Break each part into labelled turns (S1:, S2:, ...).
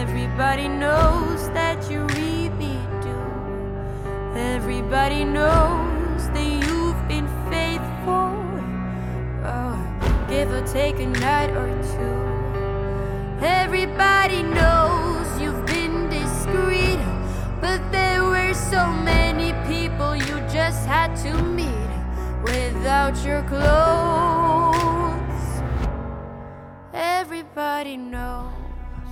S1: Everybody knows that you really do. Everybody knows that you've been faithful. Oh, give or take a night or two. Everybody knows you've been discreet, but there were so many people you just had to meet without your clothes. Everybody knows.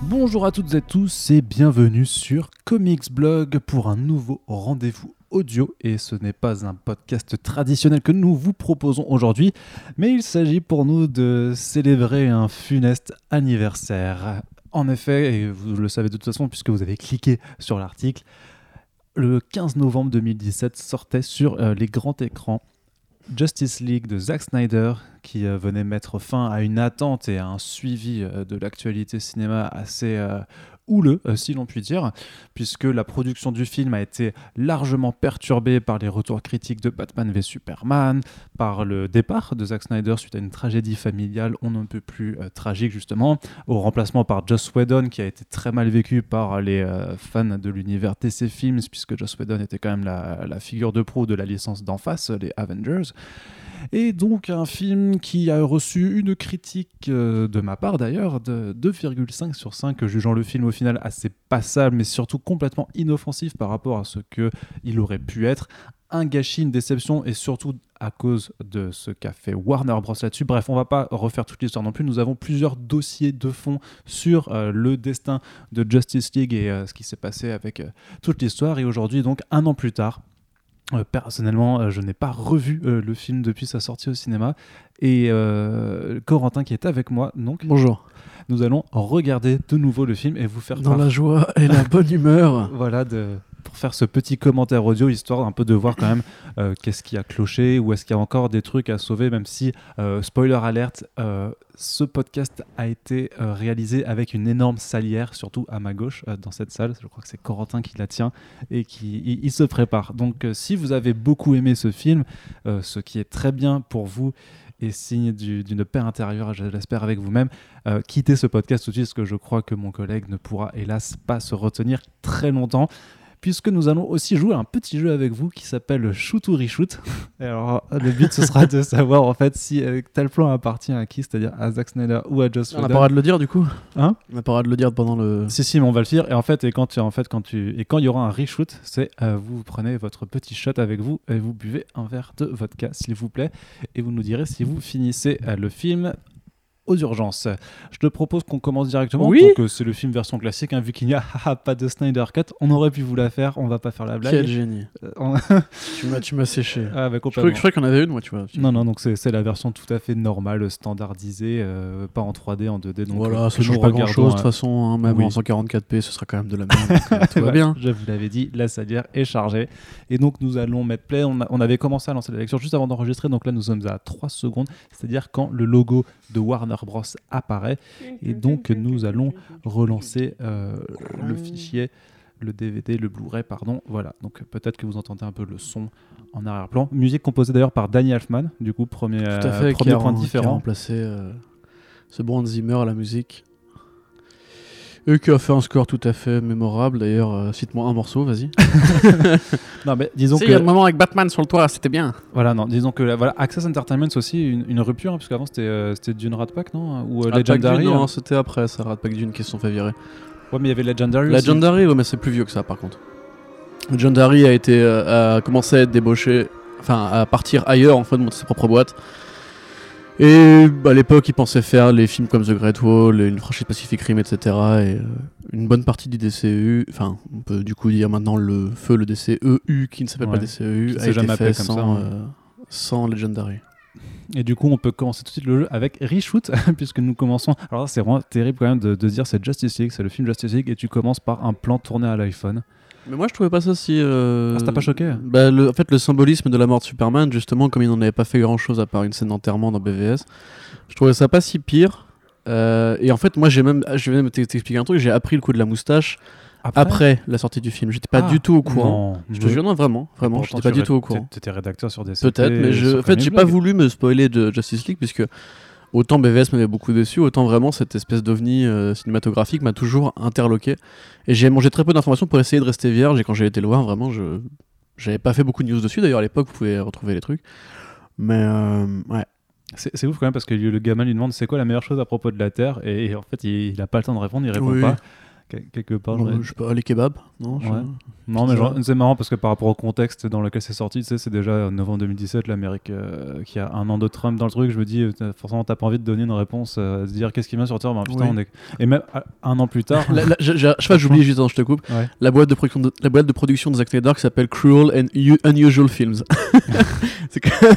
S2: Bonjour à toutes et tous et bienvenue sur Comics Blog pour un nouveau rendez-vous audio et ce n'est pas un podcast traditionnel que nous vous proposons aujourd'hui mais il s'agit pour nous de célébrer un funeste anniversaire. En effet, et vous le savez de toute façon puisque vous avez cliqué sur l'article, le 15 novembre 2017 sortait sur euh, les grands écrans Justice League de Zack Snyder qui euh, venait mettre fin à une attente et à un suivi euh, de l'actualité cinéma assez euh, houleux, euh, si l'on peut dire, puisque la production du film a été largement perturbée par les retours critiques de Batman v Superman, par le départ de Zack Snyder suite à une tragédie familiale on ne peut plus euh, tragique justement, au remplacement par Joss Whedon qui a été très mal vécu par les euh, fans de l'univers DC Films puisque Joss Whedon était quand même la, la figure de pro de la licence d'en face, les Avengers. Et donc un film qui a reçu une critique euh, de ma part d'ailleurs de 2,5 sur 5, jugeant le film au final assez passable mais surtout complètement inoffensif par rapport à ce que il aurait pu être. Un gâchis, une déception et surtout à cause de ce qu'a fait Warner Bros là-dessus. Bref, on va pas refaire toute l'histoire non plus. Nous avons plusieurs dossiers de fond sur euh, le destin de Justice League et euh, ce qui s'est passé avec euh, toute l'histoire. Et aujourd'hui, donc un an plus tard, euh, personnellement, euh, je n'ai pas revu euh, le film depuis sa sortie au cinéma. Et euh, Corentin qui est avec moi, donc
S3: Bonjour.
S2: nous allons regarder de nouveau le film et vous faire
S3: Dans
S2: part-
S3: la joie et la bonne humeur.
S2: voilà, de, pour faire ce petit commentaire audio, histoire un peu de voir quand même euh, qu'est-ce qui a cloché, ou est-ce qu'il y a encore des trucs à sauver, même si, euh, spoiler alerte, euh, ce podcast a été euh, réalisé avec une énorme salière, surtout à ma gauche, euh, dans cette salle. Je crois que c'est Corentin qui la tient et qui il, il se prépare. Donc, euh, si vous avez beaucoup aimé ce film, euh, ce qui est très bien pour vous et signe du- d'une paix intérieure, je l'espère, avec vous-même, euh, quitter ce podcast tout de suite, parce que je crois que mon collègue ne pourra hélas pas se retenir très longtemps, puisque nous allons aussi jouer à un petit jeu avec vous qui s'appelle Shoot ou Reshoot. Et alors, le but, ce sera de savoir en fait si euh, tel plan appartient à qui, c'est-à-dire à Zack Snyder ou à Joss
S3: On n'a pas le
S2: Whedon.
S3: droit de le dire du coup
S2: Hein
S3: On n'a pas le droit de le dire pendant le.
S2: Si si, mais on va le faire. Et en fait, et quand tu, en fait, quand tu, et quand il y aura un reshoot, c'est euh, vous prenez votre petit shot avec vous et vous buvez un verre de vodka, s'il vous plaît, et vous nous direz si vous finissez euh, le film aux urgences. Je te propose qu'on commence directement.
S3: Oui.
S2: Donc euh, c'est le film version classique, hein, vu qu'il n'y a haha, pas de Snyder Cut. On aurait pu vous la faire. On va pas faire la
S3: Quel
S2: blague.
S3: génie.
S2: Euh, on-
S3: Tu m'as, tu m'as séché.
S2: Ah, bah,
S3: Je croyais,
S2: complètement.
S3: je croyais qu'on avait une, moi, tu vois.
S2: Non non, donc c'est c'est la version tout à fait normale, standardisée, euh, pas en 3D, en 2D. Donc euh,
S3: voilà,
S2: que
S3: ça change
S2: nous
S3: pas
S2: regardons,
S3: grand chose. De
S2: hein.
S3: toute façon, hein, même
S2: oui.
S3: en 144p, ce sera quand même de la merde. donc, euh, tout va
S2: Ouais,
S3: bien.
S2: Je vous l'avais dit, la salière est chargée. Et donc, nous allons mettre play. On, a- on avait commencé à lancer la lecture juste avant d'enregistrer. Donc là, nous sommes à 3 secondes, c'est-à-dire quand le logo de Warner Bros. apparaît. Et donc, nous allons relancer euh, le fichier, le DVD, le Blu-ray, pardon. Voilà. Donc, peut-être que vous entendez un peu le son en arrière-plan. Musique composée d'ailleurs par Danny Elfman, du coup, premier,
S3: Tout à
S2: euh,
S3: fait.
S2: premier
S3: qui a
S2: point
S3: rem- qui a
S2: différent.
S3: remplacé euh, ce Brand Zimmer à la musique. Et qui a fait un score tout à fait mémorable. D'ailleurs, euh, cite-moi un morceau, vas-y.
S2: Non, mais disons
S3: Si,
S2: que.
S3: moment avec Batman sur le toit, c'était bien.
S2: Voilà, non, disons que là, voilà, Access Entertainment, c'est aussi une, une rupture, hein, parce qu'avant c'était euh, c'était Dune Rat Pack, non Ou euh,
S3: Rat Pack
S2: Legendary.
S3: Dune,
S2: hein.
S3: non, c'était après ça, Rat Pack Dune qui se sont fait virer.
S2: Ouais, mais il y avait Legendary aussi.
S3: Legendary, ouais, mais c'est plus vieux que ça par contre. Legendary a été euh, a commencé à être débauché, enfin à partir ailleurs en fait de ses propres boîtes. Et bah, à l'époque, il pensait faire les films comme The Great Wall, et une franchise Pacific Rim, etc. Et euh, une bonne partie du DCEU, enfin on peut du coup dire maintenant le feu, le DCEU qui ne s'appelle
S2: Ouais,
S3: pas
S2: qui
S3: DCEU, a
S2: s'est
S3: été
S2: jamais appelé
S3: fait
S2: comme
S3: sans,
S2: ça, hein.
S3: euh, sans Legendary.
S2: Et du coup, on peut commencer tout de suite le jeu avec Reshoot, puisque nous commençons. Alors là, c'est vraiment terrible quand même de, de dire c'est Justice League, c'est le film Justice League, et tu commences par un plan tourné à l'iPhone.
S3: Mais moi je trouvais pas ça si. euh,
S2: Ah, ça t'a pas choqué
S3: bah, le- En fait, le symbolisme de la mort de Superman, justement, comme il n'en avait pas fait grand chose à part une scène d'enterrement dans BVS, je trouvais ça pas si pire. Euh, et en fait, moi j'ai même. ah, Je vais même t- t'expliquer un truc, j'ai appris le coup de la moustache après, la sortie du film. J'étais pas
S2: Ah,
S3: du tout au courant.
S2: Non,
S3: Je te jure, non, vraiment, vraiment, j'étais pas du tout au courant.
S2: T'étais rédacteur sur des
S3: Peut-être, mais je, en fait, j'ai pas voulu me spoiler de Justice League, puisque autant BVS m'avait beaucoup déçu, autant vraiment cette espèce d'ovni euh, cinématographique m'a toujours interloqué. Et j'ai mangé très peu d'informations pour essayer de rester vierge. Et quand j'ai été le voir, vraiment, je j'avais pas fait beaucoup de news dessus. D'ailleurs, à l'époque, vous pouvez retrouver les trucs. Mais euh, ouais.
S2: C'est c'est ouf quand même parce que le gamin lui demande c'est quoi la meilleure chose à propos de la Terre et, et en fait il, il a pas le temps de répondre, il répond
S3: Oui.
S2: pas. Quel- quelque part.
S3: Non,
S2: j'aurais-
S3: je sais pas, les kebabs Non, je-
S2: Ouais. Non, mais
S3: Ça
S2: genre,
S3: va.
S2: c'est marrant parce que par rapport au contexte dans lequel c'est sorti, tu sais, c'est déjà euh, novembre 2017, l'Amérique euh, qui a un an de Trump dans le truc. Je me dis, euh, t'as- forcément, t'as pas envie de donner une réponse, euh, de dire qu'est-ce qui vient sur Terre. Ben, putain,
S3: Oui.
S2: on est... Et même à- un an plus tard,
S3: La- la- j'ai- j'ai- je sais pas, j'oublie juste, attends, je te coupe.
S2: Ouais.
S3: La, boîte de production de, la boîte de production des Acteurs Dark s'appelle Cruel and U- Unusual Films. c'est quand même.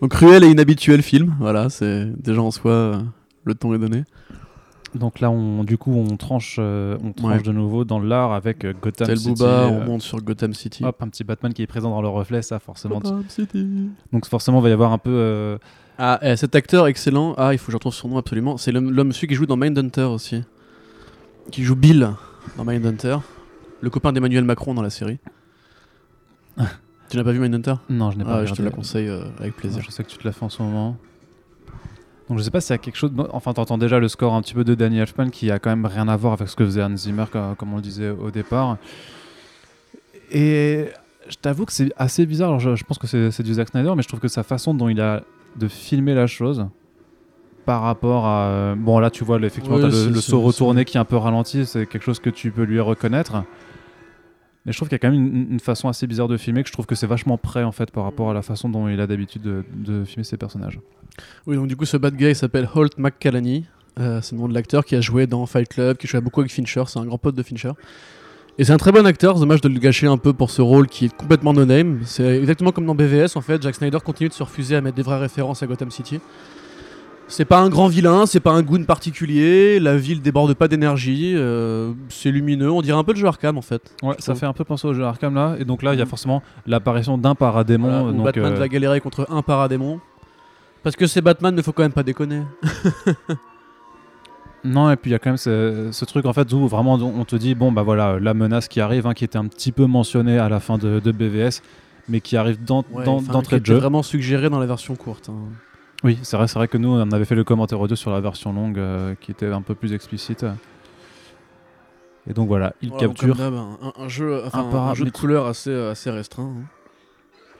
S3: Donc, cruel et inhabituel film. Voilà, c'est déjà en soi, euh, le ton est donné.
S2: donc là, on, du coup, on tranche, euh, on tranche
S3: Ouais.
S2: de nouveau dans l'art avec euh, Gotham
S3: Tel
S2: City.
S3: Booba,
S2: euh,
S3: on monte sur Gotham City.
S2: Hop, un petit Batman qui est présent dans le reflet, ça forcément.
S3: Gotham City.
S2: Donc forcément, il va y avoir un peu. euh,
S3: Ah, eh, cet acteur excellent. Ah, il faut que je retrouve son nom absolument. C'est l'homme, l'homme- celui qui joue dans Mindhunter aussi. Qui joue Bill dans Mindhunter. Le copain d'Emmanuel Macron dans la série. tu n'as pas vu Mindhunter
S2: Non, je n'ai pas.
S3: Ah, Je te
S2: regardé.
S3: la conseille euh, avec plaisir.
S2: Ouais, je sais que tu te la fais en ce moment. Donc je sais pas s'il y a quelque chose. bon, Enfin, t'entends déjà le score un petit peu de Danny Elfman qui a quand même rien à voir avec ce que faisait Hans Zimmer, co- comme on le disait au départ. Et je t'avoue que c'est assez bizarre. Alors, je, je pense que c'est c'est du Zack Snyder, mais je trouve que sa façon dont il a de filmer la chose par rapport à. euh, Bon, là, tu vois, là, effectivement,
S3: Ouais,
S2: t'as
S3: c'est-
S2: le, le
S3: c'est-
S2: saut
S3: c'est-
S2: retourné qui est un peu ralenti, c'est quelque chose que tu peux lui reconnaître. Mais je trouve qu'il y a quand même une, une façon assez bizarre de filmer, que je trouve que c'est vachement prêt en fait par rapport à la façon dont il a d'habitude de, de filmer ses personnages.
S3: Oui, donc du coup, ce bad guy s'appelle Holt McCallany. Euh, c'est le nom de l'acteur qui a joué dans Fight Club, qui jouait beaucoup avec Fincher. C'est un grand pote de Fincher. Et c'est un très bon acteur. C'est dommage de le gâcher un peu pour ce rôle qui est complètement no-name. C'est exactement comme dans BVS en fait. Jack Snyder continue de se refuser à mettre des vraies références à Gotham City. C'est pas un grand vilain, c'est pas un goon particulier. La ville déborde pas d'énergie. euh, c'est lumineux. On dirait un peu le jeu Arkham en fait.
S2: Ouais, ça
S3: trouve.
S2: fait un peu penser au jeu Arkham là, et donc là il y a
S3: Mhm.
S2: forcément l'apparition d'un paradémon.
S3: Voilà,
S2: euh,
S3: où
S2: donc,
S3: Batman
S2: euh,
S3: va galérer contre un paradémon. Parce que c'est Batman, mais faut quand même pas déconner.
S2: Non, et puis il y a quand même ce, ce truc en fait où vraiment on te dit bon bah voilà la menace qui arrive, hein, qui était un petit peu mentionnée à la fin de, de BVS, mais qui arrive dans-
S3: Ouais,
S2: dans-
S3: enfin,
S2: d'entrée
S3: qui
S2: de
S3: était
S2: jeu.
S3: vraiment suggéré dans la version courte. hein.
S2: Oui, c'est vrai, c'est vrai que nous on avait fait le commentaire audio sur la version longue euh, qui était un peu plus explicite. Et donc voilà, il
S3: Voilà, donc,
S2: capture.
S3: comme d'hab, un, un- un jeu, enfin, un
S2: para-
S3: jeu de
S2: mais-
S3: couleurs assez, euh, assez restreint. hein.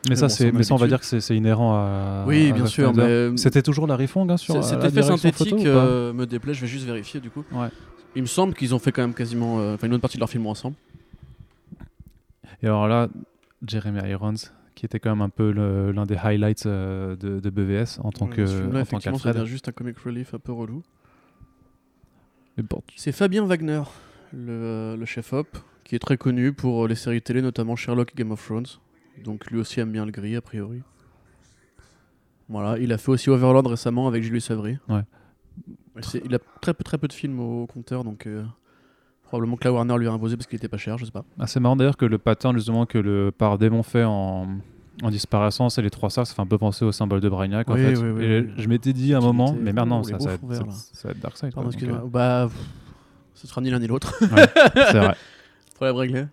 S2: Mais ça,
S3: bon,
S2: c'est,
S3: on a
S2: mais ça, on va
S3: l'habitude.
S2: dire que c'est, c'est inhérent à.
S3: oui,
S2: à
S3: bien
S2: Zack
S3: sûr,
S2: Snyder.
S3: mais
S2: C'était toujours Larry Fong hein, sur.
S3: c-
S2: euh,
S3: cet
S2: la
S3: effet
S2: direction
S3: synthétique
S2: photo ou pas
S3: euh, me déplaît. Je vais juste vérifier du coup.
S2: Ouais.
S3: Il me semble qu'ils ont fait quand même quasiment, euh, enfin une bonne partie de leur film ensemble.
S2: Et alors là, Jeremy Irons, qui était quand même un peu le- l'un des highlights euh, de, de BVS en tant
S3: Ouais,
S2: que.
S3: ce film-là,
S2: en tant
S3: effectivement, ça
S2: qu'Alfred.
S3: devient juste un comic relief un peu relou.
S2: Mais bon, tu-
S3: C'est Fabien Wagner, le, euh, le chef op, qui est très connu pour euh, les séries télé, notamment Sherlock et Game of Thrones. Donc lui aussi aime bien le gris a priori. Voilà, il a fait aussi Overlord récemment avec Julius Avery.
S2: Ouais.
S3: Et c'est- Il a très peu, très peu de films au compteur, donc euh, probablement que la Warner lui a imposé parce qu'il était pas cher, je sais pas.
S2: Ah, c'est marrant d'ailleurs que le pattern justement que le paradémon fait en. En disparaissant, c'est les trois stars, ça fait un peu penser au symbole de Brainiac en
S3: Oui,
S2: fait.
S3: oui, oui,
S2: Et
S3: oui.
S2: je m'étais dit à un
S3: Tu
S2: moment,
S3: m'étais-
S2: mais maintenant
S3: Ouh, les
S2: ça,
S3: beaux
S2: ça, va
S3: fonds
S2: être-
S3: verts,
S2: ça,
S3: là.
S2: ça va être Darkseid.
S3: Pardon,
S2: quoi, donc,
S3: excuse-moi. Bah, pff, ce sera ni l'un ni l'autre.
S2: euh, c'est vrai.
S3: Problème réglé.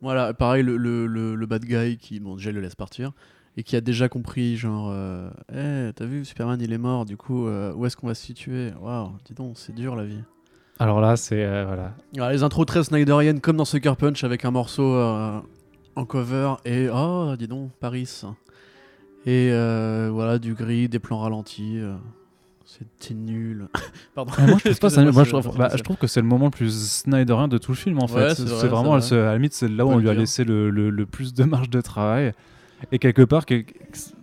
S3: Voilà, pareil, le, le, le, le bad guy qui, bon, déjà, il le laisse partir. Et qui a déjà compris, genre, euh, Eh, t'as vu, Superman, il est mort, du coup, euh, où est-ce qu'on va se situer Waouh, dis donc, c'est dur la vie.
S2: Alors là, c'est. euh, voilà.
S3: Voilà, les intros très snyderiennes, comme dans Sucker Punch, avec un morceau euh, en cover, et oh, dis donc, Paris. Et euh, voilà, du gris, des plans ralentis. euh, C'était nul. Pardon.
S2: Ah, moi, je trouve pas ça.
S3: Excusez-moi,
S2: moi,
S3: c'est
S2: je, trouve-
S3: parti
S2: bah,
S3: comme ça.
S2: je trouve que c'est le moment le plus Snyderien de tout le film en fait.
S3: Ouais, c'est
S2: c'est
S3: vrai,
S2: c'est
S3: c'est
S2: vraiment, elle
S3: vrai.
S2: se- à la limite, c'est là où
S3: Faut
S2: on
S3: le
S2: lui a
S3: dire.
S2: laissé le, le- le plus de marge de travail. Et quelque part, que,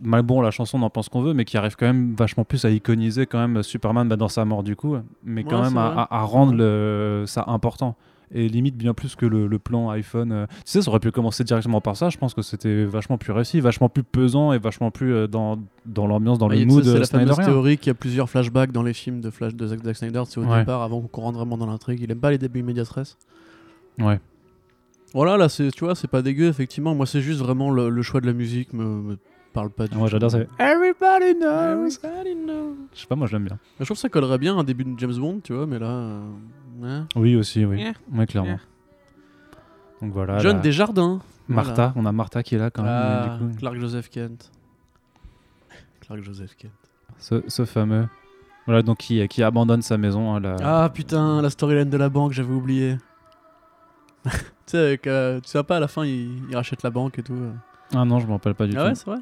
S2: mal bon, la chanson, on en pense qu'on veut, mais qui arrive quand même vachement plus à iconiser quand même Superman bah, dans sa mort du coup, mais quand
S3: Ouais,
S2: même
S3: c'est
S2: à,
S3: vrai.
S2: à- à rendre le- ça important. Et limite bien plus que le, le plan iPhone. euh. Tu sais, ça aurait pu commencer directement par ça. Je pense que c'était vachement plus réussi, vachement plus pesant et vachement plus euh, dans, dans l'ambiance, dans
S3: Ouais,
S2: le
S3: il-
S2: mood euh,
S3: C'est la fameuse
S2: Snyderien.
S3: théorie qu'il y a plusieurs flashbacks dans les films de, Flash, de Zack, Zack Snyder. C'est au
S2: Ouais.
S3: départ, avant qu'on rentre vraiment dans l'intrigue. Il aime pas les débuts immédiatresse.
S2: Ouais.
S3: Voilà, là, c'est- tu vois, c'est pas dégueu, effectivement. Moi, c'est juste vraiment le, le choix de la musique me, me parle pas du
S2: Moi
S3: tout. Eh
S2: j'adore ça. Everybody knows. Je sais pas, moi je l'aime bien.
S3: Je trouve que ça collerait bien à un début de James Bond, tu vois, mais là. euh, hein.
S2: Oui, aussi, oui.
S3: Yeah.
S2: Ouais, clairement. Donc voilà.
S3: John
S2: la-
S3: Desjardins.
S2: Martha, on a Martha qui est là quand même.
S3: Ah,
S2: du coup.
S3: Clark Joseph Kent. Clark Joseph Kent.
S2: Ce, ce fameux. Voilà, donc qui, qui abandonne sa maison. hein, la-
S3: Ah putain, la storyline de la banque, j'avais oublié. tu sais, avec, euh, tu sais pas, à la fin, il, il rachète la banque et tout. euh.
S2: Ah non, je me rappelle pas du
S3: Ah
S2: tout.
S3: ouais, c'est vrai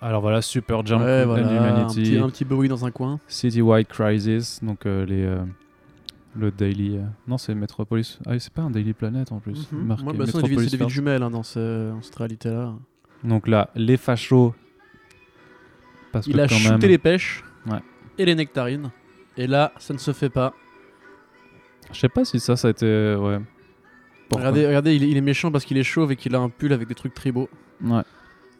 S2: Alors voilà, Super Jump
S3: Ouais, voilà, un
S2: Humanity,
S3: petit, un petit Bowie dans un coin.
S2: Citywide Crisis, donc euh, les, euh, le Daily. euh, non, c'est Metropolis. Ah, c'est pas un Daily Planet en plus.
S3: Mhm.
S2: marqué
S3: Ouais, bah, ça, c'est des villes- c'est
S2: Metropolis
S3: des villes
S2: First.
S3: jumelles hein, dans, ce- dans cette réalité-là.
S2: Donc là, les fachos. Parce
S3: Il
S2: que
S3: a
S2: quand
S3: shooté
S2: même,
S3: les pêches
S2: Ouais.
S3: et les nectarines. Et là, ça ne se fait pas.
S2: je sais pas si ça, ça a été. euh, Ouais. Pourquoi
S3: Regardez, regardez il, est- il est méchant parce qu'il est chauve et qu'il a un pull avec des trucs tribaux.
S2: Ouais.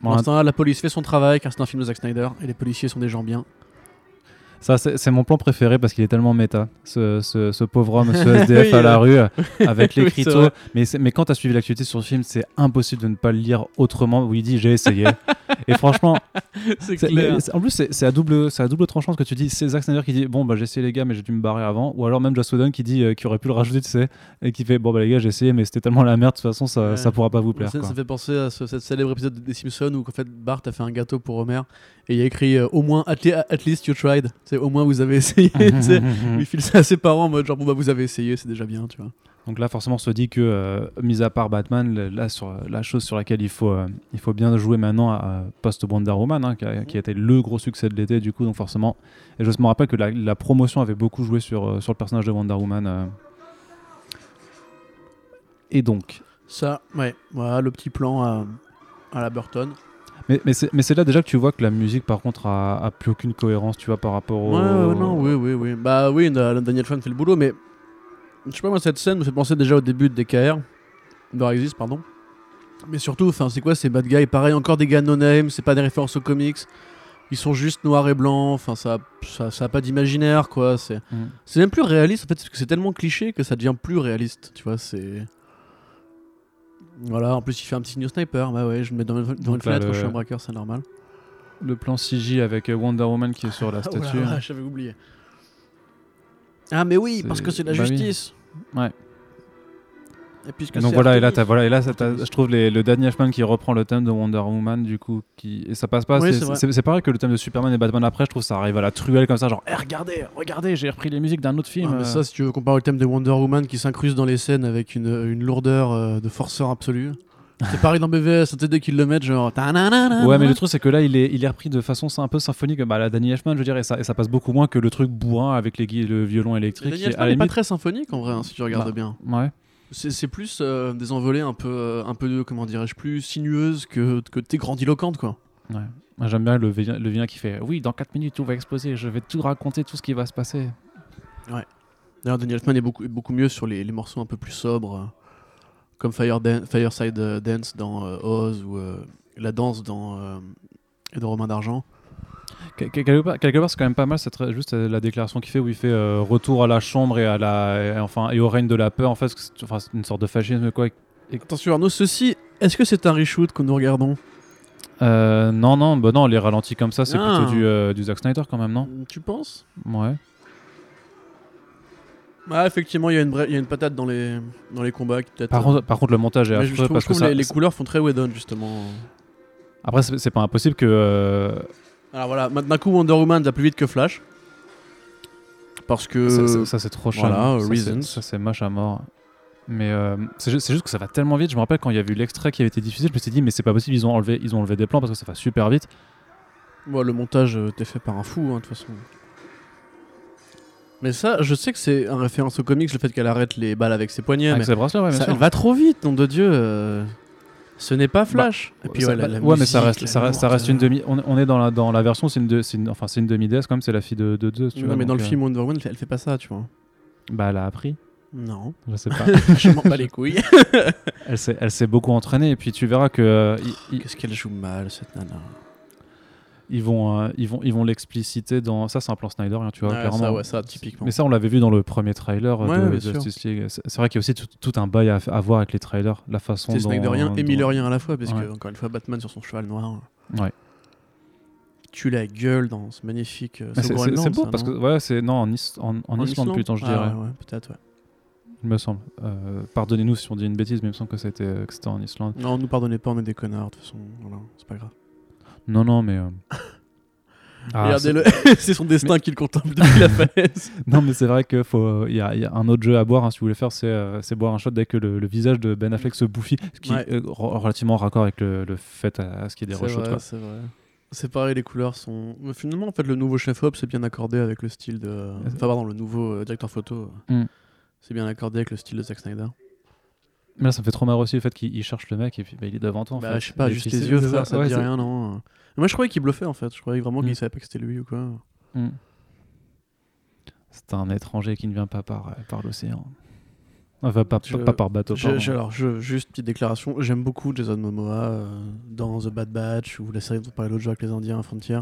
S3: Pour
S2: Bon,
S3: l'instant, là, la police fait son travail car c'est un film de Zack Snyder et les policiers sont des gens bien.
S2: Ça, c'est c'est mon plan préféré parce qu'il est tellement méta. Ce, ce- ce pauvre homme, ce SDF
S3: Oui,
S2: à la rue, euh, avec
S3: Oui,
S2: les
S3: c'est
S2: critos.
S3: vrai.
S2: mais, c'est- mais quand tu as suivi l'actualité sur le film, c'est impossible de ne pas le lire autrement où il dit j'ai essayé. Et franchement,
S3: c'est
S2: c'est- c'est- en plus, c'est c'est à, double- c'est à double tranchant ce que tu dis. C'est Zack Snyder qui dit bon, bah j'ai essayé les gars, mais j'ai dû me barrer avant. Ou alors même Joss Whedon qui dit euh, qui aurait pu le rajouter, tu sais, et qui fait bon, bah les gars, j'ai essayé, mais c'était tellement la merde, de toute façon, ça,
S3: Ouais.
S2: ça pourra pas vous plaire.
S3: Ça,
S2: quoi.
S3: ça fait penser à ce, cet célèbre épisode des Simpsons où en fait Bart a fait un gâteau pour Homer et il y a écrit euh, au moins at, le- at least you tried, c'est au moins vous avez essayé. tu sais. Il file ça à ses parents en mode genre bon bah vous avez essayé, c'est déjà bien, tu vois.
S2: Donc là, forcément, on se dit que, euh, mis à part Batman, le- là, sur, la chose sur laquelle il faut, euh, il faut bien jouer maintenant, à, post Wonder Woman, hein, qui,
S3: Mhm.
S2: a, qui a été le gros succès de l'été, du coup, donc forcément. Et je me rappelle que la, la promotion avait beaucoup joué sur, euh, sur le personnage de Wonder Woman. euh. Et donc.
S3: Ça, ouais, voilà le petit plan à, à la Burton.
S2: Mais, mais c'est mais c'est là déjà que tu vois que la musique, par contre, a, a plus aucune cohérence, tu vois, par rapport au.
S3: Ouais, ouais, non,
S2: Oh.
S3: oui, oui, oui. Bah oui, na- Daniel Fan fait le boulot, mais je sais pas, moi, cette scène me fait penser déjà au début de DKR, de Exist, pardon. Mais surtout, enfin, c'est quoi ces bad guys Pareil, encore des gars no-name, c'est pas des références aux comics. Ils sont juste noirs et blancs, enfin, ça, ça, ça a pas d'imaginaire, quoi. C'est
S2: Mm.
S3: c'est même plus réaliste, en fait, parce que c'est tellement cliché que ça devient plus réaliste, tu vois, c'est. Voilà, en plus, il fait un petit signe au sniper, bah ouais, je me mets dans, une- dans une
S2: Donc là,
S3: fenêtre,
S2: le-
S3: je suis un braqueur, c'est normal.
S2: Le plan CJ avec euh, Wonder Woman qui est sur la
S3: Ah, oh
S2: statue.
S3: là là, j'avais oublié. Ah, mais oui, parce
S2: C'est-
S3: que c'est la
S2: bah oui.
S3: justice.
S2: Ouais.
S3: Et puisque
S2: Et donc
S3: c'est
S2: voilà, et là,
S3: Artemis.
S2: t'as- voilà, et là ça t'a-
S3: Artemis.
S2: je trouve les- le Danny Ashman qui reprend le thème de Wonder Woman, du coup, qui, et ça passe pas.
S3: Oui,
S2: c'est-
S3: c'est vrai.
S2: c'est c'est pareil que le thème de Superman et Batman après, je trouve ça arrive à la truelle comme ça, genre, Eh, regardez, regardez, j'ai repris les musiques d'un autre
S3: Ah,
S2: film.
S3: mais
S2: euh.
S3: ça, si tu veux comparer le thème de Wonder Woman qui s'incruste dans les scènes avec une, une lourdeur euh, de forceur absolue. C'est pareil dans BVS, tu sais, dès qu'ils le mettent, genre. tananana.
S2: Ouais, mais le truc, c'est que là, il est, il est repris de façon c'est un peu symphonique, bah, la Danny Ashman, je veux dire, et ça, et ça passe beaucoup moins que le truc bourrin avec les gui- le violon électrique. qui
S3: Daniel
S2: est,
S3: Elfman
S2: à la
S3: est pas
S2: limite-
S3: très symphonique en vrai, hein, si tu regardes
S2: Bah.
S3: bien.
S2: Ouais.
S3: C'est c'est plus euh, des envolées un peu, euh, un peu comment dirais-je, plus sinueuses que, que t'es grandiloquente, quoi.
S2: Moi, J'aime bien le vilain, le vilain qui fait Oui, dans 4 minutes, tout va exploser, je vais tout raconter, tout ce qui va se passer.
S3: D'ailleurs, Daniel Elfman est beaucoup, est beaucoup mieux sur les, les morceaux un peu plus sobres, euh, comme Fire Dan- Fireside euh, Dance dans euh, Oz ou euh, La Danse dans euh, et de Romain d'Argent.
S2: Que- que- Quelque part, quelque part, c'est quand même pas mal, c'est très- juste euh, la déclaration qu'il fait où il fait euh, retour à la chambre et, à la, et enfin, et au règne de la peur, en fait, parce que c'est enfin, c'est une sorte de fascisme, quoi.
S3: Attention Arnaud, ceci, est-ce que c'est un reshoot que nous regardons
S2: Euh, non, non, bah non, les ralentis comme ça, c'est
S3: Ah.
S2: plutôt du, euh, du Zack Snyder quand même, non
S3: Hmm, Tu penses
S2: Ouais.
S3: Ah, effectivement, il y, a une bra- il y a une patate dans les, dans les combats qui peut-être. euh,
S2: Par, contre, par contre, le montage est
S3: mais
S2: affreux
S3: je, je trouve,
S2: parce
S3: je trouve
S2: que ça-
S3: les, les couleurs font très Whedon justement.
S2: Après, c'est c'est pas impossible que. euh,
S3: Alors voilà, maintenant coup Wonder Woman va plus vite que Flash. Parce que.
S2: ça, ça- ça, c'est trop chiant.
S3: voilà,
S2: Ça,
S3: Reasons.
S2: c'est- Ça, c'est moche à mort. Mais euh, c'est ju- c'est juste que ça va tellement vite. Je me rappelle quand il y avait eu l'extrait qui avait été diffusé, je me suis dit, mais c'est pas possible, ils ont, enlevé, ils ont enlevé des plans parce que ça va super vite.
S3: Ouais, le montage euh, t'es fait par un fou, hein, de toute façon. Mais ça, je sais que c'est en référence au comics, le fait qu'elle arrête les balles avec ses poignets.
S2: Avec
S3: mais
S2: ses bracelets, Ah, ouais, bien
S3: ça-
S2: sûr. Bah,
S3: elle va trop vite, nom de Dieu. euh, Ce n'est pas Flash. Bah, Et puis,
S2: ça-
S3: ouais, la- la
S2: ouais, mais ça
S3: musique,
S2: reste,
S3: la
S2: ça, reste- ça
S3: lourde,
S2: reste une
S3: euh,
S2: demi. On, on est dans la, dans la version, c'est une, de- c'est une- enfin c'est une demi déesse quand même, c'est la fille de, de Zeus. Tu
S3: non,
S2: vois,
S3: mais dans
S2: donc,
S3: le
S2: euh,
S3: film Wonder Woman, elle fait- elle fait pas ça, tu vois.
S2: bah elle a appris.
S3: Non,
S2: Je sais pas.
S3: je m'en bats les couilles.
S2: elle s'est, elle s'est beaucoup entraînée et puis tu verras que euh, ils- ils-
S3: Qu'est-ce qu'elle joue mal, cette nana.
S2: ils vont, euh, ils vont, ils vont l'expliciter dans. Ça c'est un plan Snyder, hein, tu vois
S3: Ouais,
S2: clairement.
S3: Ah, ça, ouais, ça, typiquement.
S2: Mais ça, on l'avait vu dans le premier trailer euh,
S3: Ouais,
S2: de
S3: bien sûr.
S2: Justice League. C'est c'est vrai qu'il y a aussi tout, tout un bail à, à voir avec les trailers, la façon
S3: C'est
S2: dont.
S3: Snyderien et
S2: dont-
S3: Millerien à la fois, parce
S2: Ouais.
S3: que, encore une fois, Batman sur son cheval noir. euh,
S2: Ouais.
S3: Tue la gueule dans ce magnifique.
S2: Mais
S3: euh, au
S2: C'est, c'est-
S3: Groenland,
S2: c'est beau
S3: ça,
S2: parce que
S3: non
S2: ouais, c'est non en, Is- en, en
S3: En
S2: Islande plutôt, je
S3: Ah,
S2: dirais.
S3: ouais, ouais, peut-être, ouais.
S2: Il me semble. Euh, pardonnez-nous si on dit une bêtise, mais il me semble que c'était, euh, que c'était en Islande.
S3: Non, nous pardonnez pas, on est des connards, de toute façon, voilà, c'est pas grave.
S2: Non, non, mais. euh, Ah,
S3: Regardez-le, c'est son destin qu'il contemple depuis la falaise.
S2: Non, mais c'est vrai qu'il faut... euh, il y, a- il y a un autre jeu à boire, hein, si vous voulez faire, c'est euh, c'est boire un shot dès que le, le visage de Ben Affleck se bouffit, ce qui
S3: Ouais.
S2: est euh, re- relativement en raccord avec le, le fait à, à ce qu'il y ait des
S3: C'est
S2: reshots.
S3: vrai,
S2: quoi.
S3: c'est vrai. C'est pareil, les couleurs sont. Mais finalement, en fait, le nouveau chef-op, c'est bien accordé avec le style de. Enfin, pardon, le nouveau euh, directeur photo. euh,
S2: Mm.
S3: C'est bien accordé avec le style de Zack Snyder.
S2: Mais là, ça me fait trop marre aussi le fait qu'il il cherche le mec et puis bah, il est devant toi. En
S3: Bah,
S2: fait.
S3: je sais pas,
S2: Et
S3: juste
S2: puis,
S3: les
S2: c'est-
S3: yeux,
S2: c'est
S3: frère,
S2: ça,
S3: ça te
S2: ouais,
S3: dit
S2: c'est-
S3: rien, non. euh. Moi, je croyais qu'il bluffait, en fait. Je croyais vraiment
S2: Mm.
S3: qu'il savait pas que c'était lui ou quoi.
S2: Mm. C'est un étranger qui ne vient pas par, euh, par l'océan. Enfin, pas,
S3: Je-
S2: pas par bateau.
S3: Je-
S2: pardon.
S3: je- alors, je- juste petite déclaration, j'aime beaucoup Jason Momoa euh, dans The Bad Batch ou la série dont on parlait l'autre jour avec les Indiens, Frontier.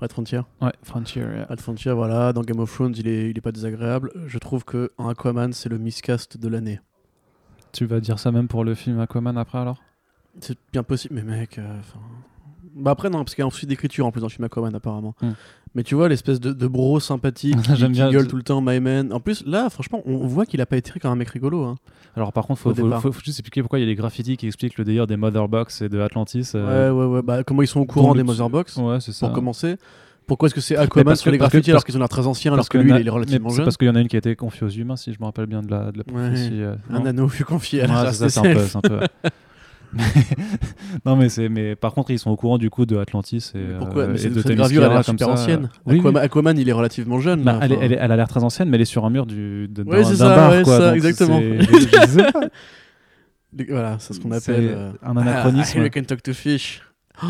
S3: Red Frontier.
S2: Ouais, Frontier. ouais.
S3: Red Frontier, voilà, dans Game of Thrones, il est, il est pas désagréable. Je trouve que un Aquaman, c'est le miscast de l'année.
S2: Tu vas dire ça même pour le film Aquaman après alors
S3: C'est bien possible, mais mec. euh, enfin. bah après, non, parce qu'il y a un souci d'écriture en plus dans le film Aquaman, apparemment.
S2: Hmm.
S3: Mais tu vois, l'espèce de, de bro sympathique qui,
S2: J'aime
S3: qui
S2: bien
S3: gueule
S2: ce-
S3: tout le temps, My Man. En plus, là, franchement, on voit qu'il a pas été écrit comme un mec rigolo. hein.
S2: Alors par contre, faut,
S3: Au
S2: faut,
S3: départ.
S2: faut- faut juste expliquer pourquoi il y a les graffitis qui expliquent le délire des Motherbox et de Atlantis. euh,
S3: Ouais, ouais, ouais. Bah, comment ils sont au courant
S2: dont le-
S3: des Motherbox
S2: ouais, c'est ça.
S3: Pour commencer. Pourquoi est-ce que c'est Aquaman
S2: parce
S3: sur
S2: que-
S3: les
S2: parce que-
S3: graffitis alors
S2: parce-
S3: qu'ils ont l'air très anciens,
S2: Parce
S3: alors que
S2: qu'il y
S3: lui,
S2: en a-
S3: il est relativement
S2: mais c'est
S3: jeune
S2: Parce qu'il y en a une qui a été confiée aux humains, si je me rappelle bien de la, de la prophétie. euh, non
S3: Un anneau fut confié à la
S2: Ouais,
S3: race
S2: c'est ça, c'est un
S3: des
S2: peu.
S3: elfes.
S2: c'est un peu- Mais- non mais c'est mais par contre ils sont au courant du coup de Atlantis et,
S3: Mais Pourquoi
S2: euh,
S3: Mais
S2: et
S3: cette
S2: de
S3: cette
S2: Themyscira,
S3: gravure, elle a l'air
S2: comme
S3: super
S2: ça. euh,
S3: ancienne.
S2: Oui, oui.
S3: Aquaman, Aquaman, il est relativement jeune.
S2: Bah,
S3: là,
S2: elle, est-
S3: enfin.
S2: elle est- elle a l'air très ancienne, mais elle est sur un mur du, de-
S3: Ouais,
S2: d'un-
S3: c'est
S2: d'un
S3: ça,
S2: bar,
S3: ouais,
S2: quoi.
S3: ça,
S2: donc
S3: exactement.
S2: c'est- je- je sais pas.
S3: Voilà, c'est ce qu'on
S2: C'est
S3: appelle. euh,
S2: un anachronisme.
S3: Ah, I can talk to fish. Oh,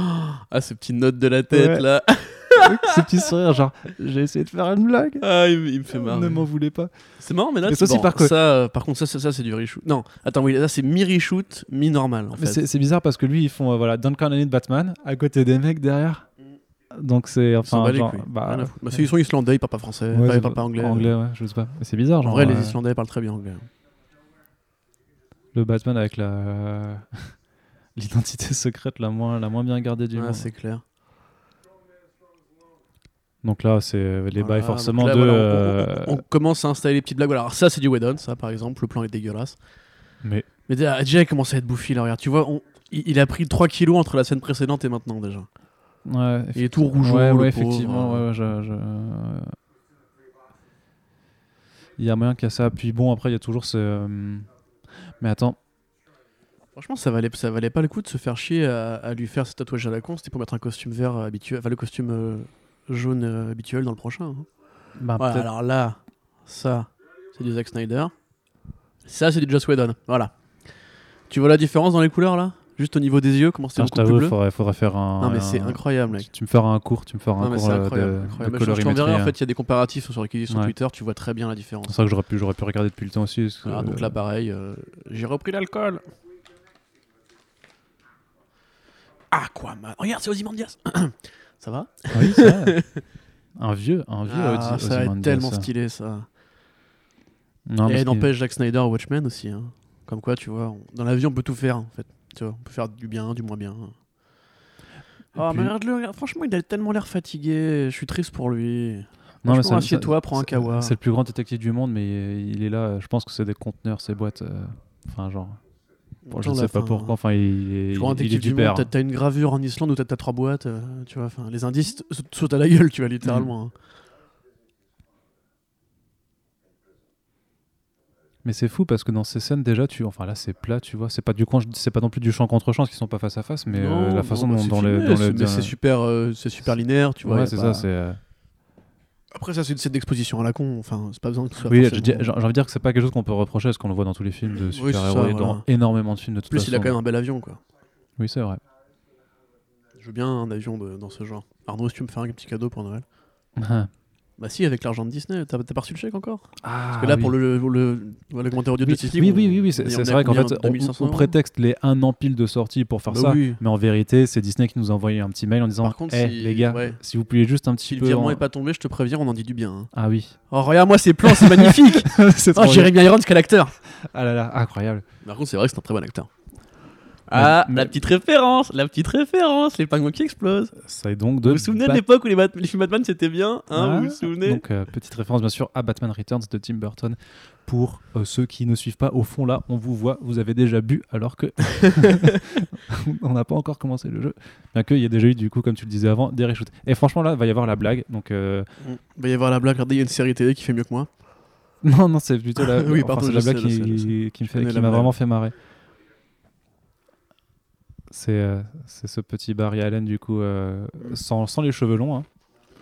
S3: ah, ces petites notes de la tête
S2: Ouais.
S3: là.
S2: ce petit sourire, genre, j'ai essayé de faire une blague.
S3: Ah, il, il me fait marrer.
S2: Ne m'en voulez pas.
S3: C'est marrant, mais là,
S2: Mais
S3: c'est
S2: ça, c'est
S3: bon,
S2: par quoi
S3: ça, euh, par contre, ça, ça, ça, c'est du reshoot. Non, attends, oui, là, c'est mi-reshoot, mi-normal en
S2: Mais
S3: fait.
S2: c'est c'est bizarre parce que lui, ils font euh, voilà, Don Corleone de Batman à côté des mecs derrière. Donc c'est
S3: Ils s'en
S2: enfin
S3: bat les
S2: genre,
S3: couilles.
S2: bah,
S3: Rien à foutre. Bah, c'est- ils sont islandais, ils parlent pas français,
S2: ouais,
S3: enfin,
S2: c'est-
S3: ils parlent pas anglais. euh.
S2: Anglais, ouais, je sais pas. Mais C'est bizarre,
S3: En
S2: genre
S3: vrai,
S2: euh,
S3: les Islandais parlent très bien anglais.
S2: le Batman avec la l'identité secrète la moins la moins bien gardée du
S3: Ah,
S2: monde.
S3: c'est clair.
S2: Donc là, c'est euh, les
S3: Voilà,
S2: bails
S3: Ah, donc
S2: forcément
S3: là,
S2: de
S3: voilà, on-
S2: euh,
S3: on, on commence à installer les petites blagues. Voilà, alors ça, c'est du Whedon, ça, par exemple. Le plan est dégueulasse.
S2: mais
S3: Mais déjà, déjà, il commence à être bouffi là. Regarde, tu vois, on- il, il a pris 3 kilos entre la scène précédente et maintenant déjà.
S2: ouais,
S3: Il est tout rougeau.
S2: Ouais,
S3: le
S2: ouais,
S3: pauvre. euh.
S2: effectivement. ouais, ouais, je- je- Il y a moyen qu'il y a ça. Puis bon, après, il y a toujours ce. euh, Mais attends.
S3: Franchement, ça valait, ça valait pas le coup de se faire chier à, à lui faire ce tatouage à la con. C'était pour mettre un costume vert euh, habituel, enfin le costume euh, jaune euh, habituel dans le prochain. hein.
S2: bah,
S3: Voilà,
S2: peut-être-
S3: alors là, ça, c'est du Zack Snyder. Ça, c'est du Joss Whedon. Voilà. Tu vois la différence dans les couleurs là Juste au niveau des yeux, comment c'était
S2: Tiens, Ah, je
S3: beaucoup plus
S2: t'avoue,
S3: bleu
S2: il faudrait, faudrait faire un.
S3: Non, mais
S2: un-
S3: c'est incroyable, mec.
S2: Tu me feras un cours, tu me feras un
S3: Non, mais
S2: cours
S3: c'est
S2: euh,
S3: incroyable.
S2: de,
S3: incroyable.
S2: de
S3: Je- je
S2: colorimétrie.
S3: t'enverrai, en
S2: hein.
S3: fait, il y a des comparatifs sur, qui- sur
S2: Ouais.
S3: Twitter, tu vois très bien la différence.
S2: C'est ça que j'aurais pu, j'aurais pu regarder depuis le temps aussi. parce que,
S3: Voilà, donc là, pareil, euh, j'ai repris l'alcool. Ah, quoi, man. Regarde, c'est Ozymandias. ça va
S2: euh, oui, c'est vrai. un vieux, un vieux.
S3: Ah,
S2: Ozzy-
S3: Ça va être
S2: Ozymandias,
S3: tellement
S2: ça.
S3: stylé, Eh, ça.
S2: Non, mais
S3: Et
S2: ce qui-
S3: n'empêche Jack Snyder à Watchmen aussi. hein. Comme quoi, tu vois, on- dans la vie, on peut tout faire, en fait. Tu vois, on peut faire du bien, du moins bien. Ah,
S2: puis-
S3: mais regarde-le, regarde. franchement, il a tellement l'air fatigué. Je suis triste pour
S2: Non,
S3: lui.
S2: mais
S3: Franchement,
S2: ça-
S3: assieds-toi, prends un
S2: c'est-
S3: kawa.
S2: C'est le plus grand détective du monde, mais euh, il est là. euh, Je pense que c'est des conteneurs, ces boîtes. euh, Enfin, genre. Bon, je
S3: Attends,
S2: ne
S3: là,
S2: sais pas
S3: enfin,
S2: pourquoi. Enfin, il est,
S3: Tu vois,
S2: il
S3: un
S2: est
S3: détective
S2: du
S3: du monde,
S2: père.
S3: t'as- t'as une gravure en Islande où t'as t'as trois boîtes, euh, tu vois, enfin, les indices te sautent- sautent à la gueule, tu vois, littéralement. hein.
S2: Mais c'est fou parce que dans ces scènes déjà, tu, enfin là c'est plat, tu vois, c'est pas du coin, c'est pas non plus du champ contre champ, parce qu'ils sont pas face à face, mais euh,
S3: Non,
S2: la
S3: non,
S2: façon
S3: bah,
S2: dont
S3: c'est
S2: dans le,
S3: filmé,
S2: dans le-
S3: c'est- mais
S2: dans-
S3: c'est super, euh, c'est super linéaire, tu vois. y
S2: ouais,
S3: a
S2: c'est ça,
S3: pas-
S2: c'est. euh,
S3: Après, ça, c'est une scène d'exposition à la con. Enfin, c'est pas besoin que tout soit.
S2: Oui, je
S3: forcément-
S2: dis- j'ai j'ai envie de dire que c'est pas quelque chose qu'on peut reprocher, parce qu'on le voit dans tous les films de
S3: Oui, c'est ça,
S2: super-héros et dans
S3: voilà.
S2: énormément de films de
S3: En
S2: toute
S3: plus,
S2: façon.
S3: il a quand même un bel avion, quoi.
S2: Oui, c'est vrai.
S3: Je veux bien un avion de- dans ce genre. Arnaud, si tu me fais un petit cadeau pour Noël.
S2: Parce
S3: Bah, si, avec l'argent de Disney, t'as t'as pas reçu le chèque encore
S2: ah,
S3: Parce que là,
S2: oui.
S3: pour le, pour le, voilà, commentaire audio de
S2: oui,
S3: Justice League,
S2: oui,
S3: on-
S2: oui, oui, oui,
S3: on
S2: c'est
S3: est-
S2: c'est
S3: on
S2: vrai
S3: est
S2: qu'en
S3: à
S2: fait, on,
S3: 2500
S2: on
S3: euros.
S2: prétexte les un an pile de sortie pour faire
S3: Bah
S2: ça,
S3: oui.
S2: mais en vérité, c'est Disney qui nous a envoyé un petit mail en disant
S3: Par contre,
S2: Eh,
S3: si-
S2: les gars,
S3: ouais.
S2: si vous pouviez juste un petit
S3: Si le
S2: peu.
S3: virement
S2: en-
S3: est pas tombé, je te préviens, on en dit du bien. hein.
S2: Ah oui.
S3: Oh, regarde-moi ces plans, c'est magnifique
S2: c'est
S3: Oh,
S2: trop bien.
S3: Jeremy Irons, quel acteur
S2: Ah là là, incroyable.
S3: Par contre, c'est vrai que c'est un très bon acteur. Ah,
S2: mais-
S3: la petite référence, la petite référence, les pingouins qui explosent.
S2: C'est donc de.
S3: Vous vous souvenez de
S2: Bat-
S3: l'époque où les, Bat- les films Batman c'était bien hein, Vous vous
S2: Ah,
S3: souvenez
S2: Donc, euh, petite référence bien sûr à Batman Returns de Tim Burton. Pour euh, ceux qui ne suivent pas, au fond là, on vous voit, vous avez déjà bu alors que on n'a pas encore commencé le jeu. Bien qu'il y ait déjà eu, du coup, comme tu le disais avant, des reshoots. Et franchement, là, va y avoir la blague. Donc, euh,
S3: Il va y avoir la blague, regardez, il y a une série télé qui fait mieux que moi.
S2: non, non, c'est plutôt la,
S3: Oui,
S2: enfin, c'est
S3: pardon,
S2: la
S3: je sais,
S2: blague
S3: je sais, je
S2: qui, qui me fait-
S3: connais
S2: qui
S3: la
S2: m'a
S3: blague.
S2: vraiment fait marrer. C'est euh, c'est ce petit Barry Allen, du coup, euh, sans, sans les cheveux longs, hein,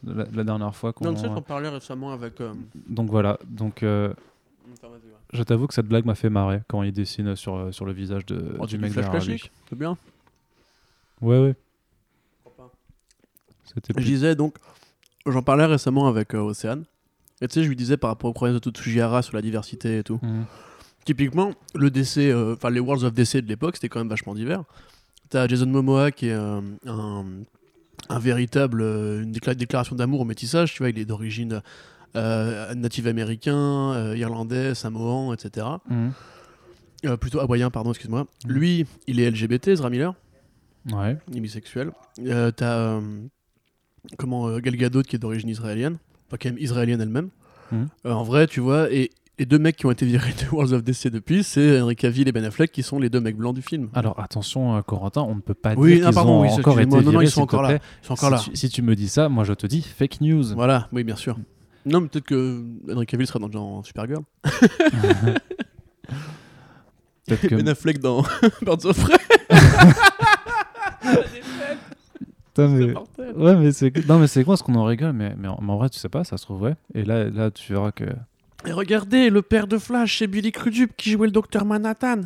S2: de la, de la dernière fois. qu'on-
S3: Non, tu sais, j'en parlais récemment avec. euh,
S2: Donc voilà, donc. euh, Je t'avoue que cette blague m'a fait marrer quand il dessine sur, euh, sur le visage de,
S3: Oh,
S2: du
S3: du
S2: mec
S3: flash
S2: derrière lui.
S3: classique, c'est bien.
S2: Ouais, ouais. C'était
S3: Je
S2: plus...
S3: disais donc, j'en parlais récemment avec euh, Océane. Et tu sais, je lui disais par rapport au problème de Tsuchihara sur la diversité et tout.
S2: Mhm.
S3: Typiquement, le décès, euh, enfin les Worlds of DC de l'époque, c'était quand même vachement divers. T'as Jason Momoa qui est euh, un, un véritable, euh, une décla- déclaration d'amour au métissage, tu vois, il est d'origine euh, native américain, euh, irlandais, samoan, etc.
S2: Mhm.
S3: Euh, plutôt hawaïen, pardon, excuse-moi.
S2: Mhm.
S3: Lui, il est LGBT, Ezra Miller,
S2: Ouais.
S3: il est bisexuel. Euh, T'as, euh, comment, euh, Gal Gadot qui est d'origine israélienne, enfin quand même israélienne elle-même.
S2: Mhm.
S3: Euh, en vrai, tu vois, et, et deux mecs qui ont été virés de Worlds of DC depuis, c'est Henry Cavill et Ben Affleck qui sont les deux mecs blancs du film.
S2: Alors attention, euh, Corentin, on ne peut pas
S3: Oui,
S2: dire
S3: non,
S2: qu'ils
S3: pardon,
S2: ont
S3: oui,
S2: encore été
S3: excuse-moi. Non, non,
S2: virés,
S3: ils sont
S2: s'il te
S3: encore là.
S2: plaît.
S3: Ils sont encore là.
S2: si, Tu, si tu me dis ça, moi je te dis fake news.
S3: Voilà, oui, bien sûr. Non, mais peut-être que Henry Cavill sera dans, dans Supergirl.
S2: Peut-être que-
S3: Ben Affleck dans Birds of Prey.
S2: Putain, mais-
S3: c'est mortel.
S2: Ouais, mais c'est non, mais c'est quoi ce qu'on en rigole mais, mais, en, mais en vrai, tu sais pas, ça se trouve, ouais. Et là, là tu verras que.
S3: Et regardez, le père de Flash, c'est Billy Crudup qui jouait le docteur Manhattan.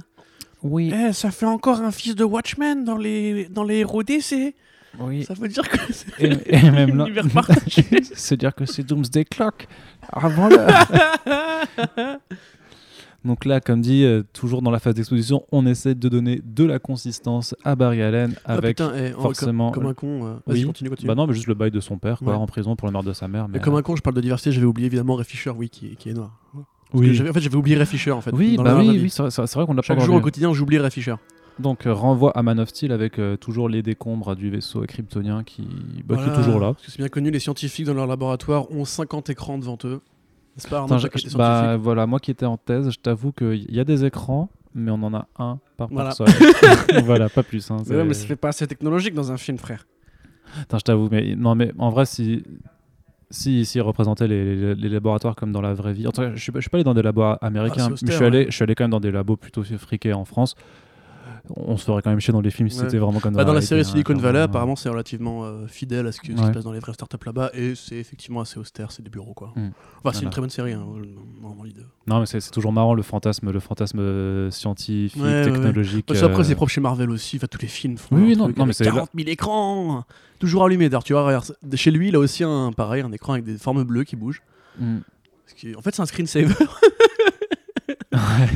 S2: Oui,
S3: Eh, ça fait encore un fils de Watchmen dans les, dans les héros DC.
S2: oui.
S3: Ça veut dire que c'est
S2: Et, et même là.
S3: l'univers partagé.
S2: c'est dire que c'est Doomsday Clock avant l'heure. Donc là, comme dit, euh, toujours dans la phase d'exposition, on essaie de donner de la consistance à Barry Allen
S3: Ah,
S2: avec.
S3: putain, eh, oh, comme-
S2: forcément
S3: Comme,
S2: le-
S3: un con. euh, Vas-y,
S2: Oui.
S3: continue, continue.
S2: bah non, mais juste le bail de son père, quoi,
S3: Ouais.
S2: en prison pour la mort de sa mère. Mais euh,
S3: Et comme un con, je parle de diversité, j'avais oublié évidemment Ray Fisher, oui, qui, qui est noir. Parce que
S2: oui,
S3: j'avais- En fait, j'avais oublié Ray Fisher, en fait.
S2: oui,
S3: dans
S2: bah
S3: la vraie
S2: oui,
S3: vie.
S2: oui, c'est c'est- c'est vrai qu'on l'a pas
S3: Chaque
S2: encore
S3: jour au
S2: vu.
S3: quotidien, j'oublie Ray Fisher.
S2: Donc euh, renvoi à Man of Steel avec euh, toujours les décombres du vaisseau kryptonien qui, bah, qui
S3: Voilà.
S2: est toujours là.
S3: Parce que c'est bien connu, les scientifiques dans leur laboratoire ont 50 écrans devant eux. C'est pas Arnaud
S2: Putain,
S3: Jacques qui
S2: je-
S3: était
S2: bah
S3: scientifique.
S2: voilà, moi qui étais en thèse, je t'avoue qu'il y a des écrans, mais on en a un par
S3: Voilà.
S2: personne. voilà, pas plus. hein,
S4: Mais ouais,
S2: c'est-
S4: mais ça fait pas assez technologique dans un film, frère.
S2: Putain, je t'avoue, mais non, mais en vrai, si si, si représentaient les, les- les laboratoires comme dans la vraie vie. En tout cas, je suis pas, je suis pas allé dans des labos américains,
S3: Ah, c'est
S2: mais je
S3: austère,
S2: suis allé, je suis allé quand même dans des labos plutôt friqués en France. On se ferait quand même chier dans les films si
S3: Ouais.
S2: c'était vraiment comme
S3: Bah, dans la
S2: réalité,
S3: série
S2: hein,
S3: Silicon
S2: clairement,
S3: Valley,
S2: hein.
S3: apparemment, c'est relativement euh, fidèle à ce, que- ce qui
S2: Ouais.
S3: se passe dans les vraies startups là-bas, et c'est effectivement assez austère, c'est des bureaux quoi.
S2: Hmm.
S3: Enfin, c'est
S2: Voilà.
S3: une très bonne série, hein, vraiment l'idée.
S2: Non, mais c'est c'est toujours marrant le fantasme, le fantasme euh, scientifique,
S3: Ouais, ouais, ouais.
S2: technologique.
S3: Parce que après,
S2: euh,
S3: c'est propre chez Marvel aussi, enfin, tous les films font.
S2: Oui, oui,
S3: leur
S2: non,
S3: truc
S2: non, mais
S3: avec
S2: c'est-
S3: 40 000 écrans Toujours allumé, d'ailleurs, tu vois, regarde, c'est- chez lui, il a aussi un, pareil, un écran avec des formes bleues qui bougent.
S2: mm.
S3: Ce qui est- En fait, c'est un screensaver.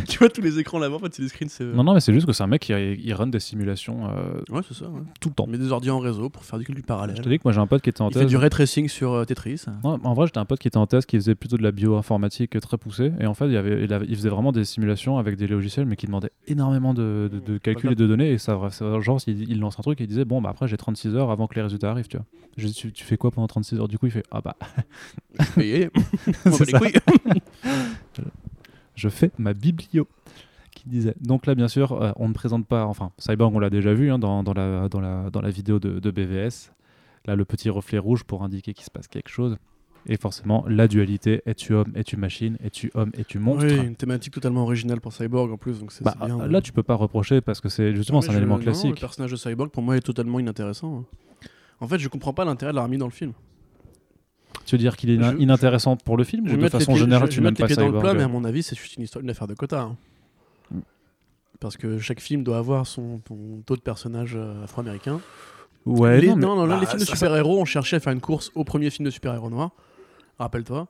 S3: tu vois, tous les écrans là-bas, en fait, c'est des screensavers.
S2: Non, non, mais c'est juste que c'est un mec qui il run des simulations euh,
S3: Ouais, c'est ça, ouais.
S2: tout le temps.
S3: On met des ordi en réseau pour faire du calcul
S2: Je
S3: parallèle.
S2: te dis que moi j'ai un pote qui était en
S3: Il fait
S2: thèse.
S3: du ray tracing sur euh, Tetris.
S2: Non, en vrai, j'étais un pote qui était en thèse, qui faisait plutôt de la bioinformatique très poussée. Et en fait, il, y avait, il, avait- il faisait vraiment des simulations avec des logiciels, mais qui demandaient énormément de, de, de calculs et de données. Et ça, ça- genre, il, il lance un truc et il disait Bon, bah après, j'ai 36 heures avant que les résultats arrivent, tu vois. Je dis, tu, tu fais quoi pendant 36 heures Du coup, il fait Ah bah,
S3: Payé. On va
S2: C'est
S3: les
S2: ça.
S3: couilles.
S2: je fais ma biblio. Qui disait. Donc là, bien sûr, euh, on ne présente pas. Enfin, Cyborg, on l'a déjà vu hein, dans, dans, la, dans, la, dans la vidéo de, de BVS. Là, le petit reflet rouge pour indiquer qu'il se passe quelque chose. Et forcément, la dualité es-tu homme, es-tu machine, es-tu homme, es-tu monstre
S3: Oui, une thématique totalement originale pour Cyborg en plus, donc c'est
S2: Bah,
S3: c'est bien.
S2: là, tu peux pas reprocher parce que c'est justement
S3: Non,
S2: c'est un
S3: je-
S2: élément
S3: non, Le
S2: classique.
S3: personnage de Cyborg pour moi est totalement inintéressant. hein. En fait, je comprends pas l'intérêt de l'armée dans le film.
S2: Tu veux dire qu'il est in-
S3: Je-
S2: inintéressant pour le film
S3: Je
S2: ou
S3: vais
S2: de
S3: mettre les
S2: façon
S3: pieds-
S2: générale
S3: je- je
S2: tu
S3: vais
S2: n'aimes
S3: mettre les
S2: pas
S3: pieds dans le plat, mais à
S2: Cyborg
S3: mon avis, c'est juste une, histoire, une affaire de quota. hein.
S2: Mm.
S3: Parce que chaque film doit avoir son, ton taux de personnages euh, afro-américains.
S2: Ouais,
S3: les,
S2: non, mais-
S3: non, non, non,
S2: Bah,
S3: les films de
S2: ça-
S3: super-héros ont cherché à faire une course au premier film de super-héros noir. Rappelle-toi.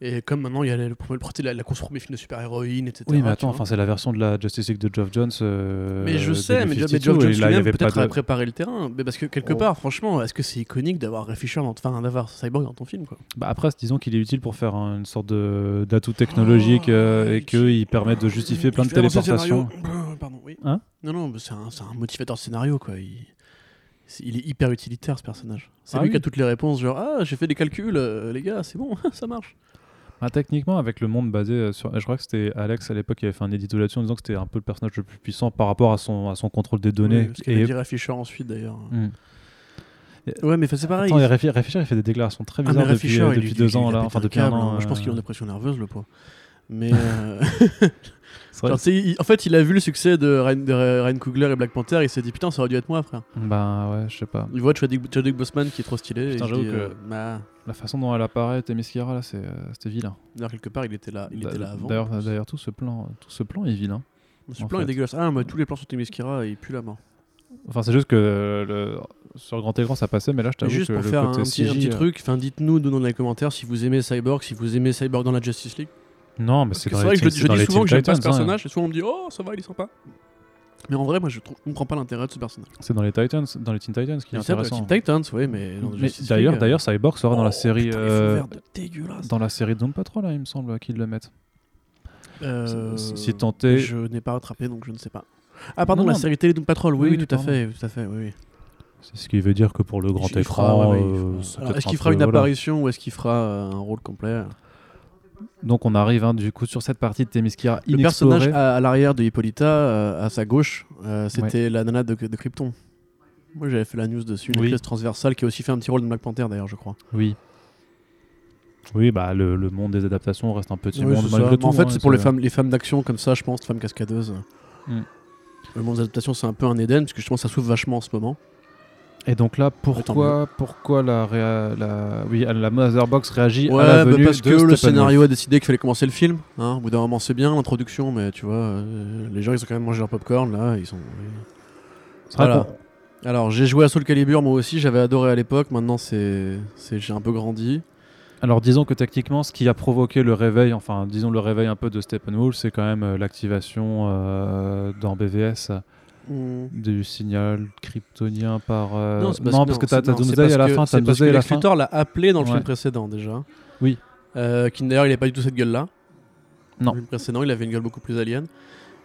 S3: Et comme maintenant, il y a le, le, le- la, la course au premier film de super-héroïne, etc.
S2: Oui, mais
S3: tu
S2: attends,
S3: vois.
S2: enfin c'est la version de la Justice League de Geoff Jones. euh,
S3: Mais je
S2: de
S3: sais, mais,
S2: New
S3: Jo-
S2: 52,
S3: mais Geoff Jones
S2: et là, il y
S3: lui-même
S2: avait
S3: peut-être
S2: pas
S3: a
S2: de...
S3: préparé le terrain. Mais parce que quelque
S2: Oh.
S3: part, franchement, est-ce que c'est iconique d'avoir Ray Fisher, dans- enfin d'avoir Cyborg dans ton film quoi
S2: Bah, après, disons qu'il est utile pour faire un- une sorte de- d'atout technologique euh,
S3: ouais,
S2: et qu'il permet de justifier plein de téléportations.
S3: Pardon, oui.
S2: Hein
S3: Non, non, mais c'est un, c'est un motivateur de scénario, quoi. Il, c'est- il est hyper utilitaire, ce personnage. C'est
S2: Ah
S3: lui
S2: oui.
S3: qui a toutes les réponses, genre, ah, j'ai fait des calculs, euh, les gars, c'est bon, ça marche.
S2: Bah, techniquement, avec le monde basé euh, sur. Je crois que c'était Alex à l'époque qui avait fait un édito là-dessus en disant que c'était un peu le personnage le plus puissant par rapport à son, à son contrôle des données.
S3: Oui, ce
S2: et...
S3: qu'avait dit Ray Fisher ensuite, d'ailleurs.
S2: Hmm.
S3: Ouais, mais c'est pareil.
S2: Attends,
S3: Ah, il-
S2: et Ray Fi- Ray Fisher, il fait des déclarations très
S3: Ah, mais
S2: bizarres
S3: Ray
S2: depuis,
S3: Fisher,
S2: euh,
S3: il-
S2: depuis
S3: il-
S2: deux
S3: il
S2: ans,
S3: a
S2: là,
S3: pété
S2: enfin
S3: un
S2: depuis un
S3: câble,
S2: an.
S3: hein. Je pense qu'il a
S2: euh,
S3: une dépression nerveuse, le pauvre. Mais. euh,
S2: c'est vrai,
S3: genre, tu sais, il- en fait, il a vu le succès de Ryan, de Ryan Coogler et Black Panther, il s'est dit, putain, ça aurait dû être moi, frère.
S2: Bah ouais, je sais pas.
S3: Il voit Chadwick Chadwick Boseman qui est trop stylé.
S2: Putain,
S3: et il se
S2: j'avoue
S3: dit,
S2: que-
S3: euh, bah,
S2: La façon dont elle apparaît, Themyscira, là, c'est, euh, c'était vilain.
S3: D'ailleurs, quelque part, il était là,
S2: Bah,
S3: il était là avant.
S2: D'ailleurs, d'ailleurs, tout ce plan, tout ce plan est vilain.
S3: ce
S2: en
S3: plan
S2: fait.
S3: est dégueulasse. Ah, mais tous les plans sont Temiskira et il pue la mort.
S2: Enfin, c'est juste que euh, le- sur grand écran ça passait, mais là, je
S3: Mais
S2: t'avoue
S3: juste
S2: que
S3: pour
S2: le
S3: faire un
S2: côté
S3: petit, un
S2: CGI,
S3: petit
S2: euh,
S3: truc, enfin, dites-nous, nous, dans les commentaires, si vous aimez Cyborg, si vous aimez Cyborg dans la Justice League.
S2: Non, mais
S3: Parce
S2: c'est
S3: que
S2: dans
S3: c'est
S2: les
S3: vrai que je,
S2: Teen-
S3: je
S2: c'est dans
S3: dis
S2: les
S3: souvent
S2: Teen
S3: que j'aime pas ce
S2: Titans, hein.
S3: personnage, et souvent on me dit Oh, ça va, il est sympa. Mais en vrai, moi je trou- je comprends pas l'intérêt de ce personnage.
S2: C'est dans les Titans, dans les Teen Titans qui est
S3: Il sert dans les
S2: intéressant.
S3: Teen Titans, oui, mais. dans la
S2: Mais
S3: Justice
S2: D'ailleurs,
S3: League,
S2: d'ailleurs, Cyborg sera dans
S3: oh,
S2: la série,
S3: putain, les
S2: euh,
S3: feux verts de dégueulasse.
S2: dans la série Doom Patrol, là, il me semble qu'ils le mettent.
S3: Euh,
S2: si- si tenté-
S3: Je n'ai pas rattrapé, donc je ne sais pas. Ah, pardon,
S2: Non,
S3: la
S2: non.
S3: série télé Doom Patrol, oui,
S2: Oui,
S3: oui, tout à
S2: pardon.
S3: fait, tout à fait, oui. oui.
S2: C'est ce qui veut dire que pour le grand
S3: Il fera-
S2: écran,
S3: ouais, ouais, il
S2: euh,
S3: fera-
S2: c'est
S3: Alors,
S2: peut-être
S3: Est-ce
S2: un
S3: qu'il fera
S2: peu-
S3: une
S2: voilà.
S3: apparition ou est-ce qu'il fera euh, un rôle complet
S2: Donc on arrive hein, du coup sur cette partie de Themyscira
S3: Le
S2: inexplorée.
S3: personnage à, à l'arrière de Hippolyta, euh, à sa gauche, euh, c'était la nana de, de Krypton. Moi j'avais fait la news dessus, une
S2: Oui.
S3: pièce transversale qui a aussi fait un petit rôle de Black Panther d'ailleurs, je crois.
S2: Oui. Oui, bah le, le monde des adaptations reste un petit
S3: Oui,
S2: monde
S3: c'est ça.
S2: malgré
S3: Mais
S2: tout.
S3: en fait,
S2: hein,
S3: c'est pour les femmes, les femmes d'action comme ça, je pense, femmes cascadeuses.
S2: Mm.
S3: Le monde des adaptations, c'est un peu un Éden, parce que justement, ça s'ouvre vachement en ce moment.
S2: Et donc là,
S3: Attends,
S2: pourquoi, pourquoi la, réa- la, oui, la Motherbox réagit à
S3: Ouais,
S2: la
S3: bah,
S2: venue
S3: parce
S2: de
S3: que le
S2: Steppenwolf.
S3: scénario a décidé qu'il fallait commencer le film. hein. Au bout d'un moment, c'est bien l'introduction, mais tu vois, euh, les gens, ils ont quand même mangé leur popcorn, là, ils sont...
S2: C'est vrai
S3: Voilà.
S2: qu'on-
S3: Alors, j'ai joué à Soul Calibur, moi aussi, j'avais adoré à l'époque, maintenant, c'est... c'est- j'ai un peu grandi.
S2: Alors disons que techniquement, ce qui a provoqué le réveil, enfin disons le réveil un peu de Steppenwolf, c'est quand même euh, l'activation euh, dans BVS euh, du signal kryptonien par... euh,
S3: c'est parce-
S2: parce que
S3: c'est-
S2: t'as t'as
S3: non, c'est
S2: Doomsday
S3: parce
S2: à la
S3: que-
S2: fin, t'as
S3: c'est parce que
S2: Doomsday à la
S3: Lex
S2: fin.
S3: Luthor l'a appelé dans le
S2: Ouais.
S3: film précédent, déjà.
S2: Oui.
S3: Euh, qui, d'ailleurs, il n'est pas du tout cette gueule-là.
S2: Non.
S3: Dans Le film précédent, il avait une gueule beaucoup plus alien.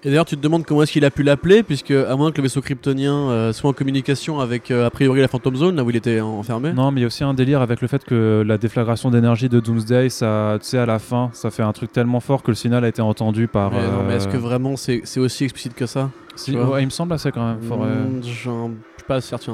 S3: Et d'ailleurs, tu te demandes comment est-ce qu'il a pu l'appeler, puisque à moins que le vaisseau kryptonien euh, soit en communication avec, euh, a priori, la Phantom Zone, là où il était enfermé.
S2: Non, mais il y a aussi un délire avec le fait que la déflagration d'énergie de Doomsday, ça, tu sais, à la fin, ça fait un truc tellement fort que le signal a été entendu par.
S3: Mais, non, mais
S2: euh,
S3: est-ce que vraiment c'est c'est aussi explicite que ça
S2: si-
S3: tu vois
S2: ouais, il me semble assez quand même fort. euh.
S3: Mm, j'en- Je suis pas certain.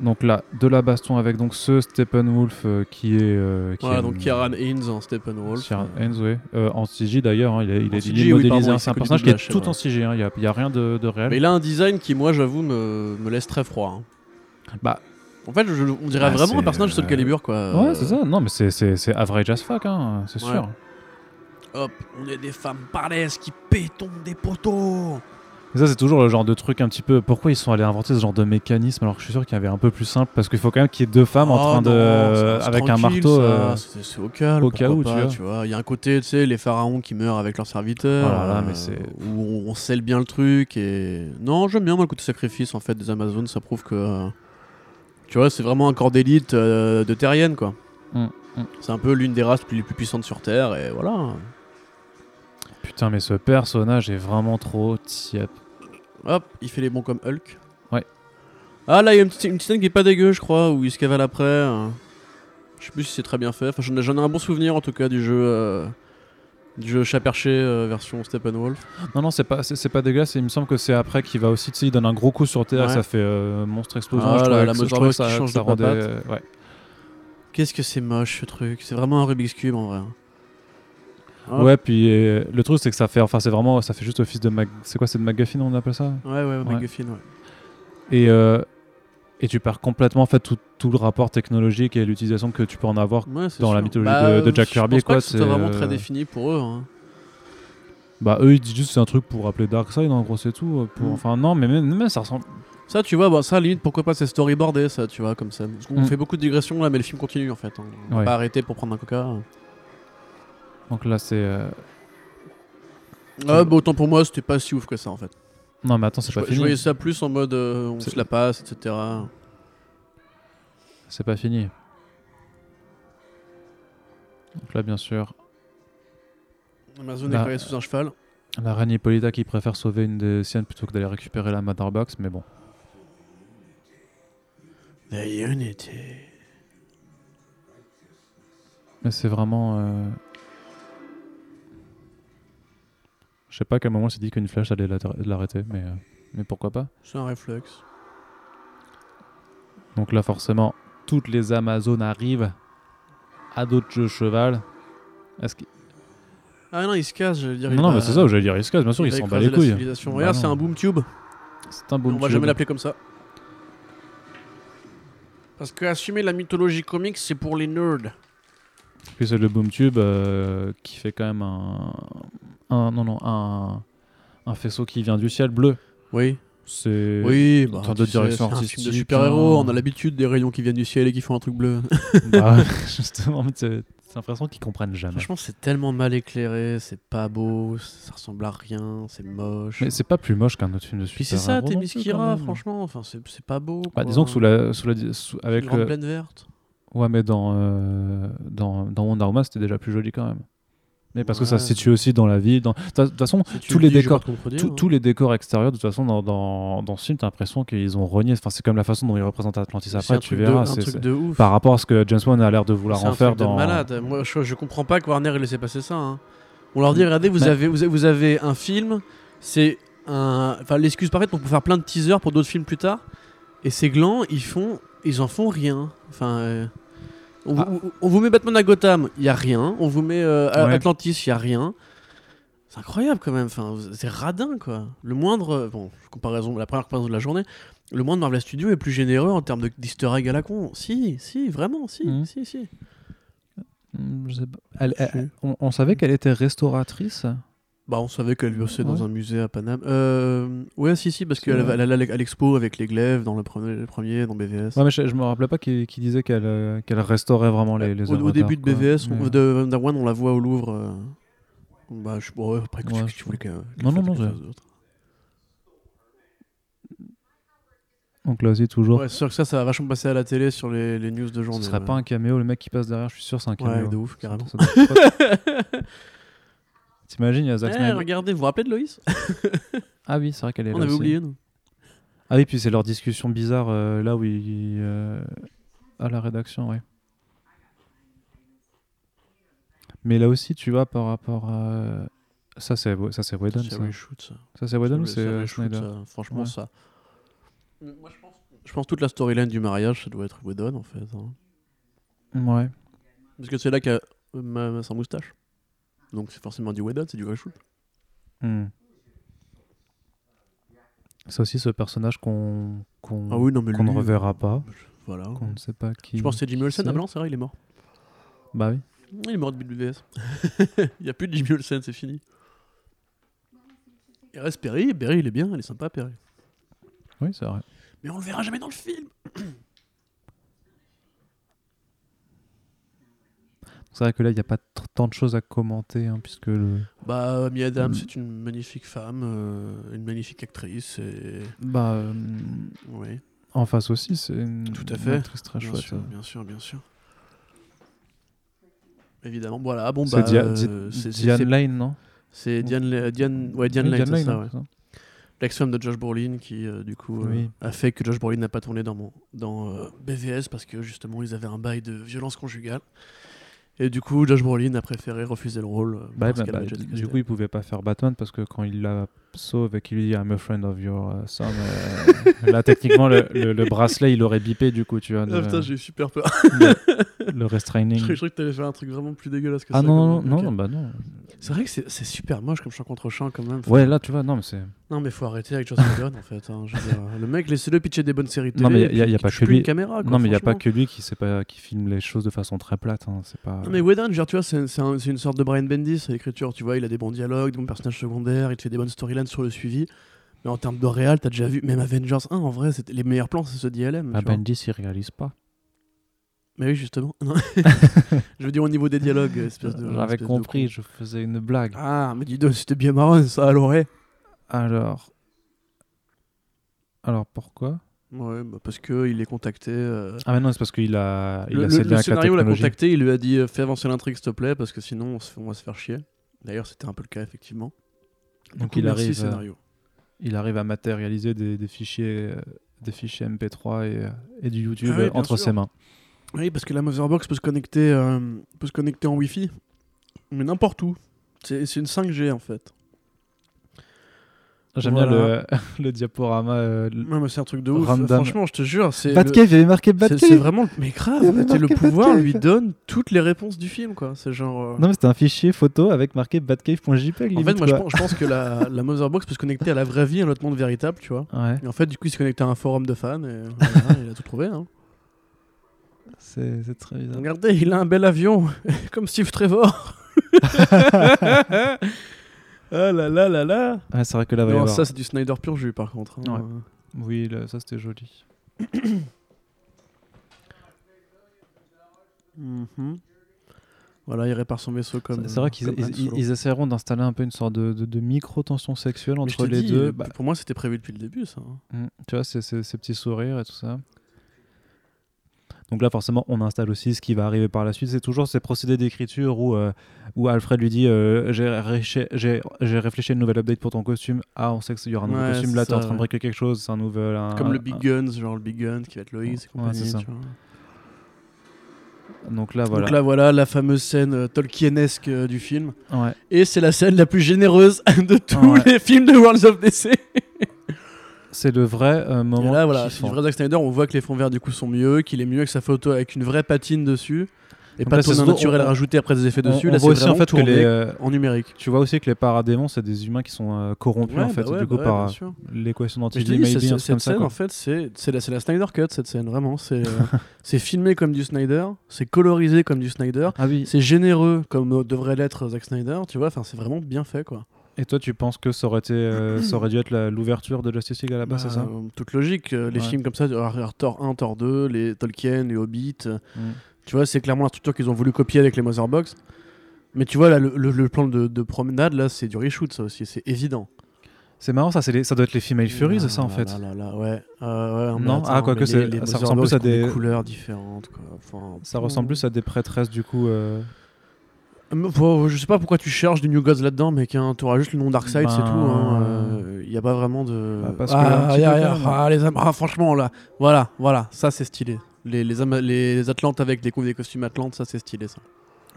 S2: Donc là, de la baston avec donc ce Steppenwolf euh, qui est. euh, qui
S3: Voilà,
S2: est
S3: donc
S2: une-
S3: Kieran Hines en Steppenwolf.
S2: Kieran Hines, ouais. Euh, en CG d'ailleurs, hein, il est, il
S3: En
S2: est- il est
S3: CG, oui,
S2: modélisé.
S3: pardon,
S2: hein,
S3: il
S2: c'est
S3: fait
S2: un
S3: que du
S2: personnage qui est
S3: doublage,
S2: tout
S3: ouais.
S2: en CG, hein, il n'y a, rien de, de réel.
S3: Mais il a un design qui, moi, j'avoue, me, me laisse très froid. hein.
S2: Bah.
S3: En fait, je- je- on
S2: Bah,
S3: dirait vraiment un
S2: c'est,
S3: personnage de Soul
S2: euh,
S3: Calibur, quoi.
S2: Ouais,
S3: Euh,
S2: c'est ça. Non, mais c'est- c'est c'est average as fuck, hein, c'est
S3: Ouais.
S2: sûr.
S3: Hop, on est des femmes parlaises qui pétons des poteaux.
S2: Et ça, c'est toujours le genre de truc un petit peu. Pourquoi ils sont allés inventer ce genre de mécanisme alors que je suis sûr qu'il y avait un peu plus simple Parce qu'il faut quand même qu'il y ait deux femmes en
S3: Oh
S2: train de. euh,
S3: non, ça reste
S2: avec un
S3: tranquille,
S2: marteau.
S3: ça,
S2: euh,
S3: C'est c'est au calme.
S2: au cas
S3: pourquoi
S2: où, tu
S3: pas,
S2: vois.
S3: tu vois. Il y a un côté, tu sais, les pharaons qui meurent avec leurs serviteurs.
S2: Oh là là,
S3: euh,
S2: mais c'est-
S3: Où on, on scelle bien le truc. et Non, j'aime bien, moi, le côté sacrifice, en fait, des Amazones. Ça prouve que. euh, Tu vois, c'est vraiment un corps d'élite euh, de terrienne, quoi.
S2: Mm, mm.
S3: C'est un peu l'une des races les plus puissantes sur Terre, et voilà.
S2: Putain, mais ce personnage est vraiment trop tiède.
S3: Hop, il fait les bons comme Hulk.
S2: Ouais.
S3: Ah là, il y a une petite, une petite scène qui est pas dégueu, je crois, où il se cavale après. euh. Je sais plus si c'est très bien fait. Enfin, j'en ai, j'en ai un bon souvenir en tout cas du jeu. euh, Du jeu chat perché euh, version Steppenwolf.
S2: Non, non, c'est pas, c'est, c'est pas dégueulasse. et Il me semble que c'est après qu'il va aussi. Tu sais, il donne un gros coup sur Terre et
S3: Ouais.
S2: ça fait euh, monstre explosion.
S3: Ah,
S2: je
S3: la-
S2: trouvais
S3: la
S2: que- je
S3: Motherbox
S2: trouvais que ça,
S3: qui
S2: que
S3: change
S2: ça
S3: de
S2: rendait.
S3: papate.
S2: euh, ouais.
S3: Qu'est-ce que c'est moche ce truc C'est vraiment un Rubik's Cube en vrai. hein. Ah.
S2: ouais, puis euh, le truc, c'est que ça fait. Enfin, c'est vraiment. Ça fait juste office de. Mac... C'est quoi, c'est de McGuffin, on appelle ça
S3: Ouais, ouais, McGuffin, ouais.
S2: et, euh, et tu perds complètement en fait, tout, tout le rapport technologique et l'utilisation que tu peux en avoir.
S3: Ouais, c'est
S2: Dans la
S3: sûr.
S2: mythologie
S3: Bah,
S2: de- de Jack
S3: je pense
S2: Kirby,
S3: pas
S2: quoi,
S3: que
S2: c'est,
S3: C'était vraiment très
S2: euh,
S3: défini pour eux. hein.
S2: Bah, eux, ils disent juste que c'est un truc pour appeler Darkseid, en gros, c'est tout. euh, Pour...
S3: Mm.
S2: Enfin, non, mais même, même ça ressemble.
S3: Ça, tu vois, bah, ça, à la limite, pourquoi pas, c'est storyboardé, ça, tu vois, comme ça. Parce qu'on
S2: Mm.
S3: fait beaucoup de digressions là, mais le film continue en fait. hein. On va
S2: Ouais.
S3: pas arrêter pour prendre un coca. hein.
S2: Donc là, c'est. euh,
S3: Ah, bah, autant pour moi, c'était pas si ouf que ça en fait.
S2: Non, mais attends, c'est
S3: Je,
S2: pas
S3: je voyais
S2: fini.
S3: ça plus en mode euh, on
S2: C'est-
S3: se la passe, etc.
S2: C'est pas fini. Donc là, bien sûr.
S3: Amazon
S2: Bah,
S3: est collé sous un cheval.
S2: La reine Hippolyta qui préfère sauver une des siennes plutôt que d'aller récupérer la Matterbox, mais bon.
S3: La Unity.
S2: Mais c'est vraiment. euh, Je sais pas à quel moment elle s'est dit qu'une flèche allait l'attra- l'arrêter, mais, euh, mais pourquoi pas.
S3: C'est un réflexe.
S2: Donc là, forcément, toutes les Amazones arrivent à d'autres jeux cheval. Est-ce qu'il-
S3: Ah non, il se casse, je veux dire.
S2: Non, non, mais c'est ça, j'allais dire, ils se cassent, bien sûr, ils s'en battent les couilles. Bah
S3: Regarde, c'est
S2: non.
S3: un boom tube.
S2: C'est un
S3: On
S2: bon
S3: va
S2: jeu.
S3: jamais l'appeler comme ça.
S4: Parce que assumer la mythologie comics, c'est pour les nerds.
S2: Puis c'est le Boomtube euh, qui fait quand même un, un- non non un, un faisceau qui vient du ciel bleu.
S3: Oui.
S2: C'est
S3: Oui, bah,
S2: tant de
S3: tu sais,
S2: direction
S3: c'est un
S2: artistique,
S3: film de super-héros,
S2: hein.
S3: on a l'habitude des rayons qui viennent du ciel et qui font un truc bleu.
S2: Bah, justement, mais c'est c'est l'impression qu'ils comprennent jamais.
S3: Franchement, c'est tellement mal éclairé, c'est pas beau, ça ressemble à rien, c'est moche.
S2: Mais c'est pas plus moche qu'un autre film de super
S3: Puis c'est ça, t'es Miskira, franchement, enfin, c'est c'est pas beau. quoi.
S2: Bah, disons que sous la, euh, sous la sous-
S3: Une
S2: avec
S3: grande
S2: le-
S3: plaine verte.
S2: ouais mais dans euh, dans dans Wonder Woman c'était déjà plus joli quand même. Mais parce que ça
S3: Ouais.
S2: se situe aussi dans la ville. Dans de toute façon
S3: Si tu
S2: tous les
S3: le dis, je vais
S2: décors-
S3: pas te contredire,
S2: Tous-
S3: hein.
S2: tous les décors extérieurs, de toute façon, dans, dans, dans ce film, t'as l'impression qu'ils ont renié. Enfin, c'est comme la façon dont ils représentent Atlantis
S3: C'est
S2: après,
S3: un
S2: tu
S3: truc
S2: verras.
S3: de, un
S2: c'est-
S3: truc
S2: c'est-
S3: de ouf.
S2: Par rapport à ce que James Wan a l'air de vouloir
S4: C'est
S2: en
S4: un
S2: faire
S4: truc de
S2: dans.
S4: malade.
S3: Moi, je, je comprends pas que Warner il ait laissé passer ça. hein. On leur dit, regardez,
S2: Mm.
S3: vous,
S2: Mais-
S3: avez, vous, avez- vous avez un film, c'est un, enfin l'excuse parfaite pour faire plein de teasers pour d'autres films plus tard. Et ces glands, ils font, ils en font rien. Enfin, euh, on,
S2: Ah.
S3: vous- on vous met Batman à Gotham, il y a rien. On vous met euh, à-
S2: Ouais.
S3: Atlantis, il y a rien. C'est incroyable quand même. Enfin, vous- c'est radin quoi. Le moindre, bon, comparaison, la première comparaison de la journée. Le moindre Marvel Studio est plus généreux en termes de- d'easter egg à la con. Si, si, vraiment, si,
S2: Mhm.
S3: si, si.
S2: Hmm, je sais pas. Elle- elle-
S3: Si.
S2: on, on savait qu'elle était restauratrice.
S3: Bah, on savait qu'elle bossait
S2: Ouais.
S3: dans un musée à Paname. Euh, ouais, si, si, parce
S2: C'est
S3: qu'elle
S2: vrai.
S3: allait à l'expo avec les glaives dans le premier, le premier dans BVS.
S2: Ouais, mais je, je me rappelais pas qu'il qu'il disait qu'elle euh, qu'elle restaurait vraiment les, les
S3: au,
S2: œuvres
S3: au début de
S2: d'art, quoi.
S3: BVS, on-
S2: Mais-
S3: de Wonder Woman, on la voit au Louvre. euh, Bah, je bon, ouais, après, que
S2: Ouais,
S3: tu, tu voulais que.
S2: Non, non, non, Donc là aussi, toujours.
S3: Ouais, c'est sûr que ça, ça va vachement passer à la télé sur les, les news de
S2: ce
S3: journée.
S2: serait
S3: ouais.
S2: pas un caméo, le mec qui passe derrière, je suis sûr, c'est un
S3: Ouais,
S2: caméo.
S3: de ouf, carrément.
S2: Ça doit être chouette. T'imagines, il y a Zack
S3: Eh,
S2: Snyder.
S3: regardez, vous vous rappelez de Loïs
S2: Ah oui, c'est vrai qu'elle est là.
S3: On avait
S2: aussi.
S3: oublié, nous.
S2: Ah oui, puis c'est leur discussion bizarre euh, là où ils. euh, à la rédaction, ouais. Mais là aussi, tu vois, par rapport à. Ça, c'est ça, c'est Whedon.
S3: C'est
S2: Ça,
S3: reshoot, ça.
S2: Ça, c'est Whedon ou
S3: Ça,
S2: c'est
S3: ça
S2: euh,
S3: reshoot,
S2: Snyder
S3: ça. Franchement,
S2: Ouais.
S3: ça. Moi, je pense. Je pense toute la storyline du mariage, ça doit être Whedon, en fait. hein.
S2: Ouais.
S3: Parce que c'est là qu'a euh, ma, ma- sa moustache. Donc c'est forcément du Whedon, c'est du reshoot.
S2: Hmm. C'est aussi ce personnage qu'on qu'on
S3: Ah oui, non, mais
S2: qu'on ne
S3: lui,
S2: reverra pas,
S3: Voilà.
S2: qu'on ne sait pas qui.
S3: Je pense que c'est Jimmy Olsen.
S2: c'est-
S3: Ah bah non, c'est vrai, il est mort.
S2: Bah oui.
S3: Il est mort de BWS. il n'y a plus de Jimmy Olsen, c'est fini. Il reste Perry. Perry, il est bien, il est sympa, Perry.
S2: Oui, c'est vrai.
S3: Mais on le verra jamais dans le film.
S2: C'est vrai que là, il n'y a pas tr- tant de choses à commenter, hein, puisque le.
S3: Bah, Amy Adams,
S2: Mm.
S3: c'est une magnifique femme, euh, une magnifique actrice. Et...
S2: Bah. euh,
S3: Oui,
S2: En face aussi, c'est une.
S3: Tout à
S2: une
S3: fait.
S2: actrice très
S3: bien
S2: chouette.
S3: sûr,
S2: euh.
S3: bien sûr, bien sûr. Évidemment, voilà. Bon,
S2: C'est
S3: bah,
S2: Dia-
S3: euh,
S2: Di-
S3: c'est- c'est-
S2: Diane
S3: c'est-
S2: Lane, non
S3: c'est Diane, Le- Diane, ouais, Diane
S2: Oui,
S3: Lane, c'est
S2: Lane,
S3: ça,
S2: hein,
S3: ouais.
S2: c'est ça.
S3: L'ex-femme de Josh Brolin qui, euh, du coup, euh,
S2: Oui.
S3: a fait que Josh Brolin n'a pas tourné dans, mon, dans euh, BVS parce que justement ils avaient un bail de violence conjugale. Et du coup, Josh Brolin a préféré refuser le rôle. euh,
S2: Bah,
S3: parce
S2: bah,
S3: qu'elle
S2: bah,
S3: avait déjà
S2: du
S3: été
S2: du coup, il pouvait pas faire Batman parce que quand il la sauve et qu'il lui dit I'm a friend of your euh, son, euh, là techniquement le, le- le bracelet il aurait bipé du coup, tu vois,
S3: castée. Ah,
S2: de-
S3: putain, j'ai eu super peur.
S2: le, le restraining.
S3: je, croyais, je croyais que t'allais faire un truc vraiment plus dégueulasse que
S2: Ah
S3: ça.
S2: non, non,
S3: quand même.
S2: non,
S3: Ok.
S2: bah non.
S3: C'est vrai que c'est c'est super moche comme chant contre chant quand même. Enfin,
S2: Ouais, là tu vois, non, mais c'est.
S3: Non, mais faut arrêter avec Josh Brolin en fait. hein. Je veux dire, le mec, laissez-le pitcher des bonnes séries télé.
S2: Non, mais y a-
S3: et puis
S2: y a- y a
S3: qu'il
S2: pas
S3: touche
S2: que
S3: plus
S2: lui.
S3: une caméra, quoi,
S2: non, mais il n'y a pas
S3: franchement.
S2: que lui qui, sait pas, qui filme les choses de façon très plate. hein, C'est pas...
S3: Non, mais Whedon, je veux dire, tu vois, c'est c'est un- c'est une sorte de Brian Bendis à l'écriture, tu vois, il a des bons dialogues, des bons personnages secondaires, il te fait des bonnes storylines sur le suivi. Mais en termes de réal, t'as déjà vu, même Avengers 1, en vrai, c'était- les meilleurs plans, c'est ce DLM.
S2: Ah,
S3: tu vois.
S2: Bendis il réalise pas.
S3: Mais oui, justement. Non. je veux dire, au niveau des dialogues, espèce de.
S2: J'avais
S3: espèce de
S2: compris,
S3: con.
S2: je faisais une blague.
S3: Ah, mais dis donc, c'était bien marrant, ça, à l'oreille.
S2: Alors. Alors pourquoi
S3: Ouais, bah parce qu'il est contacté. euh,
S2: Ah, mais non, c'est parce qu'il a, il
S3: le
S2: a
S3: le-
S2: cédé
S3: le
S2: avec la
S3: scénario l'a
S2: technologie.
S3: contacté, il lui a dit euh, fais avancer l'intrigue s'il te plaît parce que sinon on, se- on va se faire chier. D'ailleurs c'était un peu le cas effectivement.
S2: Donc
S3: coup,
S2: il
S3: merci,
S2: arrive, euh,
S3: scénario.
S2: il arrive à matérialiser des, des fichiers, euh, des fichiers MP3 et, euh, et du YouTube
S3: Ah oui,
S2: euh,
S3: bien
S2: entre
S3: sûr.
S2: ses mains.
S3: Oui, parce que la Motherbox peut se connecter, euh, peut se connecter en Wi-Fi, mais n'importe où. C'est c'est une 5G en fait.
S2: J'aime
S3: Voilà.
S2: bien le, le diaporama. euh, le-
S3: Non, mais c'est un truc de ouf.
S2: Random.
S3: Franchement, je te jure, c'est. le-
S2: Batcave, il avait marqué
S3: C'est c'est
S2: Batcave.
S3: vraiment. Mais grave,
S2: Il y avait
S3: c'est le
S2: marqué
S3: pouvoir
S2: Batcave.
S3: lui donne toutes les réponses du film, quoi. C'est genre. euh,
S2: Non, mais c'était un fichier photo avec marqué batcave.jpg.
S3: En fait,
S2: limite,
S3: moi, je
S2: quoi.
S3: pense, je pense que la, la Motherbox peut se connecter à la vraie vie, à notre monde véritable, tu vois.
S2: Ouais,
S3: Et en fait, du coup, il s'est connecté à un forum de fans et voilà, il a tout trouvé. Hein.
S2: c'est c'est très bizarre.
S3: Regardez, il a un bel avion, comme Steve Trevor. ah là là là là.
S2: Ouais, c'est vrai que là, va y
S3: Non,
S2: avoir-
S3: ça, c'est du Snyder pur jus, par contre. hein.
S2: Ouais. Oui, là, ça c'était joli.
S3: Mhm. Voilà, il répare son vaisseau comme. euh,
S2: C'est- C'est vrai qu'ils
S3: comme Han
S2: ils-
S3: Solo.
S2: ils essaieront d'installer un peu une sorte de, de- de micro-tension sexuelle
S3: Mais je
S2: entre
S3: te
S2: les
S3: dis,
S2: deux.
S3: euh,
S2: Bah,
S3: Pour moi, c'était prévu depuis le début, ça. hein.
S2: Mm. Tu vois, ces- ces ces petits sourires et tout ça. Donc là, forcément, on installe aussi ce qui va arriver par la suite. C'est toujours ces procédés d'écriture où, euh, où Alfred lui dit euh, J'ai réché- j'ai- j'ai réfléchi à une nouvelle update pour ton costume. Ah, on sait qu'il y aura un nouveau
S3: Ouais,
S2: costume.
S3: c'est
S2: Là, t'es en
S3: ça,
S2: train de
S3: ouais.
S2: bricoler quelque chose. C'est un nouvel. un-
S3: Comme le
S2: un-
S3: Big Guns, genre le Big Guns qui va être Loïs
S2: Ah,
S3: et
S2: Ouais,
S3: compagnie.
S2: c'est ça.
S3: tu vois.
S2: Donc là,
S3: Donc
S2: voilà.
S3: là, voilà la fameuse scène euh, tolkienesque euh, du film.
S2: Ouais.
S3: Et c'est la scène la plus généreuse de tous
S2: Ouais.
S3: les films de Worlds of DC.
S2: C'est le vrai euh,
S3: Et
S2: moment.
S3: là, voilà, c'est
S2: kiffant.
S3: du vrai Zack Snyder. On voit que les fonds verts, du coup, sont mieux, qu'il est mieux avec sa photo avec une vraie patine dessus. Et
S2: Donc
S3: pas
S2: là,
S3: de
S2: c'est
S3: tournant
S2: surtout-
S3: naturel
S2: on-
S3: rajouté après des effets
S2: On-
S3: dessus.
S2: on
S3: là, c'est
S2: voit aussi
S3: vraiment
S2: en fait que
S3: tourné
S2: les, euh,
S3: en numérique.
S2: Tu vois aussi que les paradémons, c'est des humains qui sont euh, corrompus
S3: Ouais,
S2: en fait,
S3: bah ouais,
S2: du coup,
S3: bah ouais,
S2: par
S3: bien
S2: euh,
S3: sûr.
S2: l'équation
S3: Mais je te
S2: d'anti-G,
S3: dis,
S2: maybe,
S3: c'est-
S2: un
S3: c'est-
S2: truc
S3: cette
S2: comme ça,
S3: scène,
S2: quoi.
S3: en fait, c'est c'est la, c'est la Snyder Cut, cette scène, vraiment. C'est euh, c'est filmé comme du Snyder, c'est colorisé comme du Snyder,
S2: Ah oui.
S3: c'est généreux comme euh, devrait l'être Zack Snyder, tu vois, enfin, c'est vraiment bien fait, quoi.
S2: Et toi, tu penses que ça aurait, été, euh, ça aurait dû être la- l'ouverture de Justice League à la
S3: Bah,
S2: base, Ah c'est ça
S3: euh, Toute logique, euh, les
S2: Ouais.
S3: films comme ça, alors, alors, Thor 1, Thor 2, les Tolkien, les Hobbit, euh,
S2: Mm.
S3: tu vois, c'est clairement la structure qu'ils ont voulu copier avec les Motherbox. Mais tu vois, là, le, le- le plan de, de promenade, là, c'est du reshoot, ça aussi, c'est évident.
S2: C'est marrant, ça, c'est les- ça doit être les Female Furies,
S3: Là,
S2: ça, en
S3: Ah là,
S2: fait.
S3: Là, là, là, ouais. Euh, ouais, mais
S2: Non, ah, quoique
S3: mais
S2: c'est-
S3: les- les
S2: ça ressemble plus à
S3: Motherbox ont
S2: des-
S3: couleurs différentes, quoi. Enfin,
S2: Ça ressemble plus à des prêtresses, du coup. euh,
S3: Mais faut- je sais pas pourquoi tu cherches du New Gods là-dedans, mais qu'un t'auras juste le nom Darkseid, c'est tout.
S2: Ben-
S3: Il n'y a pas vraiment de.
S2: Bah, parce que un
S3: ah,
S2: petit
S3: y a-
S2: peu
S3: y a-
S2: quand même.
S3: ah, les Am- ah, franchement, là, voilà, voilà, ça c'est stylé. Les, les, Am- les Atlantes avec des, cou- des costumes Atlantes, ça c'est stylé ça.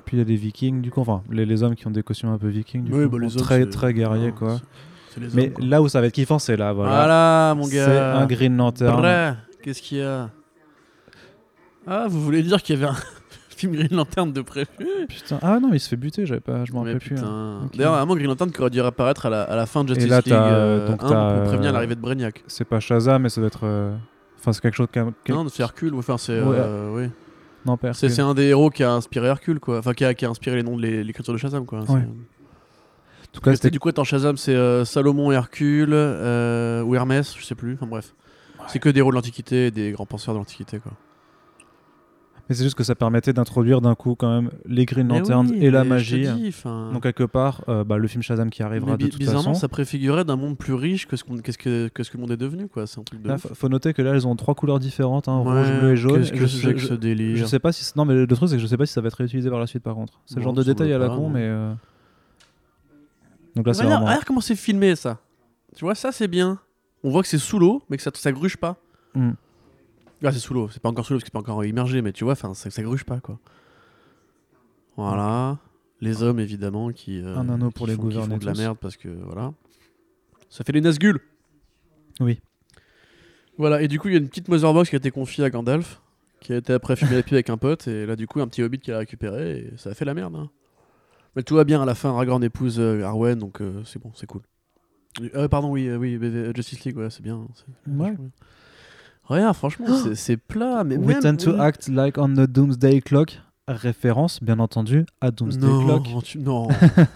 S2: Puis il y a des Vikings, du coup. Enfin, les, les hommes qui ont des costumes un peu vikings, du
S3: Oui,
S2: coup.
S3: bah, les
S2: bon,
S3: hommes,
S2: très,
S3: c'est-
S2: très guerriers,
S3: Ah,
S2: quoi.
S3: c'est- c'est les
S2: Mais
S3: hommes, quoi.
S2: là où ça va être kiffant, c'est là,
S3: voilà.
S2: voilà.
S3: mon
S2: C'est
S3: gars.
S2: un Green Lantern.
S3: Vrai, qu'est-ce qu'il y a Ah, vous voulez dire qu'il y avait un film Green Lantern de prévu
S2: Putain. Ah non, mais il se fait buter, j'avais pas... je m'en
S3: Mais
S2: rappelle plus.
S3: putain.
S2: hein. Ok.
S3: D'ailleurs, un Green Lantern qui aurait dû apparaître à la, à la fin de Justice
S2: là,
S3: League
S2: t'as,
S3: euh,
S2: donc,
S3: 1
S2: t'as,
S3: pour prévenir
S2: euh,
S3: l'arrivée de Brainiac.
S2: C'est pas Shazam, mais ça doit être. euh, Enfin, c'est quelque chose. qui a- qui-
S3: Non, c'est Hercule, ouais, enfin c'est
S2: Ouais.
S3: euh, oui.
S2: Non, pas
S3: C'est-
S2: Hercule.
S3: c'est un des héros qui a inspiré Hercule, quoi. Enfin, qui a, qui a inspiré les noms de l'é- l'écriture de Shazam, quoi. C'est-
S2: Ouais. En tout cas,
S3: Parce que
S2: c'était
S3: du coup, étant Shazam, c'est euh, Salomon et Hercule, euh, ou Hermès, je sais plus, enfin bref. C'est que des héros de l'Antiquité et des grands penseurs de l'Antiquité, quoi.
S2: Mais c'est juste que ça permettait d'introduire d'un coup quand même les Green
S3: Mais
S2: Lanterns
S3: oui,
S2: et la
S3: mais je
S2: magie.
S3: te dis, enfin,
S2: Donc quelque part, euh, bah, le film Shazam qui
S3: mais
S2: arrivera
S3: bi-
S2: de toute
S3: bizarrement,
S2: façon.
S3: ça préfigurait d'un monde plus riche que ce, qu'on- qu'est-ce que, que ce que le monde est devenu, quoi. C'est un truc de.
S2: Là,
S3: ouf.
S2: faut faut noter que là, elles ont trois couleurs différentes, hein, rouge,
S3: Ouais,
S2: bleu et jaune.
S3: Qu'est-ce que
S2: Je,
S3: c'est que
S2: je-
S3: ce
S2: je
S3: délire
S2: sais pas si c- non, mais le truc c'est que je sais pas si ça va être réutilisé par la suite par contre. C'est le
S3: Non,
S2: genre de
S3: ça me
S2: détail à la
S3: semble
S2: con,
S3: pas,
S2: mais. euh, Donc là, c'est
S3: Regarde,
S2: vraiment.
S3: regarde comment c'est filmé, ça. Tu vois, ça, c'est bien. On voit que c'est sous l'eau, mais que ça, ça gruge pas.
S2: Hmm.
S3: Ah, c'est sous l'eau, c'est pas encore sous l'eau parce que c'est pas encore immergé, mais tu vois, enfin, ça, ça gruge pas quoi. Voilà. Les hommes évidemment qui. euh,
S2: Un anneau pour
S3: qui
S2: les
S3: font, qui
S2: gouverner
S3: font de la
S2: tous.
S3: merde parce que voilà. Ça fait les Nazgûl
S2: Oui.
S3: Voilà, et du coup, il y a une petite Motherbox qui a été confiée à Gandalf, qui a été après fumée à la pied avec un pote, et là, du coup, un petit hobbit qui l'a récupéré, et ça a fait la merde. hein. Mais tout va bien, à la fin, Aragorn épouse euh, Arwen, donc euh, c'est bon, c'est cool. Euh, pardon, oui, euh, oui, BV, euh, Justice League, ouais, c'est bien. c'est-
S2: Ouais.
S3: franchement bien. Regarde, franchement, c'est- c'est plat, mais
S2: We tend
S3: même-
S2: to act like on the Doomsday Clock. Référence, bien entendu, à Doomsday
S3: non,
S2: Clock.
S3: tu- non,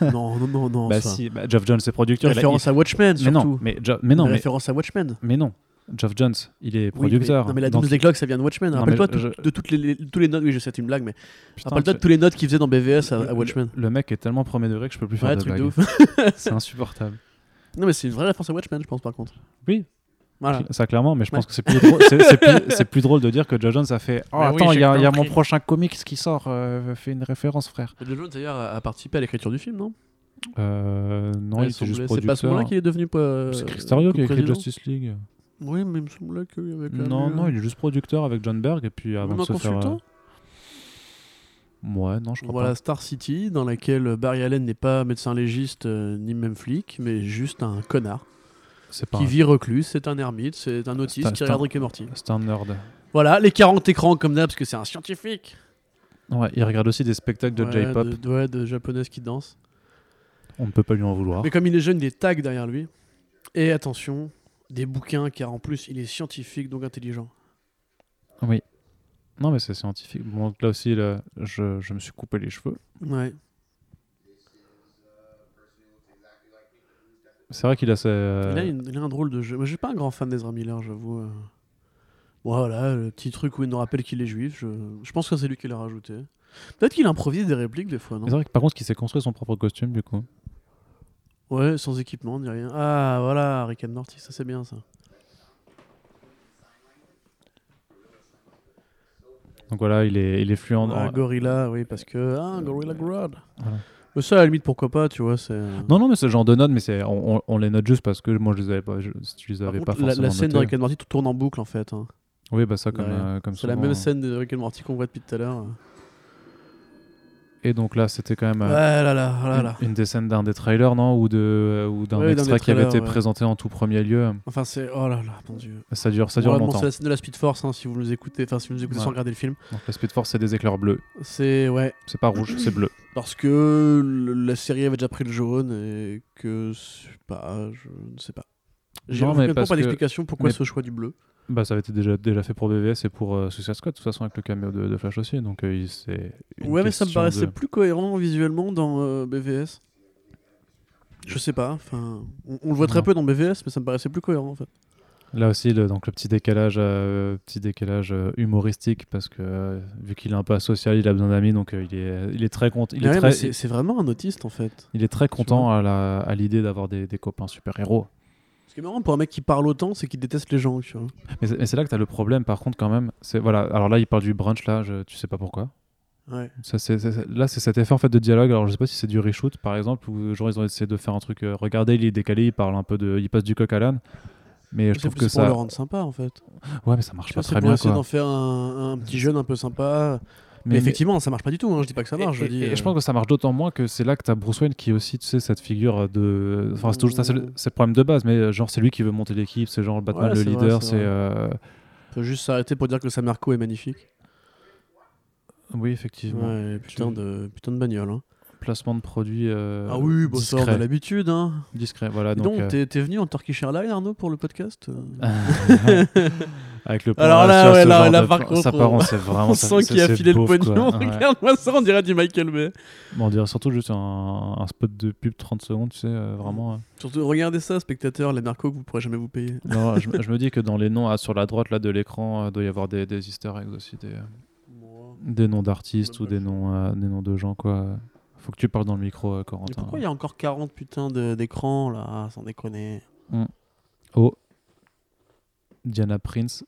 S3: non, non, non, non,
S2: Bah
S3: ça.
S2: si, bah, Geoff Jones est producteur. il a-
S3: Référence à Watchmen,
S2: il- Mais non,
S3: surtout.
S2: mais, Jo- mais non, mais,
S3: Référence à Watchmen.
S2: mais non. Geoff Jones, il est
S3: Oui, mais-
S2: producteur.
S3: non, mais la
S2: donc-
S3: Doomsday Clock, ça vient de Watchmen.
S2: Non, mais
S3: Rappelle-toi
S2: je-
S3: tout- de toutes les, les- tous les notes. Oui, je sais, c'est une blague, mais
S2: Putain,
S3: rappelle-toi
S2: tu-
S3: de tous les notes qu'il faisait dans BVS à,
S2: Le-
S3: à Watchmen.
S2: Le mec est tellement premier degré que je peux plus faire
S3: Ouais,
S2: de
S3: truc
S2: blagues.
S3: de ouf.
S2: C'est insupportable.
S3: non, mais c'est une vraie référence à Watchmen, je pense, par contre.
S2: Oui.
S3: Voilà.
S2: Ça clairement, mais je pense
S3: Ouais.
S2: que c'est plus, drôle- c'est- c'est plus, c'est plus drôle de dire que Joe Jones a fait. Oh
S4: Mais oui,
S2: attends, il y, a-
S4: j'ai
S2: il y a mon
S4: compris.
S2: prochain comics qui sort. euh, fais une référence, frère.
S3: Joe Jones, d'ailleurs, a a participé à l'écriture du film, non
S2: Euh, non,
S3: Ouais,
S2: il
S3: il
S2: était juste
S3: semblait- C'est pas à ce
S2: producteur.
S3: moment-là qu'il est devenu. euh,
S2: C'est Cristerio qui a écrit
S3: co-président
S2: Justice League.
S4: Oui, mais il me semblait qu'il y avait quand même
S2: Non,
S3: euh,
S4: eu
S2: non,
S4: un-
S2: il est juste producteur avec John Berg et puis avant
S4: Même
S2: de
S4: un
S2: se faire.
S4: consultant
S2: euh, Ouais, non, je crois
S3: Voilà Star City, dans laquelle Barry Allen n'est pas médecin légiste euh, ni même flic, mais juste un connard
S2: pas. C'est pas.
S3: qui
S2: un-
S3: vit reclus. C'est un ermite, c'est un autiste
S2: C'est un-
S3: qui
S2: c'est
S3: regarde
S2: un-
S3: Rick et Morty.
S2: C'est un nerd.
S3: Voilà, les 40 écrans comme d'hab, parce que c'est un scientifique.
S2: Ouais, il regarde aussi des spectacles de
S3: Ouais,
S2: J-pop.
S3: de- ouais, de japonaises qui dansent.
S2: On ne peut pas lui en vouloir.
S3: Mais comme il est jeune, des tags derrière lui. Et attention, des bouquins, car en plus, il est scientifique, donc intelligent.
S2: Oui. Non, mais c'est scientifique. Bon, donc là aussi, là, je, je me suis coupé les cheveux.
S3: Ouais.
S2: C'est vrai qu'il a ses.
S3: Il, a une- il a un drôle de jeu. Moi, je suis pas un grand fan d'Ezra Miller, j'avoue. euh. Voilà, le petit truc où il nous rappelle qu'il est juif, je, je pense que c'est lui qui l'a rajouté. Peut-être qu'il improvise des répliques des fois, non
S2: C'est vrai que par contre, qu'il s'est construit son propre costume, du coup.
S3: Ouais, sans équipement, ni rien. Ah, voilà, Rick and Morty, ça c'est bien ça.
S2: Donc voilà, il est, il est fluent. en- Euh,
S3: Ah, Gorilla, oui, parce que. Ah, Gorilla Grodd.
S2: Voilà.
S3: Mais ça, à la limite, pourquoi pas, tu vois, c'est.
S2: Non, non, mais c'est genre de notes, mais c'est, on, on- on les note juste parce que moi, je les avais pas, je, je les
S3: Par
S2: avais
S3: contre,
S2: pas
S3: la,
S2: forcément
S3: la scène de
S2: notées.
S3: Rick and Morty tout tourne en boucle en fait. hein.
S2: Oui, bah ça, comme,
S3: Derrière.
S2: euh, comme
S3: C'est la
S2: souvent, hein.
S3: même scène de Rick and Morty qu'on voit depuis tout à l'heure.
S2: hein. Et donc là, c'était quand même
S3: Ouais,
S2: euh,
S3: là là, là
S2: une-
S3: là.
S2: une, des scènes d'un des trailers, non Ou, de, euh, ou d'un
S3: Ouais, d'un
S2: extrait
S3: des
S2: qui avait
S3: trailers,
S2: été
S3: ouais.
S2: présenté en tout premier lieu.
S3: Enfin, c'est. Oh là là, mon dieu.
S2: Ça dure, ça dure
S3: Vraiment,
S2: longtemps.
S3: C'est la scène de la Speed Force, hein, si vous nous écoutez, enfin, si vous nous écoutez sans
S2: Ouais.
S3: regarder le film.
S2: Donc la Speed Force, c'est des éclairs bleus.
S3: C'est. Ouais.
S2: C'est pas rouge, c'est bleu.
S3: Parce que le- la série avait déjà pris le jaune et que. Je sais pas, je ne sais pas. J'ai
S2: Non, mais
S3: complètement
S2: parce
S3: pas
S2: que-
S3: d'explication pourquoi
S2: mais-
S3: ce choix du bleu.
S2: Bah, ça avait été déjà, déjà fait pour BVS et pour euh, Suicide Squad, de toute façon, avec le caméo de, de Flash aussi. Donc, euh, il- c'est. une
S3: Ouais, mais ça me
S2: question
S3: paraissait
S2: de-
S3: plus cohérent visuellement dans euh, BVS. Je sais pas, enfin, on, on le voit très
S2: Non.
S3: peu dans BVS, mais ça me paraissait plus cohérent en fait.
S2: Là aussi, le, donc, le petit décalage, euh, petit décalage euh, humoristique, parce que euh, vu qu'il est un peu asocial, il a besoin d'amis, donc euh, il, est, il est très content. Il,
S3: Ouais,
S2: est
S3: mais
S2: très-
S3: c'est c'est vraiment un autiste en fait.
S2: il est très content à la- à l'idée d'avoir des, des copains super-héros.
S3: Ce qui est marrant pour un mec qui parle autant, c'est qu'il déteste les gens, tu vois.
S2: Mais c'est- mais c'est là que tu as le problème, par contre, quand même. C'est voilà. Alors là, il parle du brunch, là, je, tu sais pas pourquoi.
S3: Ouais.
S2: Ça, c'est- c'est- là, c'est cet effet en fait de dialogue. Alors, je sais pas si c'est du reshoot, par exemple, ou genre ils ont essayé de faire un truc. euh, regardez, il est décalé, il parle un peu de, il passe du coq à l'âne. Mais je
S3: C'est
S2: trouve
S3: plus
S2: que
S3: pour le
S2: ça,
S3: rendre sympa en fait.
S2: ouais, mais ça marche
S3: Tu vois,
S2: pas
S3: c'est
S2: très
S3: pour
S2: bien,
S3: essayer
S2: quoi.
S3: d'en faire un, un petit jeune un peu sympa. Mais, effectivement, ça marche pas du tout. hein, Je dis pas que ça
S2: Et-
S3: marche.
S2: et,
S3: je dis,
S2: et je
S3: euh,
S2: pense que ça marche d'autant moins que c'est là que t'as Bruce Wayne qui est aussi, tu sais, cette figure de. Enfin, c'est toujours ça, c'est le,
S3: Mm.
S2: c'est le problème de base, mais euh, genre, c'est lui qui veut monter l'équipe, c'est genre le Batman,
S3: Ouais,
S2: le
S3: c'est vrai,
S2: leader,
S3: c'est
S2: c'est.
S3: vrai.
S2: euh,
S3: on peut juste s'arrêter pour dire que Sam Marco est magnifique.
S2: Oui, effectivement.
S3: Ouais, putain
S2: Tu-
S3: de putain de bagnole. hein.
S2: Placement de produits. euh,
S3: ah oui, bon, ça on a
S2: discret.
S3: l'habitude. Hein.
S2: Discret, voilà.
S3: Dis
S2: Donc,
S3: donc,
S2: euh, Ah,
S3: t'es- t'es venu en Turkish Airlines, Arnaud, pour le podcast euh
S2: avec le
S3: Alors
S2: point,
S3: là,
S2: tu vois,
S3: ouais,
S2: ce
S3: là,
S2: genre
S3: là,
S2: de-
S3: par contre,
S2: ça part, on sait vraiment.
S3: On
S2: ça-
S3: sent
S2: c'est-
S3: qu'il a
S2: c'est
S3: filé le
S2: beauf, quoi.
S3: pognon.
S2: Ouais.
S3: Regarde-moi ça, on dirait du Michael Bay.
S2: Bon, on dirait surtout juste un, un spot de pub 30 secondes, tu sais, euh,
S3: Mmh.
S2: vraiment. euh.
S3: Surtout, regardez ça, spectateurs, la Marco que vous pourrez jamais vous payer.
S2: Non, je, me- je me dis que dans les noms ah, sur la droite là de l'écran, euh, doit y avoir des, des easter eggs aussi, des, euh, des noms d'artistes ou des noms, euh, des noms de gens, quoi. Faut que tu parles dans le micro, euh,
S3: Mais
S2: Corentin.
S3: pourquoi il y a encore 40 putains de- d'écrans là, sans déconner
S2: Oh. Diana Prince.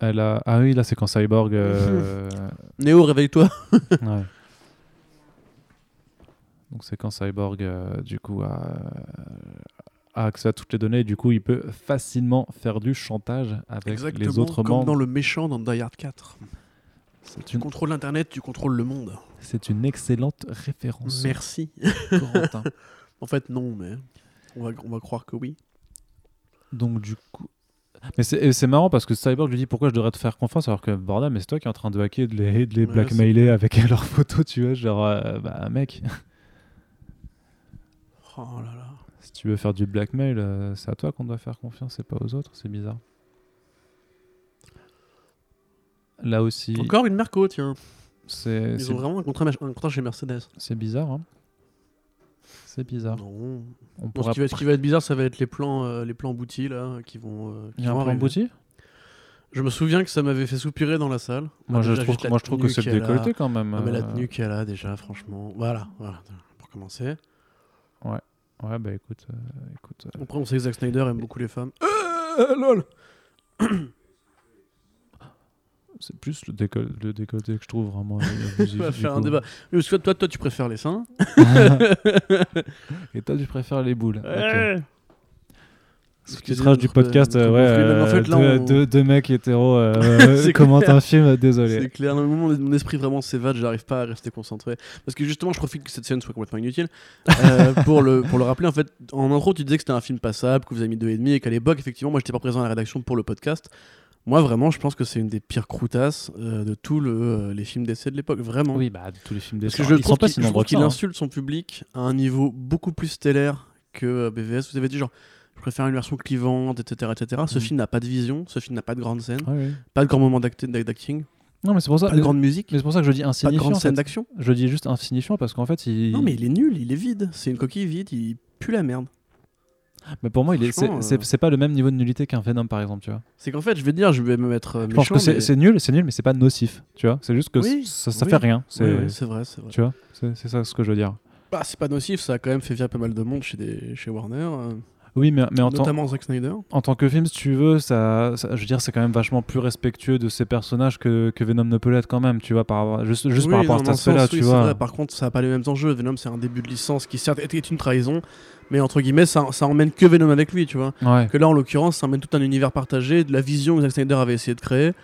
S2: Elle a... Ah oui, là, c'est quand Cyborg. euh,
S3: Néo, réveille-toi
S2: Ouais. Donc c'est quand Cyborg, euh, du coup, a, euh, a accès à toutes les données et du coup, il peut facilement faire du chantage avec les autres
S3: comme
S2: membres.
S3: dans le méchant dans Die Hard 4.
S2: C'est
S3: Tu
S2: une,
S3: contrôles l'internet, tu contrôles le monde.
S2: c'est une excellente référence.
S3: Merci.
S2: Corentin.
S3: en fait, non, mais on va, on va croire que oui.
S2: Donc du coup... Mais c'est et c'est marrant parce que Cyborg lui dit pourquoi je devrais te faire confiance alors que bordel mais c'est toi qui est en train de hacker et de les, de les
S3: Ouais,
S2: blackmailer avec leurs photos tu vois genre euh, bah mec
S3: Oh là là.
S2: si tu veux faire du blackmail euh, c'est à toi qu'on doit faire confiance et pas aux autres c'est bizarre là aussi
S3: Encore une Merco, tiens.
S2: c'est
S3: Ils
S2: c'est-
S3: ont vraiment un contrat, mach- un contrat chez Mercedes.
S2: c'est bizarre hein. c'est bizarre
S3: Non.
S2: on
S3: Bon, ce,
S2: pourra
S3: qui va, ce qui va être bizarre, ça va être les plans, euh, les plans boutis là, qui vont. euh, qui
S2: il y a
S3: vont
S2: un plan
S3: arriver.
S2: bouti
S3: Je me souviens que ça m'avait fait soupirer dans la salle.
S2: moi,
S3: Ah,
S2: je
S3: déjà,
S2: trouve
S3: juste la
S2: moi je trouve que
S3: tenue
S2: c'est le
S3: qu'elle a.
S2: décolleté quand même
S3: Ah, mais la
S2: euh,
S3: tenue qu'elle a déjà, franchement. Voilà, voilà, pour commencer.
S2: ouais bah écoute euh, écoute euh,
S3: Après, on sait que Zack Snyder aime beaucoup les femmes. Euh, lol
S2: C'est plus le, décol- le décolleté que je trouve vraiment abusif.
S3: On va
S2: du
S3: faire un
S2: coup.
S3: débat. Parce que toi, toi, tu préfères les seins.
S2: Et toi, tu préfères les boules. Ok.
S3: Ouais.
S2: Tu trash du
S3: notre-
S2: podcast,
S3: notre
S2: euh, ouais,
S3: conflit. Mais en
S2: euh,
S3: fait, là,
S2: deux,
S3: on-
S2: deux- deux mecs hétéros euh, euh,
S3: C'est
S2: commentent
S3: clair.
S2: un film, euh, désolé.
S3: C'est clair, dans le moment où mon esprit vraiment s'évade, j'arrive pas à rester concentré. Parce que justement, je profite que cette scène soit complètement inutile. euh, pour, le, pour le rappeler, en fait, en intro, tu disais que c'était un film passable, que vous avez mis deux et demi, et qu'à l'époque, effectivement, moi, j'étais pas présent à la rédaction pour le podcast. Moi, vraiment, je pense que c'est une des pires croutasses euh, de tous le, euh, les films d'essai de l'époque. Vraiment.
S2: Oui, bah, tous les films
S3: Parce
S2: d'essai.
S3: que je
S2: Ils sont
S3: trouve
S2: pas
S3: qu'il
S2: si
S3: je
S2: nombreux
S3: trouve
S2: que
S3: qu'il
S2: ça, hein.
S3: insulte son public à un niveau beaucoup plus stellaire que euh, BVS. Vous avez dit genre, je préfère une version clivante, etc. etc. Ce
S2: Mm.
S3: film n'a pas de vision, ce film n'a pas de grande scène,
S2: Ouais, ouais.
S3: pas de grand moment d'acti- d'ac- d'acting,
S2: Non, mais c'est pour ça.
S3: pas de grande musique,
S2: Mais c'est pour ça que je dis
S3: pas de
S2: insignifiant.
S3: grande
S2: en fait.
S3: scène d'action.
S2: Je dis juste insignifiant parce qu'en fait, il.
S3: Non mais il est nul, il est vide, c'est une coquille vide, il pue la merde.
S2: Mais pour moi, il est. C'est,
S3: Franchement, euh,
S2: c'est- c'est pas le même niveau de nullité qu'un Venom, par exemple, tu vois.
S3: C'est qu'en fait, je vais te dire, je vais me mettre euh,
S2: Je pense
S3: méchant,
S2: que c'est,
S3: mais-
S2: c'est nul, c'est nul, mais c'est pas nocif, tu vois. C'est juste que c-
S3: Oui,
S2: ça, ça
S3: oui.
S2: fait rien. C'est,
S3: Ouais, ouais, c'est vrai, c'est vrai.
S2: Tu vois, c'est, c'est ça ce que je veux dire.
S3: Bah, c'est pas nocif, ça a quand même fait virer pas mal de monde chez, des... chez Warner, euh,
S2: Oui, mais, mais en, tant,
S3: notamment Zack Snyder.
S2: en tant que film, si tu veux, ça, ça- je veux dire, c'est quand même vachement plus respectueux de ces personnages que, que Venom ne peut l'être quand même, tu vois, par, rapport- juste, juste par
S3: Oui,
S2: rapport
S3: dans
S2: à
S3: un
S2: cet aspect-là,
S3: sens,
S2: tu
S3: oui, c'est
S2: vois.
S3: vrai. Par contre, ça n'a pas les mêmes enjeux. Venom, c'est un début de licence qui, certes, est- est une trahison, mais entre guillemets, ça, ça emmène que Venom avec lui, tu vois.
S2: Ouais.
S3: Que là, en l'occurrence, ça emmène tout un univers partagé, de la vision que Zack Snyder avait essayé de créer.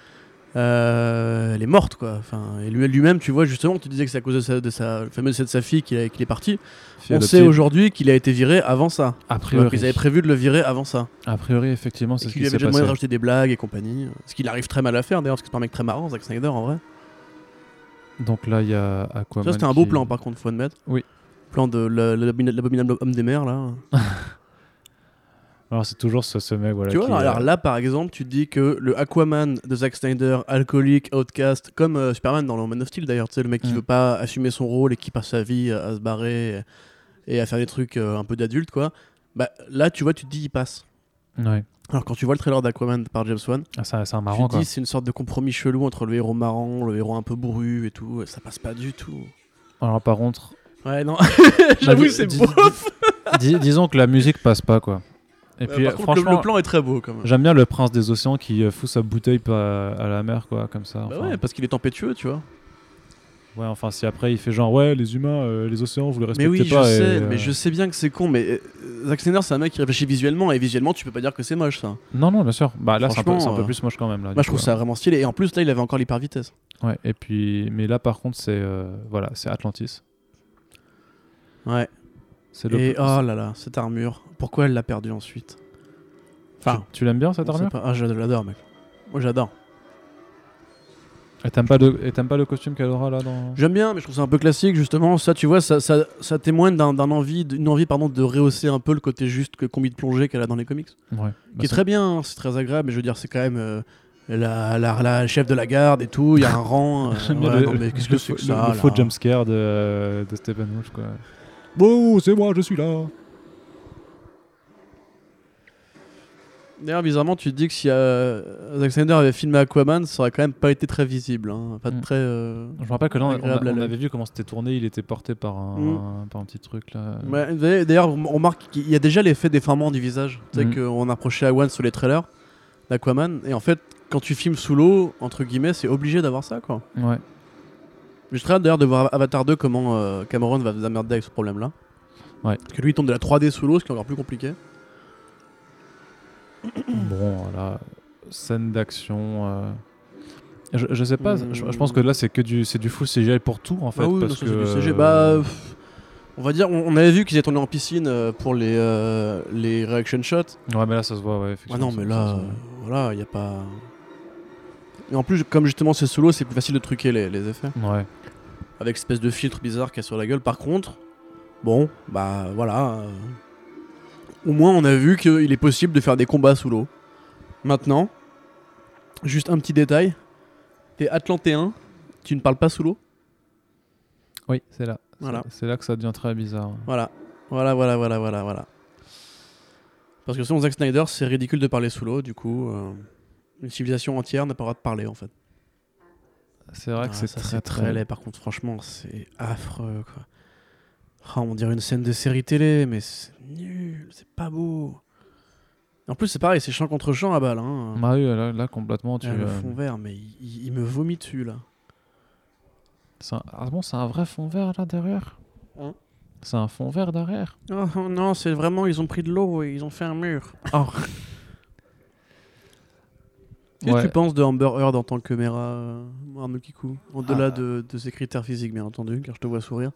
S3: Euh, elle est morte, quoi. Enfin, et lui- lui-même, tu vois, justement, tu disais que c'est à cause de sa, de sa le fameux décès de sa fille qu'il a- qu'il est parti.
S2: Fille
S3: On
S2: adoptive.
S3: sait aujourd'hui qu'il a été viré avant ça.
S2: A
S3: Tu vois,
S2: priori.
S3: qu'ils avaient prévu de le virer avant ça.
S2: A priori, effectivement, c'est
S3: Et
S2: ce
S3: qu'il
S2: qui
S3: lui avait
S2: s'est
S3: déjà demandé
S2: passé.
S3: de rajouter des blagues et compagnie. Ce qu'il arrive très mal à faire, d'ailleurs, parce que c'est pas un mec très marrant, Zack Snyder, en vrai.
S2: Donc là, il y a Aquaman.
S3: Ça, c'était un beau
S2: qui-
S3: plan, par contre, faut admettre.
S2: Oui.
S3: Plan de la- l'abomina- l'abominable homme des mers, là.
S2: Alors, c'est toujours ce, ce mec, voilà.
S3: tu vois,
S2: qui,
S3: alors,
S2: euh,
S3: alors là, par exemple, tu te dis que le Aquaman de Zack Snyder, alcoolique, outcast, comme euh, Superman dans le Man of Steel, d'ailleurs, tu sais, le mec qui
S2: Mm.
S3: veut pas assumer son rôle et qui passe sa vie à, à se barrer et, et à faire des trucs euh, un peu d'adulte, quoi. Bah, là, tu vois, tu te dis, il passe.
S2: ouais.
S3: Alors, quand tu vois le trailer d'Aquaman par James Wan,
S2: Ah, c'est un- c'est un
S3: tu
S2: marrant,
S3: te
S2: quoi.
S3: dis, c'est une sorte de compromis chelou entre le héros marrant, le héros un peu bourru et tout. Ça passe pas du tout.
S2: Alors, par contre,
S3: Ouais, non,
S2: Bah,
S3: j'avoue,
S2: dis-
S3: c'est
S2: dis-
S3: beau.
S2: dis- disons que la musique passe pas, quoi. Et puis,
S3: Euh, par contre, le-
S2: franchement,
S3: le plan est très beau, quand même.
S2: j'aime bien le prince des océans qui euh, fout sa bouteille pas à la mer, quoi, comme ça.
S3: Bah
S2: enfin.
S3: ouais, parce qu'il est tempétueux, tu vois.
S2: Ouais, enfin, si après il fait genre, ouais, les humains, euh, les océans, vous les
S3: Mais
S2: respectez
S3: oui, je
S2: pas. et,
S3: sais,
S2: euh,
S3: mais je sais bien que c'est con, mais euh, Zack Snyder, c'est un mec qui réfléchit visuellement, et visuellement, tu peux pas dire que c'est moche, ça.
S2: Non, non, bien sûr. Bah là, c'est un, peu,
S3: Franchement,
S2: c'est un peu
S3: euh,
S2: plus moche quand même. Là,
S3: Moi,
S2: du
S3: je trouve
S2: coup,
S3: ça vraiment stylé, et en plus, là, il avait encore l'hyper vitesse.
S2: hein. Ouais, et puis, mais là, par contre, c'est euh, voilà, c'est Atlantis.
S3: Ouais.
S2: C'est le.
S3: Et oh là là, cette armure, pourquoi elle l'a perdue ensuite Enfin,
S2: tu, tu l'aimes bien cette
S3: on sait
S2: armure
S3: pas. Ah, je l'adore, mec. Moi, j'adore.
S2: Et t'aimes pas, de... et t'aimes pas le costume qu'elle aura là dans.
S3: J'aime bien, mais je trouve ça un peu classique, justement. Ça, tu vois, ça, ça, ça témoigne d'un, d'un envie, d'une envie pardon, de rehausser un peu le côté juste que combi de plongée qu'elle a dans les comics.
S2: Ouais. Bah,
S3: qui est
S2: c'est-
S3: très bien, hein, c'est très agréable, mais je veux dire, c'est quand même euh, la, la, la chef de la garde et tout, il y a un rang. euh,
S2: J'aime bien
S3: ouais,
S2: le-
S3: non, mais qu'est-ce que
S2: le
S3: c'est que
S2: faux-
S3: ça
S2: le, le faux
S3: là hein.
S2: jumpscare de, euh, de Steppenwolf quoi. Oh, c'est moi, je suis là.
S3: D'ailleurs, bizarrement, tu te dis que si euh, Zack Snyder avait filmé Aquaman, ça aurait quand même pas été très visible, hein, pas
S2: Mm.
S3: très. euh,
S2: Je me rappelle que là, on, on
S3: Agréable à
S2: on
S3: l'œil.
S2: avait vu comment c'était tourné. Il était porté par un, par un petit truc là.
S3: Mm. Ouais, d'ailleurs- D'ailleurs, on on remarque qu'il y a déjà l'effet déformant du visage. Tu sais
S2: Mm.
S3: qu'on approchait Awan sur les trailers d'Aquaman, et en fait, quand tu filmes sous l'eau, entre guillemets, c'est obligé d'avoir ça, quoi.
S2: Ouais.
S3: J'ai très hâte d'ailleurs de voir Avatar 2 comment euh, Cameron va vous emmerder avec ce problème-là.
S2: Ouais.
S3: Parce que lui il tombe de la 3D sous l'eau, ce qui est encore plus compliqué. Hmm.
S2: Bon, voilà. Scène d'action. euh, Je, je sais pas, je, je pense
S3: Mm.
S2: que là c'est que du c'est du full CGI pour tout en fait.
S3: ah oui,
S2: parce
S3: non, ça,
S2: que... euh,
S3: c'est du CG. Bah, pff, on va dire, on, on avait vu qu'ils étaient tournés en piscine euh, pour les, euh, les reaction shots.
S2: Ouais, mais là ça se voit, ouais.
S3: Ah
S2: effectivement,
S3: non,
S2: ça-
S3: mais
S2: ça
S3: là,
S2: se
S3: euh,
S2: voit.
S3: voilà, il n'y a pas. Et en plus, comme justement c'est sous l'eau, c'est plus facile de truquer les, les effets.
S2: Ouais.
S3: Avec cette espèce de filtre bizarre qu'il y a sur la gueule. Par contre, bon, bah voilà. euh, Au moins, on a vu qu'il est possible de faire des combats sous l'eau. Maintenant, juste un petit détail. T'es Atlantéen, tu ne parles pas sous l'eau.
S2: Oui, c'est là. C'est-
S3: Voilà.
S2: C'est là que ça devient très bizarre.
S3: Voilà, voilà, voilà, voilà, voilà, voilà. Parce que selon Zack Snyder, c'est ridicule de parler sous l'eau, du coup, euh, une civilisation entière n'a pas le droit de parler en fait.
S2: C'est vrai
S3: Ah,
S2: que c'est
S3: ça,
S2: très très.
S3: laid, par contre, franchement, c'est affreux quoi. Ah, on dirait une scène de série télé, mais c'est nul, c'est pas beau. En plus, c'est pareil, c'est champ contre champ à balle. Hein.
S2: Bah oui, là, là, complètement. Tu,
S3: Ah, le
S2: euh,
S3: fond vert, mais il, il- il me vomit dessus là.
S2: c'est un- Ah bon, c'est un vrai fond vert là derrière
S3: Hein
S2: C'est un fond vert derrière
S3: Oh, oh, non, c'est vraiment, ils ont pris de l'eau et ils ont fait un mur.
S2: Oh.
S3: Qu'est-ce
S2: Ouais.
S3: que tu penses de Amber Heard en tant que Mera euh, Arnaud Kikou Au-delà
S2: Ah.
S3: de, de ses critères physiques, bien entendu, car je te vois sourire.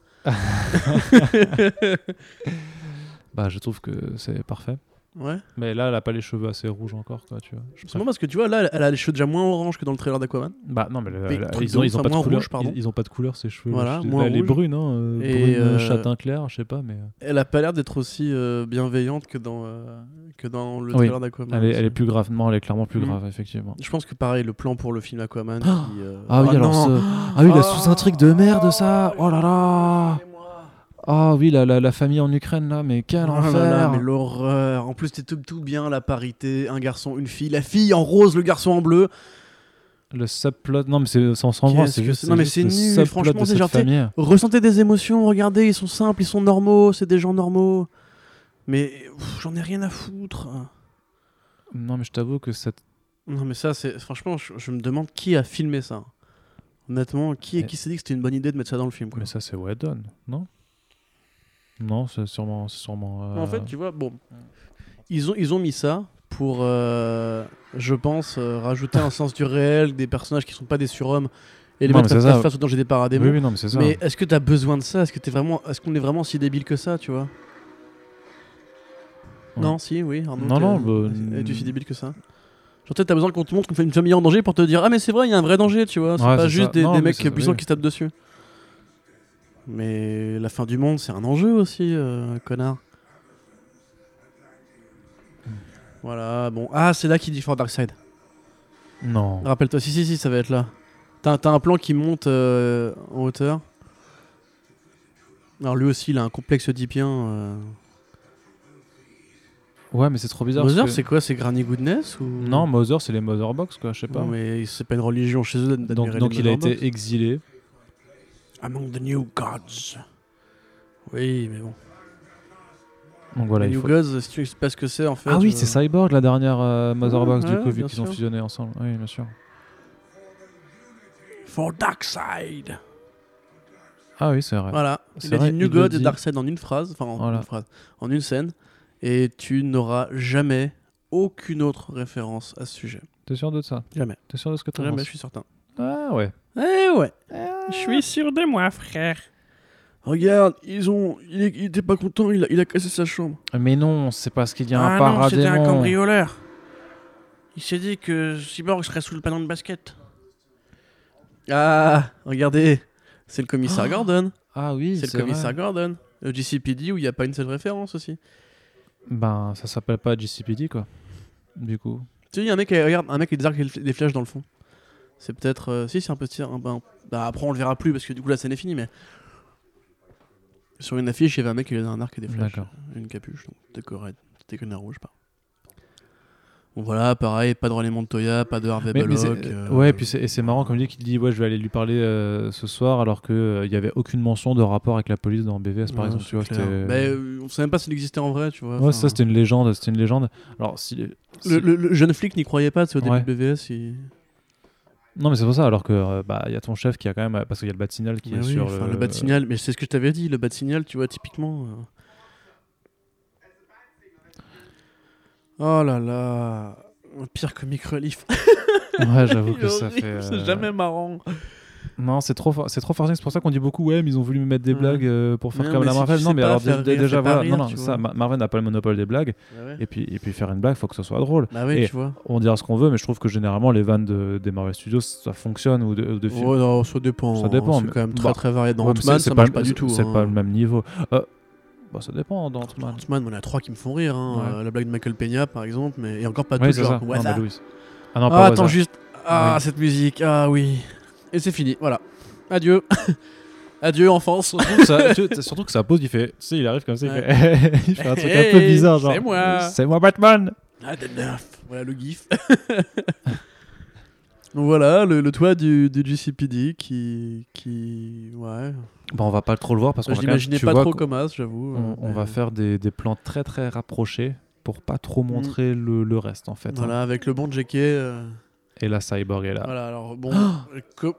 S2: Bah, je trouve que c'est parfait.
S3: Ouais.
S2: Mais là, elle a pas les cheveux assez rouges encore, quoi, tu vois. Je
S3: C'est marrant parce que tu vois, là, elle a les cheveux déjà moins orange que dans le trailer d'Aquaman.
S2: Bah non, mais le-
S3: Mais
S2: le-
S3: truc
S2: ils
S3: de
S2: ont,
S3: ouf,
S2: ils ont
S3: enfin,
S2: pas de
S3: moins
S2: couleur.
S3: rouge, pardon.
S2: ils, ils ont pas de couleur ces cheveux.
S3: Voilà,
S2: Je-
S3: moins
S2: là, elle est
S3: rouge.
S2: brune, hein, euh,
S3: Et,
S2: brune euh,
S3: euh,
S2: châtain clair, je sais pas, mais euh,
S3: Elle a pas l'air d'être aussi euh, bienveillante que dans, euh, que dans le
S2: Oui.
S3: trailer d'Aquaman.
S2: elle est, elle est
S3: aussi.
S2: plus grave. Non, elle est clairement plus
S3: Mhm.
S2: grave, effectivement.
S3: Je pense que pareil, le plan pour le film Aquaman. qui, euh,
S2: Ah oui,
S3: oh
S2: alors
S3: non.
S2: ce- ah oui, la sous intrigue de merde, ça. Oh là là. Ah oui, la, la, la famille en Ukraine là, mais quel
S3: Oh là
S2: enfer.
S3: là, mais l'horreur. En plus, t'es tout, tout bien, la parité, un garçon, une fille, la fille en rose, le garçon en bleu.
S2: Le subplot, non mais c'est sans s'en branle,
S3: Qu'est-ce
S2: c'est
S3: que
S2: juste-
S3: c'est- non, mais
S2: juste
S3: c'est
S2: le
S3: nul,
S2: subplot
S3: franchement,
S2: de
S3: c'est
S2: cette
S3: genre, tu sais,
S2: famille.
S3: Ressentez des émotions, regardez, ils sont simples, ils sont normaux, c'est des gens normaux. Mais pff, j'en ai rien à foutre.
S2: Non mais je t'avoue que cette
S3: Non, mais ça, c'est franchement, je, je me demande qui a filmé ça. Honnêtement, qui,
S2: Mais-
S3: qui s'est dit que c'était une bonne idée de mettre ça dans le film quoi.
S2: mais ça c'est Whedon, non Non, c'est sûrement c'est sûrement
S3: Mais En
S2: euh,
S3: fait, tu vois, bon, ils ont, ils ont mis ça pour, euh, je pense, euh, rajouter un sens du réel, des personnages qui sont pas des surhommes et les
S2: Non,
S3: mettre
S2: mais c'est ça.
S3: face face au danger des paradémons.
S2: oui, oui, non mais c'est ça.
S3: Mais est-ce que t'as besoin de ça Est-ce que t'es vraiment, est-ce qu'on est vraiment si débile que ça, tu vois
S2: Ouais.
S3: Non, si, oui. Arnaud,
S2: Non,
S3: t'es-
S2: non, bah,
S3: Es-tu si débile que ça Genre peut-être t'as besoin qu'on te montre qu'on fait une famille en danger pour te dire ah mais c'est vrai il y a un vrai danger tu vois c'est
S2: Ouais,
S3: pas
S2: c'est
S3: juste
S2: ça.
S3: des,
S2: Non,
S3: des
S2: mais
S3: mecs
S2: c'est ça,
S3: puissants
S2: oui.
S3: qui se tapent dessus. Mais la fin du monde c'est un enjeu aussi euh, connard.
S2: Hmm.
S3: Voilà bon ah c'est là qu'il dit for Darkseid.
S2: Non.
S3: Rappelle-toi, si, si, si, ça va être là. T'as t'as un plan qui monte euh, en hauteur. Alors lui aussi, il a un complexe oedipien. Euh...
S2: Ouais, mais c'est trop bizarre.
S3: Mother,
S2: parce que-
S3: c'est quoi C'est Granny Goodness ou...
S2: Non, Mother, c'est les Mother Box, quoi, je sais pas.
S3: Non, mais c'est pas une religion chez eux d'admirer
S2: donc
S3: les
S2: donc il a
S3: Mother
S2: été exilé.
S3: Box. Among the new gods. Oui, mais bon.
S2: Donc voilà,
S3: les
S2: il
S3: new
S2: faut...
S3: gods, si tu expliques ce que c'est en fait.
S2: Ah oui,
S3: euh,
S2: c'est Cyborg, la dernière euh, Mother
S3: Ouais,
S2: Box, du
S3: ouais,
S2: coup, vu
S3: bien
S2: qu'ils ont
S3: sûr.
S2: fusionné ensemble. Oui, bien sûr.
S3: For Darkseid.
S2: Ah oui, c'est vrai.
S3: Voilà.
S2: C'est
S3: Il a
S2: vrai,
S3: dit New
S2: il le
S3: God et
S2: dit.
S3: Darkseid en une phrase, enfin en
S2: Voilà.
S3: une phrase, en une scène, et tu n'auras jamais aucune autre référence à ce sujet.
S2: T'es sûr de ça
S3: Jamais.
S2: T'es sûr de ce que t'as
S3: Jamais,
S2: penses
S3: bah, je suis certain.
S2: Ah ouais.
S3: Eh ouais.
S4: Je suis sûr de moi, frère.
S3: Regarde, ils ont, il, est- il était pas content, il a, il a cassé sa chambre.
S2: Mais non, c'est parce qu'il y a un
S4: ah non, c'était un
S2: paradémon.
S4: cambrioleur. Il s'est dit que Cyborg serait sous le panneau de basket.
S3: Ah, regardez, c'est le
S4: Oh.
S3: commissaire Gordon.
S2: ah oui,
S3: C'est le commissaire
S2: vrai.
S3: Gordon. Le GCPD où il n'y a pas une seule référence aussi.
S2: Ben, ça s'appelle pas JCPD, quoi. Du coup.
S3: Tu sais, il y a un mec, qui- regarde, un mec qui débarque avec des flèches dans le fond. C'est peut-être, euh, si c'est un petit, un- ben, bah après on le verra plus parce que du coup la scène est finie, mais sur une affiche il y avait un mec qui avait un arc et des flèches.
S2: D'accord.
S3: une capuche, donc t'es correct. T'es connard rouge, pas. Bon voilà, pareil, pas de René Montoya, pas de Harvey
S2: Mais- mais
S3: Bullock.
S2: c'est-
S3: euh,
S2: ouais, puis c'est, et c'est marrant comme dit qu'il dit ouais, je vais aller lui parler euh, ce soir, alors que euh, il y avait aucune mention de rapport avec la police dans BVS par
S3: ouais,
S2: exemple.
S3: c'est
S2: Tu vois,
S3: clair.
S2: c'était-
S3: Mais, euh, on savait même pas s'il existait en vrai, tu vois.
S2: Ouais,
S3: enfin,
S2: ça c'était une légende, c'était une légende. Alors si,
S3: Le,
S2: si-
S3: le- le jeune flic n'y croyait pas, tu sais, au
S2: Ouais.
S3: début de BVS. Il...
S2: non mais c'est pour ça. Alors que euh, bah il y a ton chef qui a quand même euh, parce qu'il y a le bat signal qui
S3: Mais
S2: est
S3: Bah oui,
S2: sur
S3: enfin, le... bas de signal, mais c'est ce que je t'avais dit, le bas de signal, tu vois, typiquement. euh. Oh là là. Pire comic relief.
S2: Ouais, j'avoue que
S3: Il est
S2: ça
S3: horrible,
S2: fait. euh,
S3: C'est jamais marrant.
S2: Non, c'est trop, for- c'est trop forcé. C'est pour ça qu'on dit beaucoup ouais, mais ils ont voulu me mettre des
S3: Ouais.
S2: blagues euh, pour faire
S3: Mais non,
S2: comme
S3: mais
S2: la
S3: si tu
S2: Marvel.
S3: sais
S2: non mais
S3: pas
S2: alors
S3: faire
S2: dé-
S3: rire,
S2: déjà
S3: fais pas
S2: voilà, non
S3: rire,
S2: non,
S3: tu
S2: ça
S3: vois.
S2: Ma- Marvel n'a pas le monopole des blagues. Et puis et puis faire une blague, faut que ce soit drôle.
S3: Bah oui,
S2: Et-
S3: tu vois.
S2: On dira ce qu'on veut, mais je trouve que généralement les vannes de, des Marvel Studios ça fonctionne ou de, ou de films.
S3: Ouais, Oh non, ça dépend.
S2: Ça dépend,
S3: C'est
S2: mais-
S3: quand même très
S2: bah,
S3: très varié. Dans
S2: Ouais, mais
S3: Ant-Man,
S2: c'est- c'est
S3: ça marche pas,
S2: le-
S3: du tout.
S2: C'est
S3: hein.
S2: pas le même niveau. Euh, bah, ça dépend dans Ant-Man.
S3: Ant-Man, on en a trois qui me font rire. hein.
S2: Ouais.
S3: Euh, la blague de Michael Peña, par exemple, mais et encore pas
S2: Oui,
S3: tout
S2: c'est ça.
S3: genre.
S2: Non,
S3: What
S2: mais
S3: the-
S2: Louis. Ah non,
S3: ah,
S2: pas
S3: attends
S2: Waza.
S3: juste. Ah,
S2: Oui.
S3: cette musique. Ah oui. Et c'est fini. Voilà. Adieu. Adieu enfance.
S2: Surtout que ça- tu- surtout que ça pose, il fait. Tu sais, il arrive comme ça, il
S3: Ouais.
S2: fait. il fait un truc un peu
S3: Hey,
S2: bizarre, genre.
S3: c'est moi.
S2: C'est moi, Batman
S3: Ah, de neuf. Voilà le gif. Donc voilà le, le toit du, du GCPD qui qui ouais.
S2: Bon, on va pas trop le voir parce qu'on
S3: Je
S2: va quand même-
S3: l'imaginais
S2: tu
S3: pas
S2: vois
S3: trop
S2: qu'on-
S3: comme as, j'avoue.
S2: On, on
S3: euh, mais-
S2: va faire des, des plans très très rapprochés pour pas trop montrer le, le reste en fait. hein.
S3: Mm. Voilà, avec le bon Jackie. euh,
S2: Et la Cyborg est là.
S3: Voilà, alors bon. euh, co-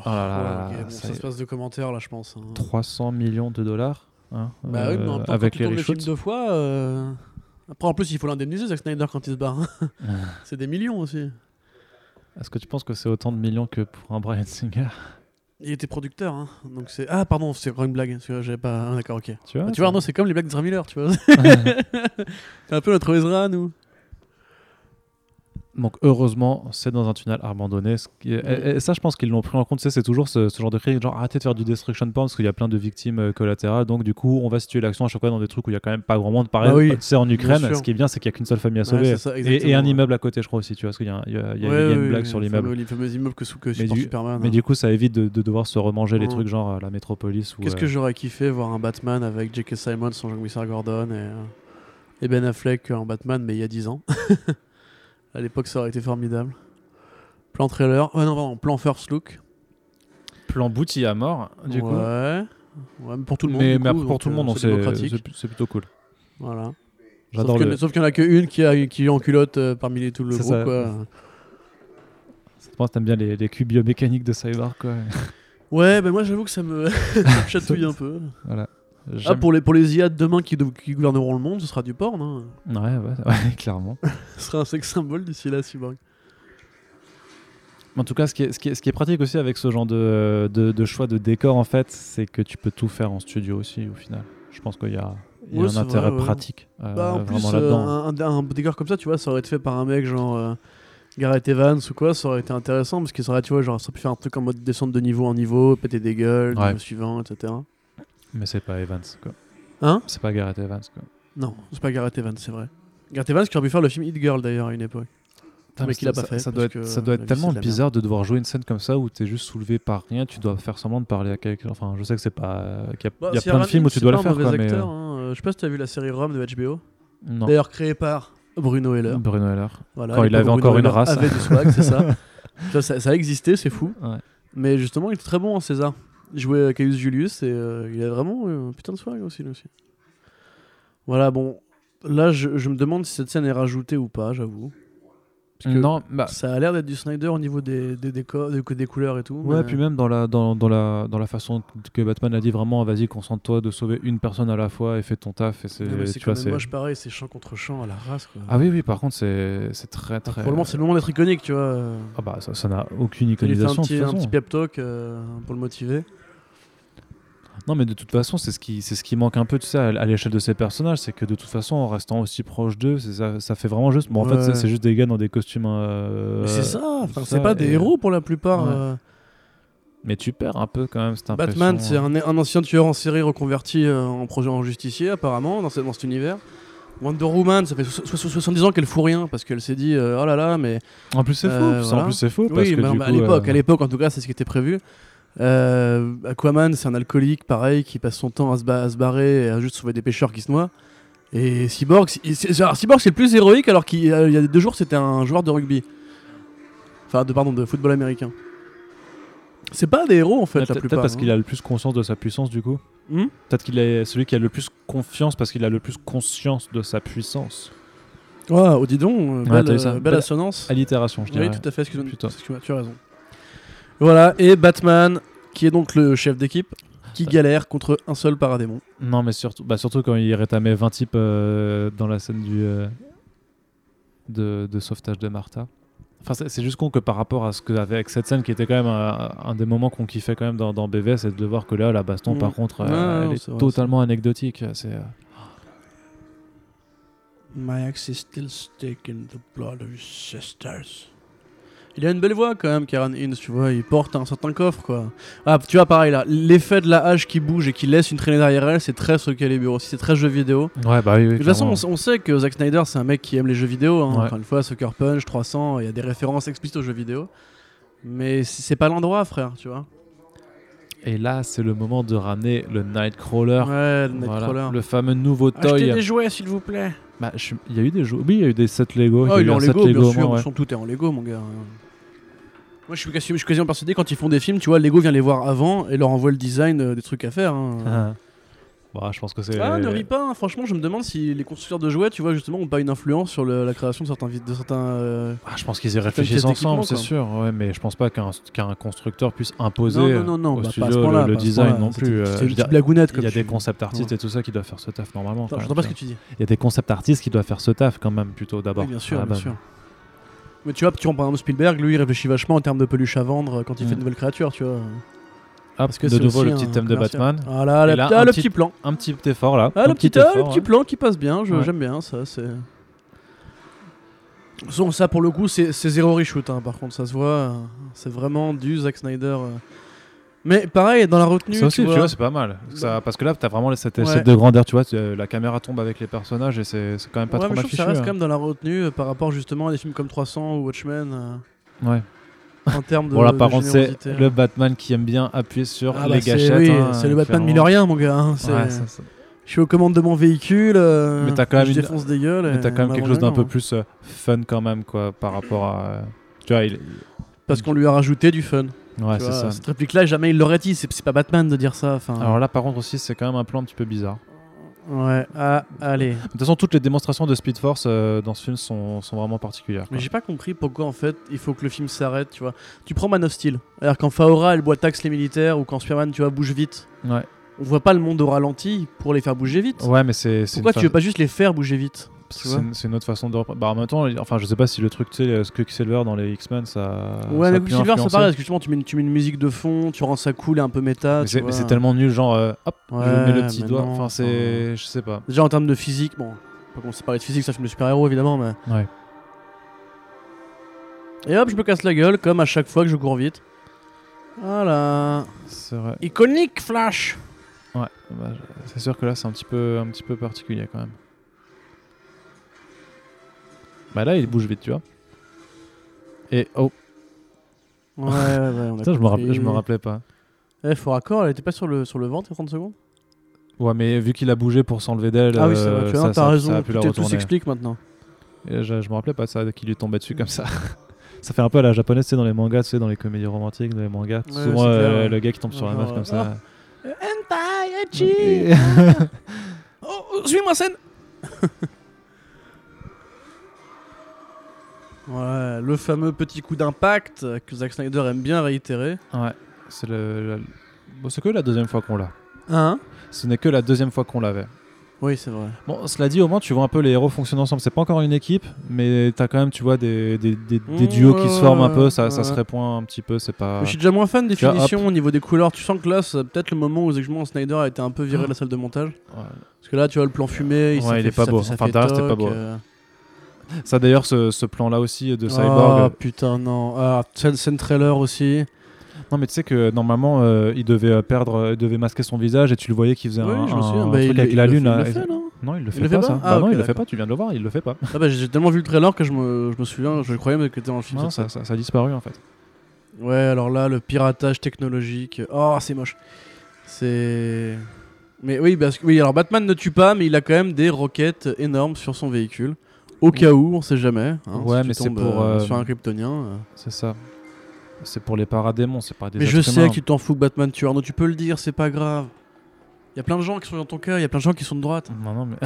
S2: Oh là là
S3: ouais,
S2: là
S3: ok,
S2: là,
S3: bon,
S2: ça
S3: ça
S2: y
S3: se
S2: est.
S3: passe de commentaires là, je pense. hein.
S2: 300 millions de dollars hein,
S3: Bah oui, mais
S2: euh,
S3: en même temps,
S2: avec
S3: quand tu
S2: les
S3: tournes le film
S2: reshoots.
S3: deux fois. euh, Après, en plus, il faut l'indemniser, Zack Snyder, quand il se barre. hein.
S2: Ah.
S3: c'est des millions aussi.
S2: Est-ce que tu penses que c'est autant de millions que pour un Brian Singer
S3: Il était producteur, hein, donc c'est. Ah, pardon, c'est encore une blague. parce que J'avais pas. ah, D'accord, ok.
S2: Tu vois,
S3: Bah, tu
S2: ça-
S3: vois, Arnaud, c'est comme les blagues de Miller, tu vois. c'est un peu notre Ezra, nous.
S2: Donc heureusement, c'est dans un tunnel abandonné. ce qui est-
S3: Ouais.
S2: et, et ça, je pense qu'ils l'ont pris en compte. Tu sais, c'est toujours ce, ce genre de cri, genre arrêtez de faire du destruction porn parce qu'il y a plein de victimes euh, collatérales. Donc du coup, on va situer l'action à chaque fois dans des trucs où il y a quand même pas grand monde. Pareil,
S3: Bah oui,
S2: tu sais, en Ukraine,
S3: sûr.
S2: ce qui est bien, c'est qu'il y a qu'une seule famille à
S3: Ouais,
S2: sauver.
S3: c'est ça,
S2: Et- et,
S3: exactement,
S2: un
S3: ouais.
S2: immeuble à côté, je crois aussi. Tu vois, parce qu'il y a, il y a- il y a- il y a une blague sur l'immeuble.
S3: Les fameux immeubles que, sou- que
S2: Mais,
S3: supporte
S2: du,
S3: Superman. hein.
S2: mais du coup, ça évite de, de devoir se remanger les
S3: Ouais.
S2: trucs genre euh, la métropolis ou.
S3: Mm. Qu'est-ce
S2: euh,
S3: que j'aurais kiffé voir un Batman avec J.K. Simon, son Jean-Michel Gordon et, euh, et Ben Affleck en Batman, mais il y a 10 ans. à l'époque, ça aurait été formidable. Plan trailer. Ouais, non, pardon, plan first look.
S2: plan bouti à mort, du
S3: ouais.
S2: coup.
S3: Ouais, mais pour tout le monde.
S2: mais
S3: du
S2: mais
S3: coup,
S2: pour tout le
S3: euh,
S2: monde, donc
S3: c'est
S2: c'est
S3: démocratique.
S2: c'est- c'est plutôt cool.
S3: Voilà.
S2: J'adore
S3: sauf,
S2: le.
S3: que- sauf qu'il y en a qu'une qui, a- qui est en culotte euh, parmi les, tout le
S2: C'est
S3: groupe.
S2: ça.
S3: Quoi.
S2: Je pense que t'aimes bien les, les cubes biomécaniques de Cyborg, quoi.
S3: Ouais, ben moi j'avoue que ça me, ça me chatouille un peu.
S2: voilà.
S3: Ah,
S2: J'aime-
S3: pour les, pour les IA de demain qui, dou- qui gouverneront le monde, ce sera du porn. Hein.
S2: Ouais, ouais, ouais, clairement.
S3: Ce sera un sex symbole d'ici là, Cyborg.
S2: Mais En tout cas, ce qui est, ce qui est- ce qui est pratique aussi avec ce genre de, de, de choix de décor, en fait, c'est que tu peux tout faire en studio aussi, au final. Je pense qu'il y a, il y a
S3: Ouais,
S2: un
S3: c'est
S2: intérêt
S3: vrai, ouais.
S2: pratique euh,
S3: Bah, en plus,
S2: vraiment
S3: euh,
S2: là-dedans. hein.
S3: un, un- un décor comme ça, tu vois, ça aurait été fait par un mec genre euh, Gareth Evans ou quoi, ça aurait été intéressant parce qu'il serait, tu vois, genre, ça aurait pu faire un truc en mode descendre de niveau en niveau, péter des gueules,
S2: Ouais.
S3: niveau suivant, etc.
S2: Mais c'est pas Evans, quoi.
S3: Hein
S2: C'est pas Gareth Evans, quoi.
S3: Non, c'est pas Gareth Evans, c'est vrai. Gareth Evans qui aurait pu faire le film Hit Girl d'ailleurs à une époque. mais qu'il a
S2: ça-
S3: pas fait,
S2: Ça
S3: parce
S2: doit, être,
S3: que,
S2: ça doit
S3: à
S2: être
S3: mon avis,
S2: tellement
S3: c'est de la
S2: bizarre de devoir jouer une scène comme ça où t'es juste soulevé par rien, tu dois faire semblant de parler à quelqu'un. Enfin, je sais que c'est pas. euh, qu'il y a,
S3: Bah,
S2: il y a
S3: si
S2: plein de
S3: Aran
S2: films où
S3: Hill,
S2: tu
S3: c'est
S2: dois
S3: pas
S2: le
S3: un
S2: faire, quoi.
S3: mauvais
S2: Mais,
S3: acteur, hein, euh, Je sais pas si t'as vu la série Rome de HBO.
S2: euh, non.
S3: D'ailleurs créée par Bruno Heller.
S2: Bruno Heller.
S3: Voilà,
S2: Quand
S3: les
S2: il avait
S3: pauvres
S2: encore
S3: Bruno
S2: une
S3: Heller
S2: race.
S3: avaient du swag, c'est ça. ça, ça. ça a existé, c'est fou.
S2: Ouais.
S3: Mais justement, il était très bon en César. Il jouait à Caius Julius et euh, il a vraiment eu un putain de swag aussi, lui aussi. Voilà, bon. Là, je, je me demande si cette scène est rajoutée ou pas, j'avoue. Parce que
S2: Non, bah,
S3: Ça a l'air d'être du Snyder au niveau des, des décors, des, des couleurs et tout.
S2: Ouais,
S3: mais-
S2: puis même dans la, dans, dans la, dans la façon que Batman a dit vraiment, vas-y, concentre-toi de sauver une personne à la fois et fais ton taf. Et c'est,
S3: Non, mais c'est
S2: euh, tu
S3: quand
S2: vois,
S3: même
S2: c'est-
S3: moche pareil, c'est champ contre champ à la race, quoi.
S2: Ah euh, oui, oui, par contre, c'est, c'est très, très.
S3: Probablement, c'est Ah, le moment d'être iconique, tu vois.
S2: Ah bah, ça, ça n'a aucune
S3: Il lui fait un
S2: iconisation. de
S3: petit,
S2: toute
S3: un
S2: façon.
S3: petit pep talk euh, pour le motiver.
S2: Non, mais de toute façon, c'est ce qui, c'est ce qui manque un peu, tu sais, à, à l'échelle de ces personnages, c'est que de toute façon, en restant aussi proche d'eux, c'est ça, ça fait vraiment juste. Bon, en fait,
S3: Ouais.
S2: c'est, c'est juste des gars dans des costumes. euh,
S3: Mais c'est ça, enfin,
S2: ça
S3: c'est pas des
S2: et-
S3: héros pour la plupart.
S2: Ouais.
S3: euh.
S2: Mais tu perds un peu quand même cette impression. hein.
S3: Batman, c'est un, un ancien tueur en série reconverti euh, en projet en justicier, apparemment, dans, ce- dans cet univers. Wonder Woman, ça fait so- so- so- 70 ans qu'elle fout rien parce qu'elle s'est dit euh, oh là là, mais.
S2: En plus, c'est faux.
S3: Euh,
S2: en
S3: voilà.
S2: plus, c'est faux. parce
S3: oui,
S2: que
S3: bah,
S2: du
S3: bah, à
S2: coup,
S3: l'époque,
S2: euh,
S3: à l'époque, en tout cas, c'est ce qui était prévu. Euh, Aquaman, c'est un alcoolique, pareil, qui passe son temps à se, ba- à se barrer et à juste sauver des pêcheurs qui se noient. Et Cyborg, c'est- c'est alors, Cyborg, c'est le plus héroïque alors qu'il euh, il y a deux jours, c'était un joueur de rugby. Enfin, de, pardon, de football américain. C'est pas des héros en
S2: peut-
S3: fait, la
S2: Bah, peut-être
S3: plupart.
S2: parce
S3: hein.
S2: qu'il a le plus conscience de sa puissance, du coup.
S3: Hmm
S2: Peut-être qu'il est celui qui a le plus confiance parce qu'il a le plus conscience de sa puissance.
S3: Ouais, oh, dis donc, euh,
S2: Ouais,
S3: belle,
S2: t'as vu ça.
S3: euh, belle
S2: Belle-
S3: assonance.
S2: Allitération, je dirais.
S3: Oui, tout à fait, excuse-moi.
S2: Putain.
S3: excuse-moi, tu as raison. Voilà, et Batman, qui est donc le chef d'équipe, qui
S2: Ouais.
S3: galère contre un seul paradémon.
S2: Non, mais surtout, bah, surtout quand il rétamait 20 types euh, dans la scène du, euh, de, de sauvetage de Martha. Enfin, c'est c'est juste con que par rapport à ce que avec cette scène qui était quand même un, un des moments qu'on kiffait quand même dans, dans BVS, c'est de voir que là, la baston,
S3: Mm.
S2: par contre, euh,
S3: Ouais, ouais,
S2: elle
S3: non,
S2: est,
S3: c'est vrai,
S2: totalement anecdotique. C'est euh,
S3: My axe is still stuck in the blood of his sisters. Il a une belle voix quand même, Karen Hines, tu vois, il porte un certain coffre, quoi. Ah, tu vois, pareil là, l'effet de la hache qui bouge et qui laisse une traînée derrière elle, c'est très Soul Calibur aussi, c'est très jeu vidéo.
S2: Ouais, bah oui, oui,
S3: De toute façon,
S2: clairement.
S3: on, s- on sait que Zack Snyder, c'est un mec qui aime les jeux vidéo. hein.
S2: Ouais.
S3: Encore une fois, Sucker Punch, 300, il y a des références explicites aux jeux vidéo. Mais c- c'est pas l'endroit, frère, tu vois.
S2: Et là, c'est le moment de ramener le Nightcrawler. Voilà,
S3: Ouais, le Nightcrawler.
S2: le fameux nouveau
S3: Ah,
S4: Achetez
S2: toy.
S4: des jouets, s'il vous plaît.
S2: Bah, je suis- Il y a eu des jeux. Oui, il y a eu des 7 Lego.
S3: Oh,
S2: il
S3: il est
S2: y a eu
S3: en
S2: un set
S3: Lego, bien
S2: Lego au
S3: sûr.
S2: moins, ouais.
S3: Ils sont tout est en Lego, mon gars. Moi, je suis quasi- je suis quasiment persuadé quand ils font des films, tu vois, Lego vient les voir avant et leur envoie le design euh, des trucs à faire. hein.
S2: Ah. Bah, je pense que c'est.
S3: Ah, ne ris pas, hein. franchement, je me demande si les constructeurs de jouets, tu vois, justement, ont pas une influence sur le- la création de certains. vi- De certains euh,
S2: Ah, je pense qu'ils y
S3: Certaines
S2: réfléchissent
S3: pièces d'équipement,
S2: ensemble, c'est
S3: quoi.
S2: sûr. Ouais, mais je pense pas qu'un qu'un constructeur puisse imposer
S3: Non, non, non, non,
S2: au
S3: bah, pas à ce
S2: studio
S3: point-là,
S2: le, le
S3: pas à ce
S2: design
S3: point-là.
S2: non
S3: C'était-
S2: plus. euh, je
S3: c'était une
S2: veux
S3: petite
S2: dire,
S3: blagounette,
S2: Il y
S3: comme
S2: a
S3: tu
S2: des
S3: dis.
S2: concept artistes
S3: Ouais.
S2: et tout ça qui doivent faire ce taf normalement.
S3: Attends,
S2: quand
S3: j'entends
S2: même, tu
S3: pas ce que
S2: vois.
S3: tu dis.
S2: Il y a des concept artistes qui doivent faire ce taf quand même plutôt d'abord. Ah, bah.
S3: Oui, bien sûr,
S2: à la
S3: bien
S2: base.
S3: sûr. Mais tu vois, tu prends par exemple Spielberg, lui il réfléchit vachement en termes de peluche à vendre euh, quand il
S2: Mm.
S3: fait de nouvelles créatures, tu vois.
S2: Ah,
S3: Parce que
S2: de
S3: c'est
S2: nouveau
S3: aussi
S2: le petit
S3: un
S2: thème de
S3: commercial.
S2: Batman.
S3: Ah là,
S2: Et
S3: la-
S2: là,
S3: ah,
S2: un
S3: le
S2: petit-
S3: petit plan.
S2: Un petit effort là.
S3: Ah,
S2: Un
S3: le petit, ah, le
S2: effort,
S3: petit
S2: hein.
S3: plan qui passe bien, je-
S2: Ouais.
S3: j'aime bien ça. C'est. Ça, ça, pour le coup, c'est c'est zéro reshoot, hein, par contre, ça se voit. euh, C'est vraiment du Zack Snyder. euh. Mais pareil, dans la retenue.
S2: Ça aussi,
S3: tu vois, Bah.
S2: c'est pas mal. Ça, parce que là, t'as vraiment cette
S3: Ouais.
S2: cette de grandeur, tu vois. tu- euh, La caméra tombe avec les personnages et c'est c'est quand même pas
S3: ouais,
S2: trop
S3: mais je
S2: mal
S3: trouve que
S2: fichu.
S3: ça reste
S2: hein.
S3: quand même dans la retenue euh, par rapport justement à des films comme 300 ou Watchmen euh,
S2: Ouais.
S3: en termes de.
S2: Bon, là,
S3: de
S2: par contre, c'est
S3: générosité. hein.
S2: le Batman qui aime bien appuyer sur
S3: Ah, bah,
S2: les
S3: c'est-
S2: gâchettes.
S3: oui,
S2: hein,
S3: c'est le Batman
S2: clairement.
S3: millerien, mon gars. hein, c'est-
S2: Ouais, ça, ça-
S3: Je suis aux commandes de mon véhicule. euh,
S2: Mais t'as quand même
S3: je
S2: une-
S3: défonce des gueules.
S2: Mais
S3: et
S2: t'as quand
S3: on
S2: même quelque
S3: avance
S2: chose d'un peu
S3: d'accord,
S2: plus euh, fun quand même, quoi, par rapport à. euh, Tu vois, il.
S3: hein. Parce qu'on lui a rajouté du fun.
S2: Ouais,
S3: tu
S2: c'est
S3: vois,
S2: ça.
S3: Cette réplique-là, jamais il l'aurait dit. C'est c'est pas Batman de dire ça. Enfin,
S2: Alors là, par contre, aussi, c'est quand même un plan un petit peu bizarre.
S3: ouais. ah, allez.
S2: De toute façon, toutes les démonstrations de Speed Force euh, dans ce film sont, sont vraiment particulières. quoi.
S3: Mais j'ai pas compris pourquoi en fait il faut que le film s'arrête. Tu vois. Tu prends Man of Steel. Alors quand Faora elle boit taxe les militaires ou quand Superman tu vois bouge vite.
S2: Ouais.
S3: On voit pas le monde au ralenti pour les faire bouger vite.
S2: Ouais, mais c'est. Oh, c'est
S3: Pourquoi
S2: une
S3: tu
S2: fa-
S3: veux pas juste les faire bouger vite
S2: parce que
S3: tu vois
S2: C'est une, c'est une autre façon de. repre- Bah, en même temps, il- enfin, je sais pas si le truc, tu sais, euh, ce que Silver dans les X-Men, Bah, ça.
S3: Ouais,
S2: ça
S3: mais
S2: a pu
S3: Silver c'est
S2: influencer.
S3: pareil parce que justement tu mets, une, tu mets une musique de fond, tu rends ça cool et un peu méta.
S2: Mais
S3: tu
S2: c'est- mais
S3: vois.
S2: c'est tellement nul, genre, euh, hop, je
S3: Ouais,
S2: mets le petit
S3: mais
S2: doigt.
S3: non,
S2: Enfin, c'est. Je sais pas.
S3: Déjà en termes de physique, bon, pas qu'on s'est parlé de physique, ça film de super-héros évidemment, mais.
S2: Ouais.
S3: Et hop, je me casse la gueule comme à chaque fois que je cours vite. Voilà.
S2: C'est vrai.
S3: Iconique Flash
S2: Ouais, bah, je- c'est sûr que là c'est un petit peu un petit peu particulier quand même. Bah là il bouge vite tu vois. Et
S3: Bah,
S2: oh
S3: Ouais, ouais, ouais, on a
S2: putain je me
S3: compris.
S2: rappelais, je me rappelais pas.
S3: Eh, faux raccord, elle était pas sur le, sur le ventre il y a 30 secondes
S2: Ouais mais vu qu'il a bougé pour s'enlever d'elle,
S3: Ah oui, c'est vrai,
S2: euh,
S3: tu vois,
S2: ça,
S3: non,
S2: ça-
S3: t'as raison,
S2: ça a pu
S3: tout
S2: la
S3: est- tout
S2: retourner.
S3: s'explique maintenant.
S2: Et je, je me rappelais pas ça qu'il lui tombait dessus comme ça. ça fait un peu à la japonaise c'est dans les mangas, c'est dans les comédies romantiques, dans les mangas,
S3: Ouais,
S2: souvent
S3: c'est
S2: euh,
S3: clair, ouais.
S2: le gars qui tombe sur la
S3: Genre,
S2: meuf comme ça.
S3: Hentai,
S2: Et-
S3: Oh, suis-moi scène Ouais, le fameux petit coup d'impact euh, que Zack Snyder aime bien réitérer.
S2: ouais, c'est le, la- bon, c'est que la deuxième fois qu'on l'a.
S3: Hein
S2: Ce n'est que la deuxième fois qu'on l'avait.
S3: Oui, c'est vrai.
S2: Bon, cela dit, au moins, tu vois un peu les héros fonctionner ensemble. C'est pas encore une équipe, mais t'as quand même, tu vois, des, des, des- des
S3: Mmh,
S2: duos qui
S3: ouais,
S2: se forment un peu.
S3: ouais,
S2: Ça, ça
S3: ouais.
S2: se répond un petit peu. C'est pas.
S3: Mais Je suis déjà moins fan des
S2: Ah. Tu vois,
S3: finitions au niveau des couleurs. Tu sens que là, c'est peut-être le moment où exactement Snyder a été un peu viré de la salle de montage.
S2: Ouais.
S3: Parce que là, tu vois, le plan fumé, il, s'est
S2: Ah. Ouais, il
S3: fait-
S2: est pas
S3: ça
S2: beau.
S3: fait- ça
S2: Enfin,
S3: fait
S2: derrière, c'était pas
S3: toc,
S2: beau.
S3: euh.
S2: Ça, d'ailleurs, ce, ce plan-là aussi de
S3: Ah
S2: Cyborg.
S3: putain, non. Ah, scène, scène trailer aussi.
S2: Non, mais tu sais que normalement, euh, il devait euh, perdre, euh, il devait masquer son visage et tu le voyais qu'il faisait
S3: Oui,
S2: un,
S3: je me souviens.
S2: un
S3: Bah,
S2: truc
S3: il-
S2: avec
S3: il
S2: la
S3: le fait-
S2: lune.
S3: il
S2: là.
S3: le fait, non
S2: Non, il le fait
S3: le
S2: pas,
S3: fait pas
S2: ça.
S3: Ah,
S2: bah non,
S3: ok,
S2: il le fait
S3: d'accord.
S2: pas. Tu viens de le voir, il le fait pas.
S3: Ah bah, j'ai tellement vu le trailer que je me, je me souviens, je croyais même que t'étais dans le film.
S2: Non,
S3: cette
S2: ça, ça, ça a disparu en fait.
S3: Ouais, alors là, le piratage technologique. Oh, c'est moche. C'est. Mais oui, parce que oui, alors Batman ne tue pas, mais il a quand même des roquettes énormes sur son véhicule. Au cas où, on sait jamais. hein,
S2: Ouais,
S3: si tu
S2: mais c'est
S3: tombes,
S2: pour,
S3: euh,
S2: euh,
S3: sur un kryptonien. euh.
S2: C'est ça. C'est pour les paradémons, c'est pas des
S3: Mais je
S2: êtres
S3: sais
S2: humains.
S3: que tu t'en fous, que Batman tue Arnaud. Tu peux le dire, c'est pas grave. Il y a plein de gens qui sont dans ton cœur, il y a plein de gens qui sont de droite.
S2: Non, non, mais.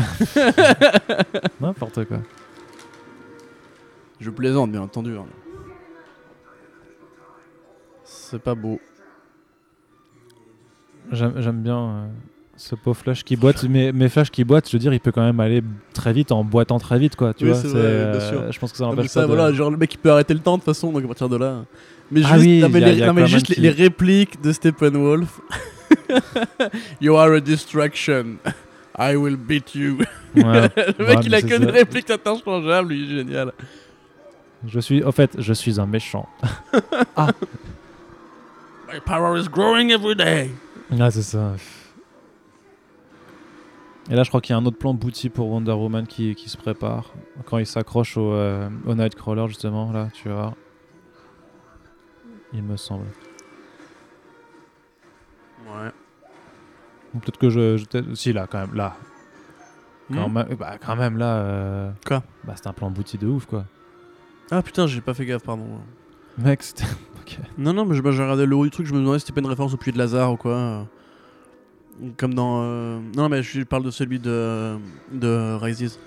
S2: N'importe quoi.
S3: Je plaisante, bien entendu. hein. C'est pas beau.
S2: J'aime j'aime bien euh, ce pauvre Flash qui boite, mais, mais Flash qui boite, je veux dire, il peut quand même aller très vite en boitant très vite, quoi. Tu
S3: Oui,
S2: vois,
S3: c'est
S2: c'est,
S3: vrai,
S2: euh,
S3: bien sûr.
S2: Je pense que ça
S3: Non, mais
S2: n'empêche
S3: ça,
S2: pas. de-
S3: voilà, genre le mec il peut arrêter le temps de toute façon, donc à partir de là. Mais juste,
S2: euh. Ah oui,
S3: non, mais
S2: y a-
S3: les,
S2: y a
S3: non, mais
S2: quand même
S3: juste les-
S2: qui-
S3: les répliques de Steppenwolf. you are a distraction. I will beat you.
S2: Ouais.
S3: le
S2: Ouais,
S3: mec, il
S2: mais
S3: a
S2: c'est
S3: que des
S2: ça.
S3: répliques interchangeables, lui, génial.
S2: Je suis, au fait, je suis un méchant.
S4: My power is growing every day.
S2: Ah, c'est ça. Et là, je crois qu'il y a un autre plan bouti pour Wonder Woman qui, qui se prépare. Quand il s'accroche au, euh, au Nightcrawler, justement, là, tu vois. Il me semble.
S4: Ouais.
S2: Ou Peut-être que je. je- peut-être- si, là, quand même, là. Quand,
S3: Hmm.
S2: même, bah, quand même, là. euh,
S3: Quoi
S2: Bah, c'est un plan bouti de ouf, quoi.
S3: Ah putain, j'ai pas fait gaffe, pardon.
S2: Mec, c'était.
S3: Non, non, mais je- bah, j'ai regardé le haut du truc, je me demandais si c'était pas une référence au puits de Lazare ou quoi. Comme dans. euh, Non, mais je parle de celui de, de Rises.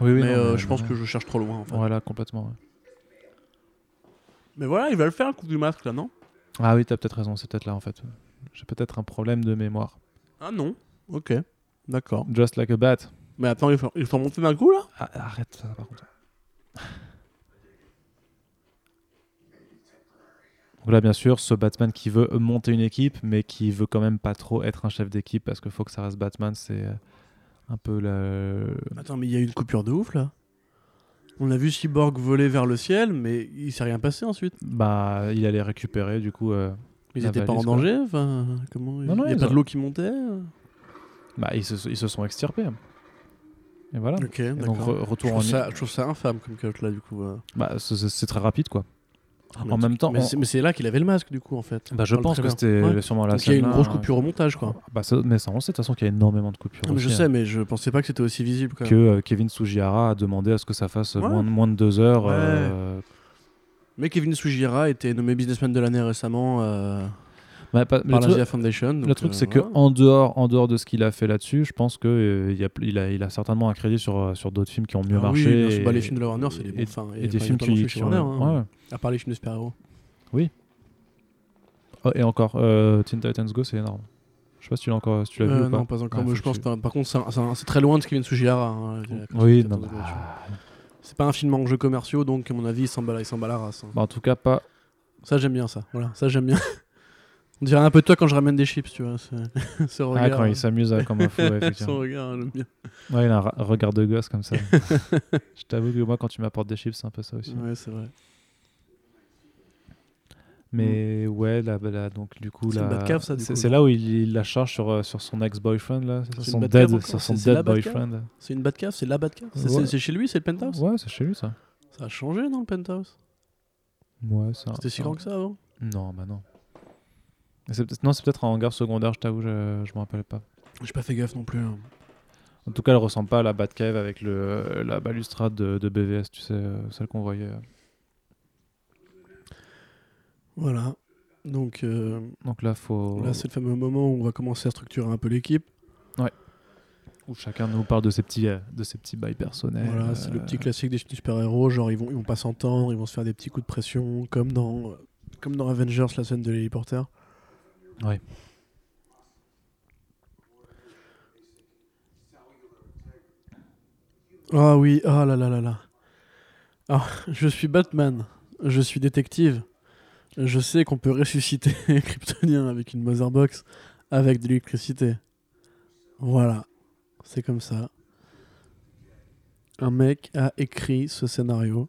S2: Oui, oui,
S3: mais
S2: non,
S3: euh,
S2: mais-
S3: je pense que je cherche trop loin en fait.
S2: Voilà, complètement. ouais.
S3: Mais voilà, ils veulent faire le coup du masque là, non
S2: Ah oui, t'as peut-être raison, c'est peut-être là en fait. J'ai peut-être un problème de mémoire.
S3: Ah non. Ok. D'accord.
S2: Just like a bat.
S3: Mais attends, ils font, ils font monter d'un coup là
S2: Ah, arrête ça par contre. Donc là, bien sûr, ce Batman qui veut monter une équipe, mais qui veut quand même pas trop être un chef d'équipe parce que faut que ça reste Batman, c'est euh, un peu le.
S3: Attends, mais il y a eu une coupure de ouf là. On a vu Cyborg voler vers le ciel, mais il s'est rien passé ensuite.
S2: Bah, il allait récupérer du coup. euh,
S3: Ils
S2: La
S3: étaient pas en
S2: valise, quoi.
S3: danger Enfin, comment
S2: Non, non,
S3: Il y a
S2: ils
S3: pas
S2: ont-
S3: de l'eau qui montait
S2: Bah, ils se, ils se sont extirpés. Et voilà.
S3: Ok,
S2: Et donc,
S3: d'accord.
S2: re-
S3: Je
S2: retour en.
S3: trouve, ça, je trouve ça infâme comme catch là du coup. euh.
S2: Bah, c'est- c'est c'est très rapide quoi.
S3: Ah, Mais
S2: en même temps,
S3: Mais
S2: on-
S3: c'est- mais c'est là qu'il avait le masque du coup en fait.
S2: bah, je
S3: Dans le
S2: pense que
S3: trailer.
S2: c'était
S3: Ouais.
S2: sûrement la
S3: Donc il y a
S2: scène-là,
S3: une grosse
S2: hein.
S3: coupure au montage quoi.
S2: Bah, ça- mais ça, on sait de toute façon qu'il y a énormément de coupures.
S3: Ah, mais je
S2: aussi, hein.
S3: sais, mais je pensais pas que c'était aussi visible quand même.
S2: que euh, Kevin Sugihara a demandé à ce que ça fasse
S3: Ouais.
S2: moins, de- moins de deux heures.
S3: Ouais.
S2: euh,
S3: Mais Kevin Sugihara a été nommé businessman de l'année récemment euh,
S2: bah, pas- le
S3: par la
S2: truc,
S3: GIA Foundation.
S2: le
S3: donc,
S2: truc,
S3: euh,
S2: c'est que
S3: voilà.
S2: en dehors, en dehors de ce qu'il a fait là-dessus, je pense que euh, il y a, pl- il, a, il a certainement un crédit sur, euh, sur d'autres films qui ont mieux
S3: Ah
S2: marché.
S3: oui, bien sûr,
S2: et-
S3: bah, les films de la Warner, c'est des bons.
S2: et-
S3: Enfin,
S2: et
S3: y
S2: des
S3: a pas- y a
S2: films
S3: pas
S2: qui,
S3: grand-chose
S2: qui
S3: chez
S2: ont-
S3: Warner, hein.
S2: ouais.
S3: À part les films de super-héros.
S2: Oh, et encore euh, Teen Titans Go, c'est énorme. Je sais pas si tu l'as encore, si tu l'as
S3: Euh,
S2: vu ou pas.
S3: non, pas encore.
S2: Ouais,
S3: mais
S2: faut
S3: je
S2: que
S3: pense
S2: tu-
S3: pas. Par contre, c'est un- c'est un- c'est très loin de ce Kevin Sugihara. hein, la- la-
S2: Oui,
S3: la-
S2: non,
S3: la-
S2: bah,
S3: C'est pas un film en jeux commerciaux, donc à mon avis, il s'en bat, la- il s'en bat la race. hein.
S2: bah, en tout cas pas.
S3: Ça, j'aime bien ça. Voilà, ça, j'aime bien. On dirait un peu toi quand je ramène des chips, tu vois. Ce, ce regard. euh.
S2: Ah, quand il s'amuse à- comme un fou, ouais,
S3: Son
S2: effectivement.
S3: regard, hein, j'aime bien.
S2: Ouais, il a un ra- regard de gosse comme ça. je t'avoue que moi, quand tu m'apportes des chips, c'est un peu ça aussi.
S3: Ouais, c'est vrai.
S2: Mais ouais, là, bah, là, donc du coup,
S3: Mm. C'est
S2: là,
S3: une Batcave, ça, du
S2: c'est
S3: coup,
S2: c'est
S3: non
S2: là où il, il la charge sur, euh, sur son ex-boyfriend, là, c'est ça,
S3: C'est
S2: son
S3: une Batcave
S2: dead,
S3: encore
S2: sur son
S3: C'est- c'est
S2: dead
S3: la Batcave
S2: boyfriend.
S3: C'est une Batcave, c'est la Batcave. C'est
S2: Ouais.
S3: c'est- c'est chez lui, c'est le penthouse.
S2: Ouais, Ah, c'est chez lui ça.
S3: Ça a changé, non, le penthouse
S2: Ouais, c'est un-
S3: C'était si
S2: un-
S3: grand que ça avant
S2: Non, bah non. Mais c'est peut-être- Non, c'est peut-être un hangar secondaire, je t'avoue, je, je me rappelle pas.
S3: J'ai pas fait gaffe non plus. hein.
S2: En tout cas, elle ressemble pas à la Batcave avec le, euh, la balustrade de, de BVS, tu sais, euh, celle qu'on voyait. euh.
S3: Voilà. Donc euh,
S2: Donc là, faut.
S3: là, c'est le fameux moment où on va commencer à structurer un peu l'équipe.
S2: où chacun nous parle de ses petits, euh, de ses petits bails personnels.
S3: Voilà, c'est le
S2: euh,
S3: petit classique des films de super-héros. Genre, ils vont, ils vont pas s'entendre, ils vont se faire des petits coups de pression, comme dans, euh, comme dans Avengers, la scène de l'héliporteur.
S2: Ouais.
S3: Ah oui, ah là là là là. Ah, je suis Batman, je suis détective. Je sais qu'on peut ressusciter un Kryptonien avec une Motherbox, avec de l'électricité. Voilà, c'est comme ça. Un mec a écrit ce scénario.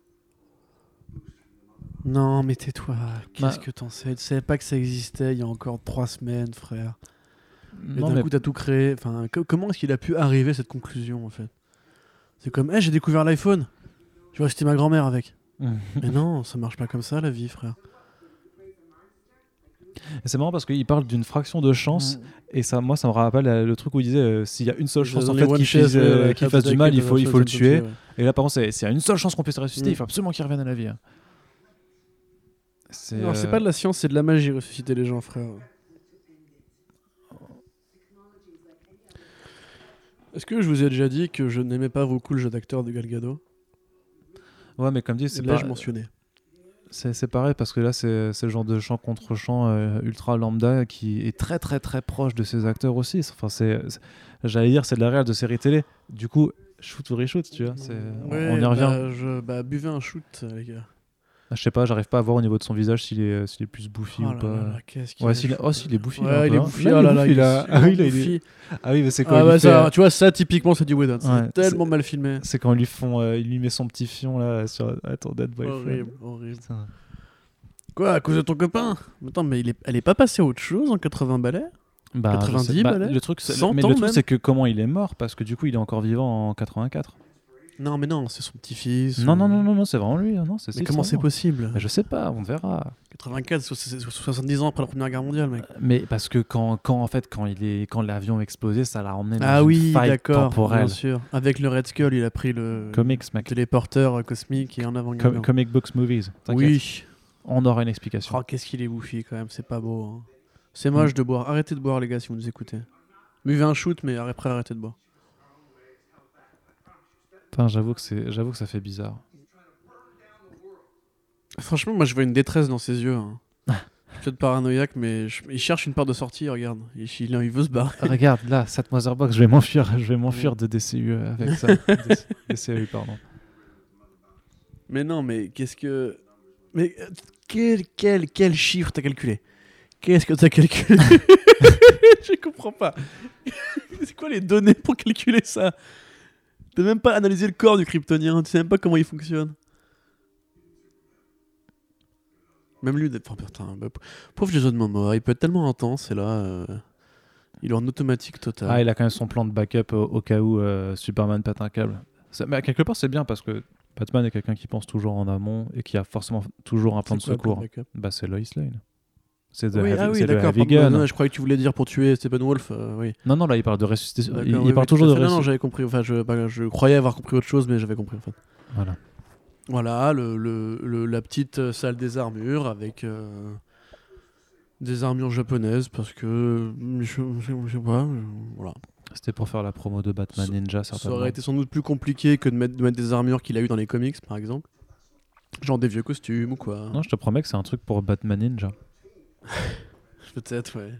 S3: Non, mais tais-toi, qu'est-ce
S2: Bah-
S3: que t'en sais Tu savais pas que ça existait il y a encore trois semaines, frère. Et
S2: Non,
S3: d'un
S2: mais
S3: coup, t'as tout créé. Enfin, co- comment est-ce qu'il a pu arriver à cette conclusion, en fait C'est comme, hé, j'ai découvert l'iPhone. Je vais acheter ma grand-mère avec.
S2: Mhm.
S3: mais non, ça marche pas comme ça, la vie, frère.
S2: Et C'est marrant parce qu'il parle d'une fraction de chance et ça, moi, ça me rappelle euh, le truc où il disait euh, s'il y a une seule chance en fait qu'il fasse, euh, qu'il fasse du mal, il faut, il faut le tuer. Et là, par contre, c'est- s'il y a une seule chance qu'on puisse le ressusciter,
S3: Mm.
S2: il faut absolument qu'il revienne à la vie. hein. C'est
S3: Non, c'est
S2: euh,
S3: pas de la science, c'est de la magie, ressusciter les gens, frère. Est-ce que je vous ai déjà dit que je n'aimais pas beaucoup le jeu d'acteur de Galgado
S2: Ouais, mais comme dit, c'est
S3: Là,
S2: pas-
S3: je mentionnais.
S2: c'est c'est pareil parce que là, c'est c'est le genre de chant contre chant euh, ultra lambda qui est très très très proche de ses acteurs aussi. Enfin, c'est, c'est- j'allais dire, c'est de la réelle de série télé. Du coup, shoot ou reshoot, tu vois. c'est- Euh, on-
S3: Ouais,
S2: on y revient.
S3: Bah, je- bah, buvez un shoot, euh, les gars.
S2: Je sais pas, j'arrive pas à voir au niveau de son visage s'il est, euh, s'il est plus bouffi
S3: Oh
S2: ou
S3: là
S2: pas.
S3: là là, qu'est-ce qu'il
S2: Ouais,
S3: est
S2: s'il est-
S3: chaud.
S2: oh, s'il est bouffi. là, un
S3: Ouais, il
S2: peu,
S3: est
S2: hein.
S3: bouffi.
S2: Là,
S3: oh là
S2: il est bouffi,
S3: là,
S2: là.
S3: est
S2: Ah oui, là, il est-
S3: bouffi.
S2: Ah oui, mais c'est quand
S3: Ah
S2: il lui
S3: bah,
S2: fait,
S3: ça,
S2: euh,
S3: tu vois, ça, typiquement, c'est du Whedon.
S2: Ouais,
S3: C'est tellement mal filmé.
S2: C'est quand ils lui font, euh, il lui met son petit fion là sur Attends, Dead Boyfriend.
S3: Horrible, horrible.
S2: Putain.
S3: Quoi, à cause de ton copain Attends, mais il est... elle est pas passée à autre chose en 80 balais
S2: Bah,
S3: 90
S2: je sais- bah,
S3: balais
S2: le truc, c'est-
S3: 100
S2: mais
S3: ans
S2: le truc
S3: même.
S2: c'est que comment il est mort parce que du coup il est encore vivant en 84.
S3: Non, mais non, c'est son petit-fils.
S2: Non
S3: ou-
S2: non non non, non c'est vraiment lui. hein, Non, c'est
S3: Mais
S2: c'est
S3: comment c'est
S2: vraiment.
S3: possible
S2: Bah, Je sais pas, on verra.
S3: 84, so- so- so- 70 ans après la Première Guerre mondiale, mec.
S2: Mais parce que quand, quand en fait quand il est quand l'avion a explosé, ça l'a emmené dans
S3: Ah
S2: une
S3: oui,
S2: faille
S3: d'accord, bien
S2: temporelle.
S3: sûr. Avec le Red Skull, il a pris le
S2: Comics mec.
S3: téléporteur euh, cosmique et en avant
S2: Com- comic books movies. t'inquiète.
S3: Oui.
S2: On aura une explication.
S3: Mm. Oh, qu'est-ce qu'il est bouffi quand même, c'est pas beau. hein. C'est moche de boire. Arrêtez de boire, les gars, si vous nous écoutez. Buvez un shoot, mais après arrêtez de boire.
S2: Putain, j'avoue que, c'est- j'avoue que ça fait bizarre.
S3: Franchement, moi je vois une détresse dans ses yeux. hein. Je suis Peut-être paranoïaque, mais je- il cherche une part de sortie, regarde. Il, il- il veut se barrer.
S2: Regarde, là, cette Motherbox, je vais m'enfuir, je vais m'enfuir de DCU euh, avec ça. DC- DCU, pardon.
S3: Mais non, mais qu'est-ce que. Mais euh, quel, quel, quel chiffre t'as calculé Qu'est-ce que t'as calculé Je comprends pas. C'est quoi les données pour calculer ça T'as même pas analysé le corps du kryptonien, tu sais même pas comment il fonctionne. Même lui, oh, putain, bah, pauvre Jason Momoa, il peut être tellement intense et là, euh, il est en automatique total.
S2: Ah, il a quand même son plan de backup au, au cas où euh, Superman pète un câble. Ça- mais à quelque part, c'est bien parce que Batman est quelqu'un qui pense toujours en amont et qui a forcément toujours un plan de
S3: C'est quoi le
S2: secours.
S3: backup
S2: Bah, c'est Lois Lane. C'est de
S3: Oui, ah oui, d'accord. pardon, non, non, je croyais que tu voulais dire pour tuer Stephen Wolf. euh, oui.
S2: Non, non, là, il parle de ressuscitation.
S3: D'accord,
S2: Il, il
S3: oui,
S2: parle
S3: oui,
S2: toujours
S3: tout
S2: de
S3: à fait. Non, non,
S2: ressuscitation.
S3: j'avais compris. Enfin, je, bah, je croyais avoir compris autre chose, mais j'avais compris. en fait.
S2: Voilà.
S3: Voilà, le, le- le- la petite euh, salle des armures avec euh, des armures japonaises parce que euh, je, je- je sais pas. je- voilà.
S2: C'était pour faire la promo de Batman
S3: Ça-
S2: Ninja,
S3: Ça
S2: certainement.
S3: aurait été sans doute plus compliqué que de mettre, de mettre des armures qu'il a eu dans les comics, par exemple. Genre des vieux costumes ou quoi.
S2: Non, je te promets que c'est un truc pour Batman Ninja.
S3: Peut-être, ouais.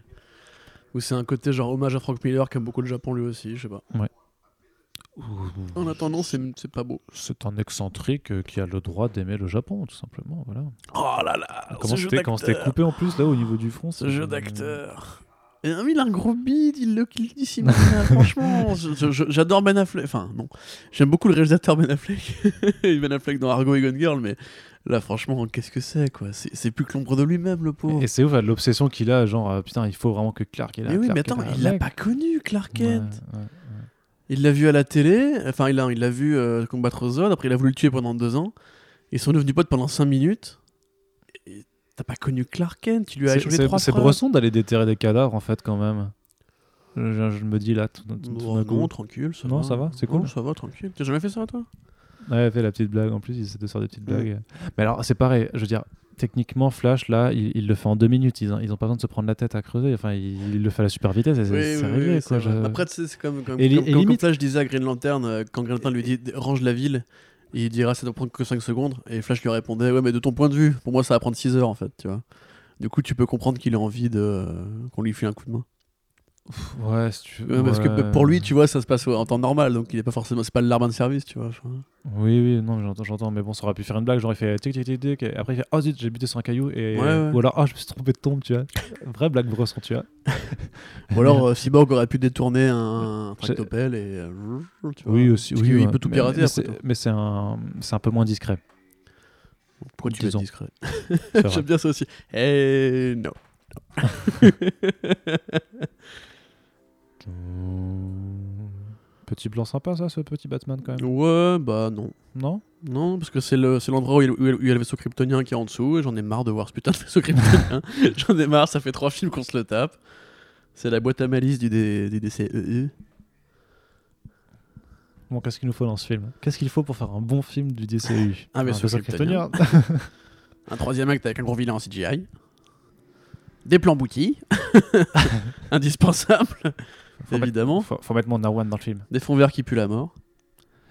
S3: Ou c'est un côté genre hommage à Frank Miller qui aime beaucoup le Japon lui aussi, je sais pas. En attendant, c'est c'est pas beau.
S2: C'est un excentrique euh, qui a le droit d'aimer le Japon, tout simplement. Voilà.
S3: Oh là là
S2: Comment
S3: ce jeu
S2: c'était quand c'était
S3: d'acteur,
S2: coupé en plus là au niveau du front
S3: Ce
S2: c'est-
S3: jeu d'acteur Euh, Et non, mais il a un gros bide, il le il le dissimule, hein, franchement. je- je- je- J'adore Ben Affleck, enfin non, j'aime beaucoup le réalisateur Ben Affleck. Et ben Affleck dans Argo et Gone Girl, mais là franchement, qu'est-ce que c'est quoi C'est c'est plus que l'ombre de lui-même le pauvre.
S2: Et c'est ouf, l'obsession qu'il a, genre euh, putain, il faut vraiment que Clark est là.
S3: mais oui,
S2: Clark
S3: mais
S2: est
S3: attends,
S2: là,
S3: il l'a
S2: mec.
S3: pas connu, Clark
S2: Ouais,
S3: Kent.
S2: ouais.
S3: Il l'a vu à la télé, enfin il l'a il l'a vu euh, combattre Zod, après il a voulu le tuer pendant deux ans. Ils sont devenus potes pendant cinq minutes. Et T'as pas connu Clark Kent, tu lui as
S2: C'est-
S3: échangé
S2: c'est-
S3: trois
S2: C'est
S3: phrases.
S2: bresson d'aller déterrer des cadavres en fait, quand même. Je, je- je me dis là, tout, tout- tout
S3: Bon,
S2: d'un coup.
S3: non, tranquille, ça
S2: Non,
S3: va.
S2: ça va, c'est
S3: Non,
S2: cool.
S3: ça va, tranquille. T'as jamais fait ça, toi
S2: Ouais, elle fait la petite blague en plus, il essaie de faire des petites
S3: Mm.
S2: blagues. Mais alors, c'est pareil, je veux dire, techniquement, Flash, là, il, il le fait en deux minutes. Ils ont, ils ont pas besoin de se prendre la tête à creuser. Enfin, il, il le fait à la super vitesse. et c'est c'est réglé, quoi. je-
S3: Après, tu sais, c'est comme, comme,
S2: Et li-
S3: comme-
S2: et
S3: comme-
S2: limite-
S3: comme Flash disait à Green Lantern, euh, quand Green Lantern lui dit « range la ville », il dira « ça doit prendre que 5 secondes », et Flash lui répondait « ouais, mais de ton point de vue, pour moi ça va prendre 6 heures, en fait, tu vois ». Du coup, tu peux comprendre qu'il a envie de euh, qu'on lui file un coup de main.
S2: Pff, Ouais, si tu
S3: Ouais, Parce que
S2: ouais.
S3: pour lui, tu vois, ça se passe en temps normal, donc il est pas forcément, c'est pas le larbin de service, tu vois. enfin.
S2: Oui, oui, non, mais j'entends, j'entends, mais bon, ça aurait pu faire une blague, genre il fait tic tic tic tic, et après il fait oh zut, j'ai buté sur un caillou, et...
S3: Ouais, ouais.
S2: ou alors ah, je me suis trompé de tombe, tu vois. Vraie blague bresson, tu vois.
S3: Ou alors, euh, Cyborg aurait pu détourner un
S2: J'ai-
S3: tractopelle et. euh, tu vois.
S2: Oui, aussi,
S3: Parce
S2: oui,
S3: qu'il- Il
S2: ouais.
S3: peut tout
S2: euh, Mais-
S3: pirater
S2: mais,
S3: après
S2: c'est,
S3: tout.
S2: mais c'est un, c'est un peu moins discret.
S3: Pourquoi tu es
S2: disons.
S3: discret
S2: c'est vrai.
S3: J'aime bien ça aussi. Eh non.
S2: Petit plan sympa, ça, ce petit Batman quand même.
S3: Ouais, bah non.
S2: Non
S3: Non, parce que c'est le- c'est l'endroit où il où il- où il y a le vaisseau kryptonien qui est en dessous, et j'en ai marre de voir ce putain de vaisseau kryptonien. j'en ai marre, ça fait trois films qu'on se le tape. C'est la boîte à malice du, D- E du DCEE.
S2: Bon, qu'est-ce qu'il nous faut dans ce film Qu'est-ce qu'il faut pour faire un bon film du DCU
S3: Un vaisseau
S2: vaisseau
S3: Ah, kryptonien.
S2: kryptonien.
S3: Un troisième acte avec un gros vilain en CGI. Des plans boutis. Indispensables,
S2: Faut mettre-
S3: évidemment.
S2: faut, faut mettre mon Nawan dans le film.
S3: Des fonds verts qui puent la mort.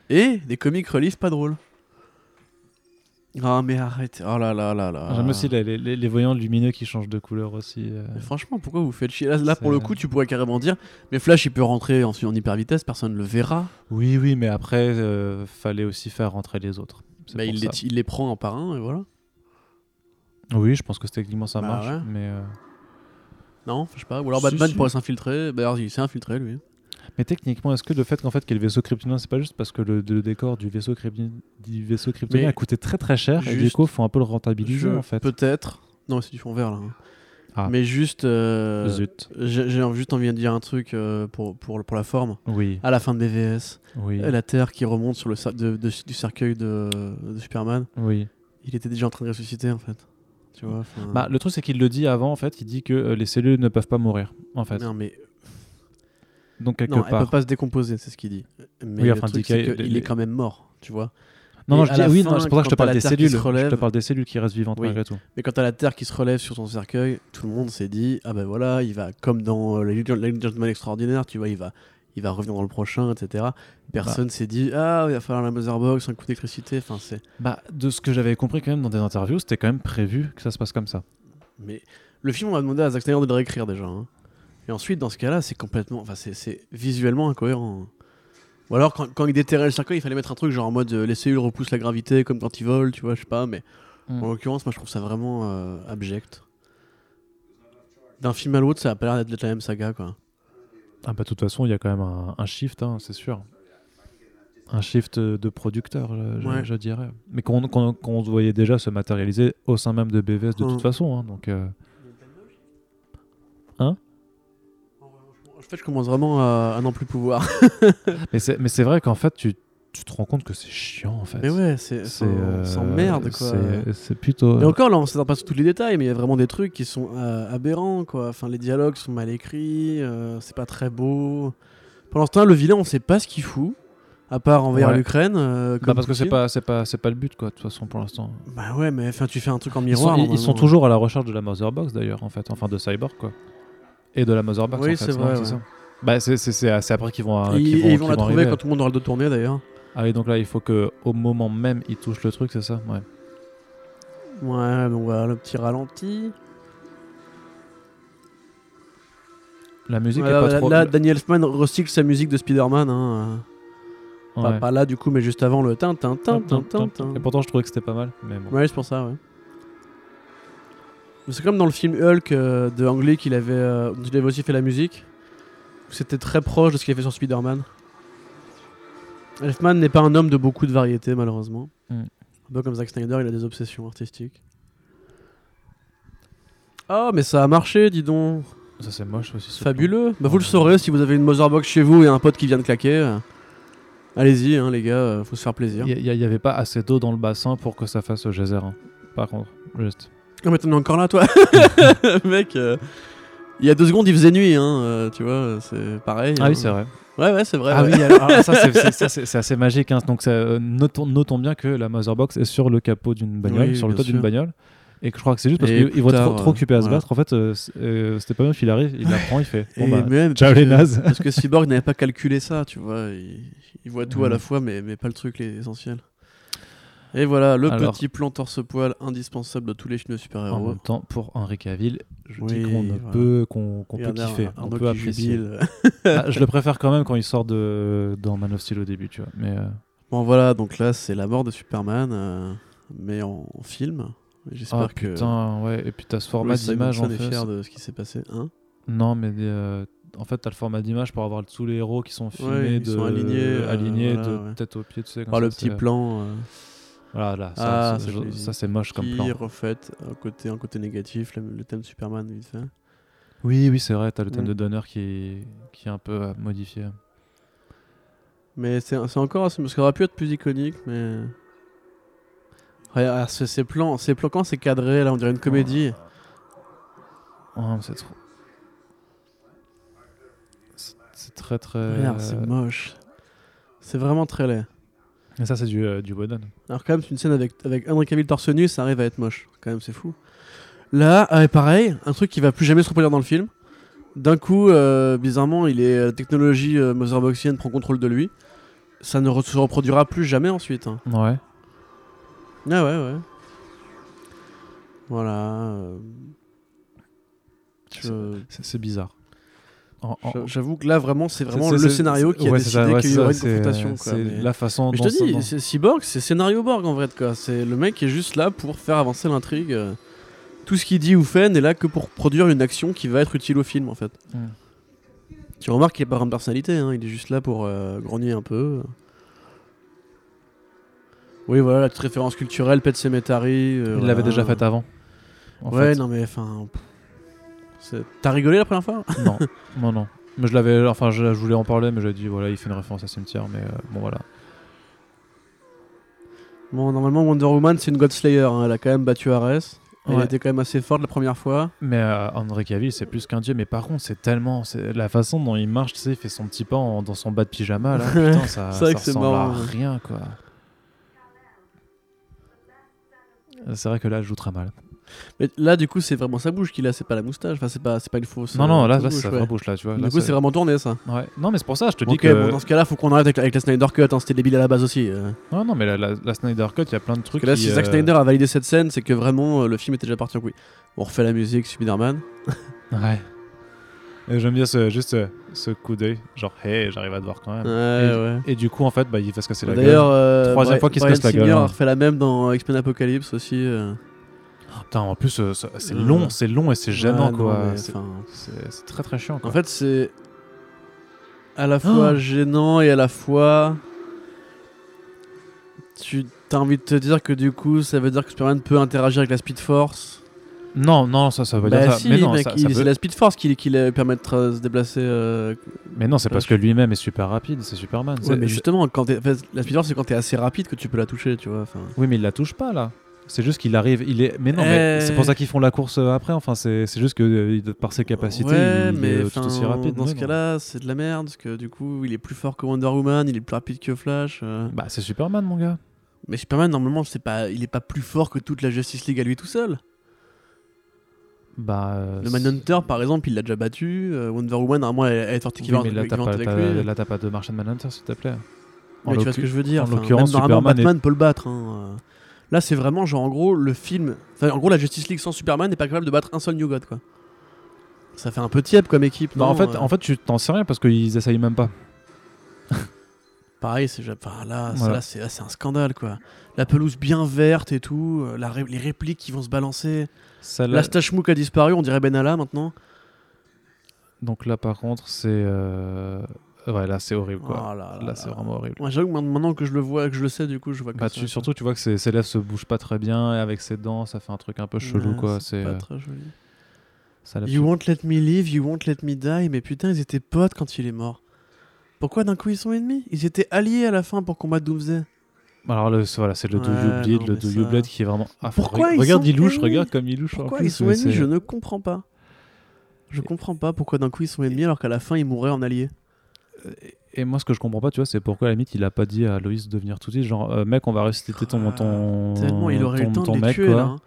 S3: Et des comiques reliefs pas drôles. Ah, mais arrête. Oh là là là là.
S2: J'aime aussi les, les- les- les voyants lumineux qui changent de couleur aussi. euh.
S3: Mais Franchement, pourquoi vous faites chier là, là, pour
S2: C'est-
S3: le coup, tu pourrais carrément dire Mais Flash, il peut rentrer en, en hyper vitesse, personne ne le verra.
S2: Oui, oui, mais après, euh, fallait aussi faire rentrer les autres. C'est
S3: Bah,
S2: pour
S3: il,
S2: ça.
S3: les, il les prend un par un, et voilà.
S2: Oui, je pense que techniquement ça
S3: Bah
S2: marche,
S3: ouais.
S2: mais, euh,
S3: Non, je sais pas. Ou alors
S2: Si,
S3: Batman
S2: si.
S3: pourrait s'infiltrer. D'ailleurs, il s'est infiltré, lui.
S2: mais techniquement, est-ce que le fait qu'en fait qu'il y ait le vaisseau kryptonien, c'est pas juste parce que le, le décor du vaisseau, kryptonien- du vaisseau kryptonien
S3: Mais
S2: a coûté très très cher et du
S3: juste-
S2: coup, faut un peu le rentabiliser
S3: Je-
S2: en fait.
S3: Peut-être. Non, c'est du fond vert, là. hein.
S2: Ah.
S3: Mais juste. euh,
S2: Zut.
S3: J'ai j'ai juste envie de dire un truc euh, pour, pour, pour la forme.
S2: Oui,
S3: À la fin de BVS,
S2: oui,
S3: la Terre qui remonte sur le cer- de- de- du cercueil de, de Superman,
S2: oui.
S3: il était déjà en train de ressusciter en fait. Tu vois enfin-
S2: Bah, le truc, c'est qu'il le dit avant, en fait, il dit que euh, les cellules ne peuvent pas mourir, en fait.
S3: Non, mais
S2: Donc quelque
S3: non, elle
S2: part.
S3: peut pas se décomposer, c'est ce qu'il dit. Mais
S2: Oui,
S3: le
S2: enfin,
S3: truc,
S2: DK,
S3: c'est
S2: les-
S3: qu'il
S2: les-
S3: est quand même mort, tu vois.
S2: Non,
S3: Et
S2: non, je
S3: à
S2: dis,
S3: la
S2: oui,
S3: fin,
S2: non, c'est pour ça que je te
S3: quand
S2: parle
S3: t'as
S2: des
S3: la Terre qui
S2: cellules.
S3: se relève-
S2: Je te parle des cellules qui restent vivantes
S3: Oui.
S2: malgré tout.
S3: Mais quand à la Terre qui se relève sur son cercueil, tout le monde s'est dit ah ben voilà, il va comme dans euh, la Ligue la Ligue des Gentlemen extraordinaire, tu vois, il va, il va revenir dans le prochain, etc.
S2: Bah.
S3: Personne s'est dit ah il va falloir la Motherbox, un coup d'électricité, enfin c'est.
S2: Bah, de ce que j'avais compris quand même dans des interviews, c'était quand même prévu que ça se passe comme ça.
S3: Mais le film, on va demander à Zack Snyder de le réécrire déjà. hein. Et ensuite, dans ce cas-là, c'est complètement. Enfin, c'est- c'est visuellement incohérent. hein. Ou alors, quand, quand il déterrait le cercueil, il fallait mettre un truc genre en mode euh, les cellules repoussent la gravité comme quand ils volent, tu vois, je sais pas. Mais
S2: Mm.
S3: en l'occurrence, moi, je trouve ça vraiment euh, abject. D'un film à l'autre, ça a pas l'air d'être la même saga, quoi.
S2: Ah bah de toute façon, il y a quand même un, un shift, hein, c'est sûr. Un shift euh, de producteur, euh, je,
S3: Ouais.
S2: je dirais. Mais qu'on qu'on- qu'on voyait déjà se matérialiser au sein même de BVS de
S3: Hum.
S2: toute façon. hein, donc, euh,
S3: En fait, je commence vraiment à, à n'en plus pouvoir.
S2: Mais c'est mais c'est vrai qu'en fait, tu, tu te rends compte que c'est chiant, en fait.
S3: Mais ouais, c'est.
S2: C'est,
S3: Sans,
S2: euh,
S3: sans merde, quoi.
S2: c'est- C'est plutôt... euh,
S3: Et encore, là, on s'attarde pas sur tous les détails, mais il y a vraiment des trucs qui sont euh, aberrants, quoi. Enfin, les dialogues sont mal écrits, euh, c'est pas très beau. Pendant ce temps, le vilain, on sait pas ce qu'il fout, à part envahir
S2: Ouais.
S3: l'Ukraine. euh,
S2: Bah,
S3: comme
S2: parce que c'est
S3: Poutine.
S2: pas, c'est pas, c'est pas le but, quoi, de toute façon, pour l'instant.
S3: Bah ouais, mais enfin, tu fais un truc en
S2: Ils
S3: miroir.
S2: sont, ils- ils sont
S3: normalement.
S2: toujours à la recherche de la Motherbox d'ailleurs, en fait, enfin de Cyborg quoi. Et de la Motherbox.
S3: Oui,
S2: en fait,
S3: c'est vrai,
S2: c'est
S3: ouais.
S2: ça. Bah, c'est- c'est c'est- c'est après qu'ils vont, euh,
S3: Et
S2: qu'ils
S3: ils,
S2: vont,
S3: et ils
S2: qu'ils
S3: vont la
S2: vont
S3: trouver
S2: arriver.
S3: quand tout le monde aura le dos tourné, d'ailleurs.
S2: Ah et donc là il faut que au moment même ils touchent le truc, c'est ça Ouais.
S3: Ouais, donc voilà, le petit ralenti.
S2: La musique
S3: Voilà,
S2: est pas
S3: là,
S2: trop.
S3: là, Euh, Daniel Elfman recycle sa musique de Spider-Man. hein, euh, pas-
S2: Ouais.
S3: Pas, là, du coup, mais juste avant le tin, tin, tin, tin, tin, tin.
S2: Et pourtant je trouvais que c'était pas mal, mais bon.
S3: Ouais, c'est pour ça, ouais. Mais C'est comme dans le film Hulk euh, de Ang Lee qu'il avait, euh, dont il avait aussi fait la musique. où C'était très proche de ce qu'il avait fait sur Spider-Man. Elfman n'est pas un homme de beaucoup de variété, malheureusement.
S2: Mm.
S3: Un peu comme Zack Snyder, il a des obsessions artistiques. Ah, mais ça a marché, dis donc.
S2: Ça c'est moche aussi.
S3: C'est
S2: ce
S3: Fabuleux. Bah, vous le
S2: Ouais.
S3: saurez si vous avez une Motherbox chez vous et un pote qui vient de claquer. euh, Allez-y, hein, les gars, euh, faut se faire
S2: plan.
S3: plaisir.
S2: Il y, a- il y avait pas assez d'eau dans le bassin pour que ça fasse geyser. hein. Par contre, juste.
S3: Ah mais t'en es encore là toi Mec, euh, il y a deux secondes il faisait nuit, hein, euh, tu vois, c'est pareil.
S2: Ah
S3: hein.
S2: oui c'est vrai.
S3: Ouais, ouais, c'est vrai.
S2: Ah
S3: ouais.
S2: oui, alors, alors ça, c'est- c'est- ça, c'est c'est assez magique. hein. Donc ça, euh, notons, notons bien que la Motherbox est sur le capot d'une bagnole,
S3: Oui,
S2: sur le
S3: bien
S2: toit d'une
S3: sûr.
S2: bagnole. Et que je crois que c'est juste parce
S3: Et
S2: qu'ils
S3: plus
S2: vont être
S3: tard,
S2: trop, trop occupés à se
S3: voilà.
S2: battre. En fait, euh, c'est- euh, c'était pas même qu'il arrive, il apprend, il fait. Bon
S3: Et
S2: bah,
S3: même,
S2: ciao
S3: parce
S2: les
S3: que-
S2: nazes.
S3: Parce que Cyborg n'avait pas calculé ça, tu vois. Il, il voit tout à
S2: Mhm.
S3: la fois, mais, mais pas le truc l'essentiel. Et voilà, le
S2: Alors- Ah,
S3: petit plan torse-poil indispensable de tous les films de
S2: En
S3: super-héros.
S2: même temps, pour Henri Cavill, je dis
S3: Ah Oui,
S2: qu'on ne
S3: voilà.
S2: peut, qu'on qu'on
S3: Il y
S2: peut
S3: en a un-
S2: kiffer,
S3: un
S2: on
S3: autre
S2: peut
S3: qui
S2: apprécier.
S3: jubile.
S2: Ah, je le préfère quand même quand il sort de dans Man of Steel au début, tu vois. Mais euh,
S3: bon, voilà, donc là, c'est la mort de Superman, euh, mais en, en film. J'espère
S2: ah,
S3: que.
S2: putain, ouais. Et puis t'as ce format
S3: Louis
S2: d'image en
S3: Simonson est
S2: fait.
S3: fier de ce qui s'est passé. Hein
S2: Non, mais euh, en fait, t'as le format d'image pour avoir tous les héros qui sont filmés,
S3: Ouais, ils
S2: de,
S3: sont alignés, euh,
S2: alignés
S3: voilà,
S2: de
S3: ouais.
S2: tête aux pieds, tu sais. comme
S3: Par le
S2: ça,
S3: petit
S2: c'est-
S3: plan. euh,
S2: Voilà, là, ça,
S3: Ah,
S2: c'est-
S3: ça, je
S2: je-
S3: l'ai dit.
S2: ça, c'est moche comme
S3: qui
S2: plan.
S3: refait un côté, un côté négatif, le, le thème de Superman, vite fait.
S2: Oui, oui, c'est vrai, t'as le thème
S3: Mm.
S2: de Donner qui est, qui est un peu euh, modifié.
S3: Mais c'est c'est encore, c'est- parce qu'il aurait pu être plus iconique, mais. Regarde, ah, ce- ces plans, ces plans, quand c'est cadré, là, on dirait une comédie.
S2: Oh, mais c'est trop. C'est- C'est très, très.
S3: Regarde, c'est moche. C'est vraiment très laid.
S2: Et ça, c'est du, euh, du Whedon.
S3: Alors, quand même, c'est une scène avec, avec Henry Cavill torse nu, ça arrive à être moche. Quand même, c'est fou. Là, ah, et pareil, un truc qui va plus jamais se reproduire dans le film. D'un coup, euh, bizarrement, il est, la technologie euh, motherboxienne prend contrôle de lui. Ça ne re- se reproduira plus jamais ensuite. hein.
S2: Ouais.
S3: Ah ouais, ouais. Voilà. euh, je-
S2: C'est c'est bizarre. En- en-
S3: je- J'avoue que là, vraiment, c'est vraiment
S2: c'est-
S3: le
S2: c'est-
S3: scénario qui a
S2: ouais, c'est ça,
S3: décidé
S2: ouais,
S3: qu'il
S2: c'est
S3: y aurait
S2: ça,
S3: une
S2: c'est, euh,
S3: confrontation. quoi,
S2: C'est
S3: mais-
S2: la façon
S3: Mais je
S2: dont
S3: te
S2: dont-
S3: dis, c'est Cyborg, c'est scénario Borg en vrai. de quoi. C'est le mec qui est juste là pour faire avancer l'intrigue. euh, Tout ce qu'il dit ou fait n'est là que pour produire une action qui va être utile au film en fait.
S2: Mm.
S3: Tu remarques qu'il n'est pas vraiment de personnalité, hein, il est juste là pour euh, grogner un peu. Oui, voilà, la petite référence culturelle, Pet Sematary. euh,
S2: Il l'avait
S3: voilà.
S2: déjà faite avant. en
S3: ouais,
S2: fait.
S3: non mais enfin. pff, c'est- T'as rigolé la première fois
S2: Non, non, non. Mais je l'avais, enfin, je, je voulais en parler, mais j'avais dit, voilà, il fait une référence à Cimetière, mais euh, bon, voilà.
S3: Bon, normalement Wonder Woman c'est une God Slayer, hein, elle a quand même battu Ares. Elle
S2: Ouais.
S3: était quand même assez forte la première fois.
S2: Mais euh, Henry Cavill, c'est plus qu'un dieu, mais par contre, c'est tellement. c'est- La façon dont il marche, tu sais, il fait son petit pas en- dans son bas de pyjama, là, putain, ça,
S3: C'est vrai
S2: ça
S3: que c'est
S2: ressemble à
S3: marrant, ouais.
S2: rien, quoi. C'est vrai que là, elle joue très mal.
S3: Mais là, du coup, c'est vraiment sa bouche qu'il a, c'est pas la moustache, enfin, c'est pas, c'est pas une fausse.
S2: Non,
S3: euh,
S2: non, là,
S3: fausse
S2: là,
S3: bouche,
S2: c'est sa
S3: ouais.
S2: vraie bouche, là, tu vois. là,
S3: Du coup, c'est
S2: c'est-
S3: vraiment tourné ça.
S2: Ouais. Non, mais c'est pour ça, je te dis
S3: Ok,
S2: que.
S3: bon, dans ce cas-là, faut qu'on arrête avec, la- avec la Snyder Cut, hein, c'était débile à la base aussi. euh.
S2: Non, non, mais la, la- la Snyder Cut, il y a plein de
S3: Parce
S2: trucs.
S3: que là,
S2: qui,
S3: si Zack
S2: euh,
S3: Snyder a validé cette scène, c'est que vraiment euh, le film était déjà parti en couille. On refait la musique, Spider-Man.
S2: Ouais. Et J'aime bien ce, juste euh, ce coup d'œil, genre, hey, j'arrive à te voir quand même.
S3: Ouais, ouais.
S2: Et du coup, en fait, bah, il va se casser Ah, la gueule.
S3: D'ailleurs, euh,
S2: Troisième
S3: Bri-
S2: fois qu'il se
S3: Brian
S2: casse la
S3: Singer
S2: gueule, hein.
S3: a refait la même dans X-Men Apocalypse aussi. euh.
S2: Oh, putain, en plus, euh, ça- c'est
S3: Euh.
S2: long, c'est long et c'est gênant,
S3: Ouais, non,
S2: quoi.
S3: mais
S2: C'est-
S3: enfin,
S2: c'est c'est très très chiant, quoi.
S3: En fait, c'est à la fois gênant et à la fois. Tu as envie de te dire que du coup, ça veut dire que Superman peut interagir avec la Speed Force.
S2: non, non, ça, ça veut
S3: Bah
S2: dire ça.
S3: si,
S2: mais non,
S3: mec,
S2: ça- ça
S3: il-
S2: peut-
S3: c'est la Speed Force qui, qui lui permet de tra- se déplacer. euh,
S2: mais non, c'est parce que lui-même est super rapide, c'est Superman.
S3: ouais,
S2: C'est-
S3: mais
S2: c'est-
S3: justement, quand t'es- en fait, la Speed Force, c'est quand t'es assez rapide que tu peux la toucher, tu vois. enfin.
S2: Oui, mais il la touche pas là. C'est juste qu'il arrive, il est. Mais non,
S3: Euh.
S2: mais c'est pour ça qu'ils font la course euh, après. Enfin, c'est c'est juste que euh, il- par ses capacités,
S3: Ouais,
S2: il
S3: mais
S2: est euh,
S3: enfin,
S2: tout aussi rapide.
S3: Dans
S2: oui,
S3: ce
S2: non.
S3: cas-là, c'est de la merde parce que du coup, il est plus fort que Wonder Woman, il est plus rapide que Flash. euh.
S2: bah, c'est Superman, mon gars.
S3: Mais Superman, normalement, c'est pas, il est pas plus fort que toute la Justice League à lui tout seul.
S2: Bah, euh,
S3: Le
S2: c'est-
S3: Manhunter, par exemple, il l'a déjà battu. euh, Wonder Woman, normalement, elle, elle est sortie
S2: Oui,
S3: qu'il va
S2: mais là,
S3: avec
S2: t'as pas,
S3: lui.
S2: t'as-
S3: Ouais,
S2: là, t'as pas de Martian Manhunter, s'il te plaît. En
S3: tu vois
S2: l'occu-
S3: ce que je veux dire.
S2: en
S3: enfin,
S2: l'occurrence,
S3: même normalement,
S2: Superman est-
S3: Batman peut le battre. hein, euh. Là, c'est vraiment genre, en gros, le film. Enfin, en gros, la Justice League sans Superman n'est pas capable de battre un seul New God, quoi. Ça fait un peu tiep comme équipe.
S2: Bah,
S3: non,
S2: en fait,
S3: euh,
S2: en fait, tu t'en sais rien parce qu'ils essayent même pas.
S3: Pareil, c'est ja- enfin, là, ça,
S2: Voilà.
S3: là, c'est là, c'est un scandale quoi. La pelouse bien verte et tout, euh, la ré- les répliques qui vont se balancer.
S2: Ça,
S3: La
S2: là,
S3: Stashmook a disparu, on dirait Benalla maintenant.
S2: donc là, par contre, c'est. euh, Ouais, là, c'est horrible, quoi.
S3: Oh là là
S2: là, c'est
S3: là.
S2: vraiment horrible.
S3: Moi, j'avoue que maintenant que je le vois, que je le sais, du coup, je vois que
S2: Bah,
S3: ça,
S2: tu- surtout, tu vois que ses, ses lèvres se bougent pas très bien et avec ses dents, ça fait un truc un peu
S3: quoi.
S2: chelou,
S3: Ouais,
S2: quoi.
S3: C'est
S2: C'est.
S3: pas
S2: euh,
S3: très joli.
S2: ça lève
S3: You
S2: tout.
S3: won't let me live, you won't let me die. Mais putain, ils étaient potes quand il est mort. Pourquoi d'un coup ils sont ennemis Ils étaient alliés à la fin pour combattre Doomsday.
S2: Bah, Alors, le, c'est- voilà, c'est le Do
S3: Ouais,
S2: You Bleed,
S3: non,
S2: le
S3: mais
S2: Do You
S3: ça-
S2: Bleed qui est vraiment. Ah, faut-
S3: Pourquoi ils
S2: Regarde,
S3: sont
S2: il louche,
S3: ennemis
S2: regarde comme il louche. en
S3: Pourquoi
S2: plus,
S3: ils sont
S2: mais
S3: ennemis
S2: c'est-
S3: Je ne comprends pas. Je comprends pas pourquoi d'un coup ils sont ennemis alors qu'à la fin ils mourraient en alliés.
S2: Et moi, ce que je comprends pas, tu vois, c'est pourquoi à la limite il a pas dit à Loïs de venir tout de suite, genre, euh, mec, on va ressusciter ton, ton,
S3: Ah, Tellement, il aurait eu
S2: ton,
S3: le temps
S2: ton
S3: de les
S2: mec,
S3: tuer
S2: quoi.
S3: là. hein.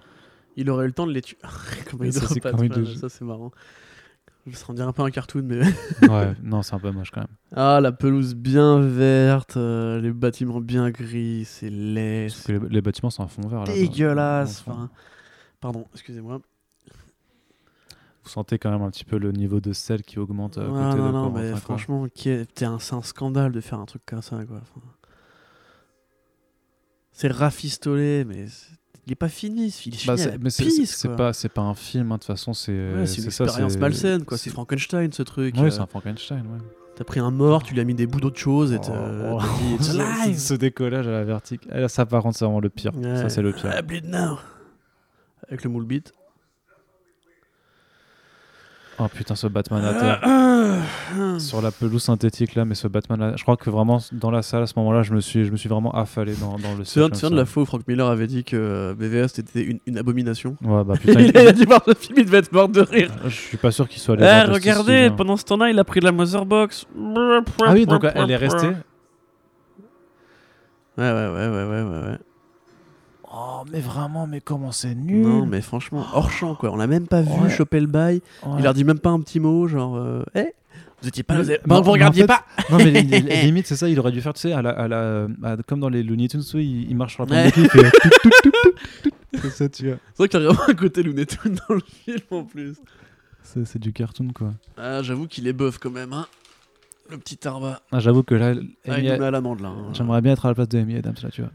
S3: Il aurait eu le temps de les tuer. Comment il
S2: Ça,
S3: aurait
S2: c'est
S3: pas
S2: quand
S3: de
S2: même
S3: fan,
S2: des-
S3: Ça, c'est marrant. Je me dirait un peu un cartoon, mais.
S2: ouais, non, c'est un peu moche quand même.
S3: ah, la pelouse bien verte, euh, les bâtiments bien gris, c'est laid,
S2: Parce
S3: c'est
S2: que les, les bâtiments sont en fond vert. là, dans-
S3: dégueulasse.
S2: dans le fond.
S3: enfin. Pardon, excusez-moi.
S2: Vous sentez quand même un petit peu le niveau de sel qui augmente. à
S3: Ouais,
S2: côté de
S3: non, non,
S2: Corentin,
S3: mais
S2: quoi.
S3: franchement, qui est- t'es un- c'est un scandale de faire un truc comme ça, quoi. Enfin, C'est rafistolé, mais c'est- il est pas fini, ce film. Il est
S2: Bah,
S3: fini à
S2: c'est-
S3: la
S2: mais c'est-
S3: pisse,
S2: c'est
S3: quoi.
S2: pas, c'est pas un film, hein, de toute façon, c'est.
S3: Ouais, c'est une
S2: ça,
S3: expérience malsaine, quoi. C'est Frankenstein, ce truc.
S2: Ouais,
S3: euh.
S2: c'est un Frankenstein, ouais.
S3: T'as pris un mort, tu lui as mis des bouts d'autre chose et t'as
S2: Oh.
S3: t'as dit It's
S2: Ce-
S3: alive.
S2: Ce décollage à la vertique. Ah, là, ça, par contre, c'est vraiment le pire.
S3: Ouais.
S2: Ça, c'est le pire.
S3: I bleed now. Avec le moule beat.
S2: Oh putain, ce Batman à
S3: Ah,
S2: terre. sur la pelouse synthétique là, mais ce Batman là, je crois que vraiment dans la salle à ce moment-là, je me suis, je me suis vraiment affalé dans, dans le
S3: Tu te souviens-
S2: siège
S3: tu te
S2: comme
S3: souviens de la
S2: ça.
S3: fois où Frank Miller avait dit que euh, BVS était une, une abomination
S2: Ouais, bah putain,
S3: il,
S2: il-
S3: a, il a dû voir ce film, il devait être mort de rire.
S2: je suis pas sûr qu'il soit allé.
S4: Eh,
S2: voir Justice
S4: regardez,
S2: League, hein.
S4: pendant ce temps-là, il a pris de la Motherbox.
S2: Ah oui, donc elle est restée.
S3: Ouais, ouais, ouais, ouais, ouais, ouais. ouais.
S2: Oh, mais vraiment, mais comment c'est
S4: Mm.
S2: nul
S3: Non, mais franchement, hors champ, quoi. On l'a même pas vu
S2: Ouais.
S3: choper le bail.
S2: Ouais.
S3: Il leur dit même pas un petit mot, genre, euh, eh, vous étiez pas là, vous, avez-
S2: Non,
S3: vous
S2: mais en
S3: regardiez
S2: fait-
S3: pas.
S2: Non, mais li- li- limite, c'est ça, il aurait dû faire, tu sais, à la, à la- à- comme dans les Looney Tunes, tu sais, il, il marche sur la pointe
S3: Ouais.
S2: des pieds, il fait. tout, tout, tout, tout, tout, tout. C'est ça, tu vois.
S3: C'est vrai qu'il y a vraiment un côté Looney Tunes dans le film en plus.
S2: C'est c'est du cartoon, quoi.
S3: Ah, j'avoue qu'il est bœuf quand même, hein. Le petit tarba.
S2: Ah, J'avoue que là,
S3: Ah,
S2: Amy-
S3: il nous met à l'amende là. hein.
S2: j'aimerais bien être à la place de Amy Adams, là, tu vois.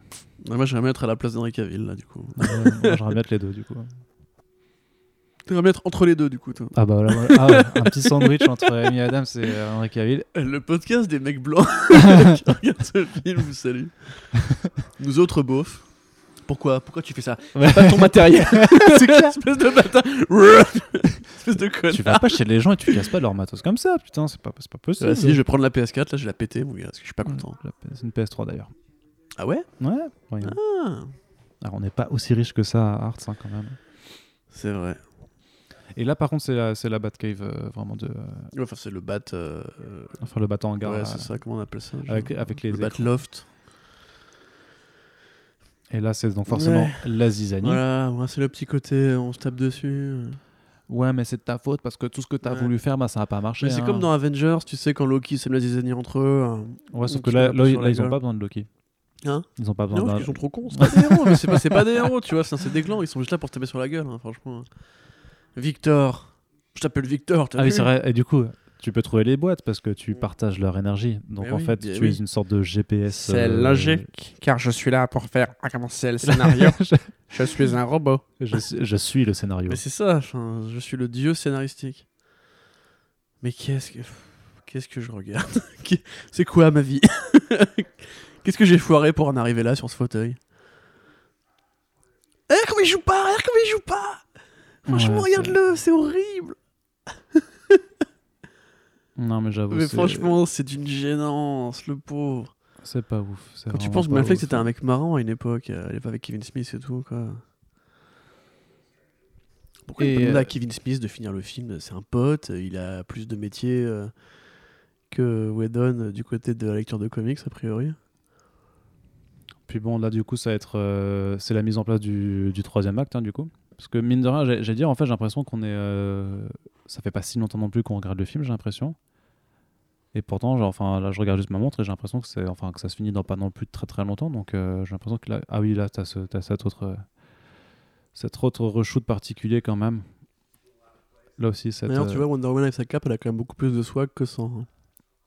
S3: Ouais, moi, j'aimerais être à la place d'Henri Cavill là, du coup.
S2: Ouais, J'aimerais bien être les deux, du coup.
S3: J'aimerais être entre les deux, du coup, toi.
S2: Ah bah voilà, voilà. Ah ouais, un petit sandwich entre Amy Adams et euh, Henry Cavill.
S3: Euh, Le podcast des mecs blancs qui regardent ce film, vous salut. Nous autres beaufs. Pourquoi Pourquoi tu fais ça
S2: Ouais.
S3: C'est Pas ton matériel. Espèce de bâtard. Espèce de
S2: Tu
S3: connard.
S2: vas pas chez les gens et tu casses pas leur matos comme ça, putain, c'est pas, c'est pas possible.
S3: Ah, si, je vais prendre la PS4, là, je vais la péter, mon gars, parce que je suis pas content.
S2: La- C'est une PS3 d'ailleurs.
S3: Ah ouais
S2: Ouais, voyons.
S3: Ah,
S2: Alors on n'est pas aussi riche que ça à Arts hein, quand même.
S3: C'est vrai.
S2: Et là par contre c'est la, c'est la Batcave euh, vraiment de... euh,
S3: Ouais, Enfin, c'est le bat. euh, euh,
S2: enfin le battant en garde.
S3: ouais, c'est ça, comment on appelle ça je-
S2: avec, avec les...
S3: Le bat
S2: écrans.
S3: loft.
S2: Et là, c'est donc forcément
S4: Ouais.
S2: la zizanie.
S3: Voilà, moi, c'est le petit côté, euh, on se tape dessus.
S2: Ouais, mais c'est de ta faute parce que tout ce que t'as
S3: Ouais.
S2: voulu faire, bah, ça n'a pas marché.
S3: Mais c'est
S2: hein.
S3: comme dans Avengers, tu sais, quand Loki s'aime la zizanie entre eux. hein.
S2: Ouais, sauf
S3: Donc,
S2: que
S3: tu
S2: là,
S3: tapes
S2: là,
S3: sur
S2: là,
S3: la
S2: ils ont
S3: gueule.
S2: pas besoin de Loki.
S3: Hein
S2: Ils ont pas
S3: Non,
S2: besoin
S3: parce
S2: d'un.
S3: qu'ils sont trop cons, c'est pas des héros, mais c'est pas, c'est pas des héros, tu vois, c'est c'est des clans, ils sont juste là pour taper sur la gueule, hein, franchement. Victor, je t'appelle Victor, t'as
S2: Ah
S3: vu Mm.
S2: oui, c'est vrai. Et du coup, tu peux trouver les boîtes parce que tu partages leur énergie. Donc
S3: Mais
S2: en
S3: oui,
S2: fait,
S3: bien
S2: tu
S3: oui.
S2: es une sorte de GPS.
S5: C'est
S2: euh,
S5: logique, car je suis là pour faire avancer le
S3: Ah,
S5: scénario. je suis un robot.
S2: Je, suis- je suis le scénario.
S3: Mais c'est ça, enfin, je suis le dieu scénaristique. Mais qu'est-ce que. pff, Qu'est-ce que je regarde Qu'est- C'est quoi ma vie Qu'est-ce que j'ai foiré pour en arriver là sur ce fauteuil Eh, comment il joue pas Eh, comment il joue pas Franchement,
S2: Ouais, c'est-
S3: regarde-le, c'est horrible
S2: Non, mais j'avoue.
S3: Mais
S2: Oh, c'est-
S3: franchement, c'est d'une gênance, le pauvre
S2: c'est pas ouf. c'est
S3: Quand tu
S2: vraiment
S3: penses que
S2: pas
S3: Affleck
S2: ouf.
S3: c'était un mec marrant à une époque, euh, à l'époque avec Kevin Smith et tout quoi. Pourquoi
S2: Et,
S3: il demande
S2: euh,
S3: à Kevin Smith de finir le film C'est un pote, euh, il a plus de métier euh, que Whedon euh, du côté de la lecture de comics a priori.
S2: Puis bon, là, du coup, ça va être. euh, c'est la mise en place du, du troisième acte, hein, du coup. Parce que mine de rien, j'ai- j'ai dit, en fait, j'ai l'impression qu'on est. euh, ça fait pas si longtemps non plus qu'on regarde le film, j'ai l'impression. Et pourtant, genre, enfin, là, je regarde juste ma montre et j'ai l'impression que, c'est- enfin, que ça se finit dans pas non plus très très longtemps. Donc, euh, j'ai l'impression que là. Ah oui, là, t'as ce, t'as cette autre. euh, cette autre reshoot particulier quand même. Là aussi, cette.
S3: D'ailleurs, tu
S2: euh,
S3: vois, Wonder Woman avec sa cape, elle a quand même beaucoup plus de swag que sans. hein.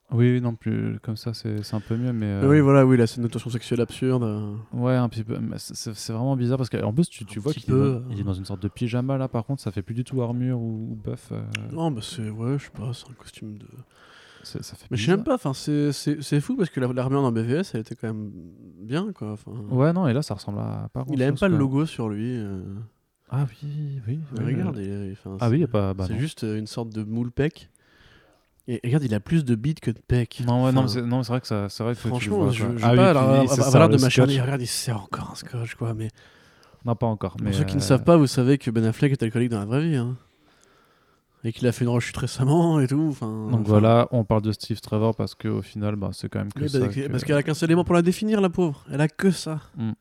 S2: Oui, oui, non plus. Comme ça, c'est c'est un peu mieux, mais.
S3: Mais
S2: euh,
S3: Oui, voilà, oui, là, c'est une notation sexuelle absurde. euh.
S2: Ouais, un petit peu. mais c'est- C'est c'est vraiment bizarre parce qu'en plus, tu, tu
S3: Un
S2: vois
S3: petit
S2: qu'il est, dans-
S3: peu,
S2: il
S3: euh.
S2: est dans une sorte de pyjama là, par contre, ça fait plus du tout armure ou, ou buff. euh,
S3: Non, bah c'est. Ouais, je sais pas, c'est un costume de.
S2: ça, ça fait
S3: Mais je sais
S2: bizarre.
S3: même pas, enfin, c'est- c'est c'est fou parce que la- l'armure dans BVS, elle était quand même bien quoi. enfin.
S2: Ouais, non, et là, ça ressemble à pas
S3: Il a même
S2: grand-chose,
S3: pas le
S2: quoi.
S3: logo sur lui. euh.
S2: Ah oui, oui. oui,
S3: regarde,
S2: le-
S3: il est- enfin,
S2: Ah oui, il y a
S3: c'est-
S2: pas. bah
S3: c'est
S2: non.
S3: juste euh, une sorte de moule pec. Et regarde, il a plus de bites que de pec.
S2: Non, ouais, non, mais
S3: Enfin,
S2: c'est- non, mais c'est vrai que ça, c'est vrai que tu le
S3: Franchement,
S2: vois,
S3: je
S2: quoi.
S3: je
S2: Ah
S3: sais
S2: oui, puis
S3: pas, alors,
S2: il- ça
S3: à- à
S2: sert
S3: valeur
S2: le
S3: de ma
S2: scotch.
S3: charlie, regarde, il sert encore un scotch, quoi. Mais,
S2: Non, pas encore. Mais
S3: pour ceux qui ne
S2: euh,
S3: savent pas, vous savez que Ben Affleck est alcoolique dans la vraie vie. hein. Et qu'il a fait une rechute récemment et tout. Enfin,
S2: Donc
S3: enfin,
S2: voilà, on parle de Steve Trevor parce qu'au final, bah, c'est quand même que
S3: oui,
S2: ça.
S3: bah,
S2: que-
S3: Parce qu'elle a qu'un seul élément pour la définir, la pauvre. Elle a que ça.
S2: Mm.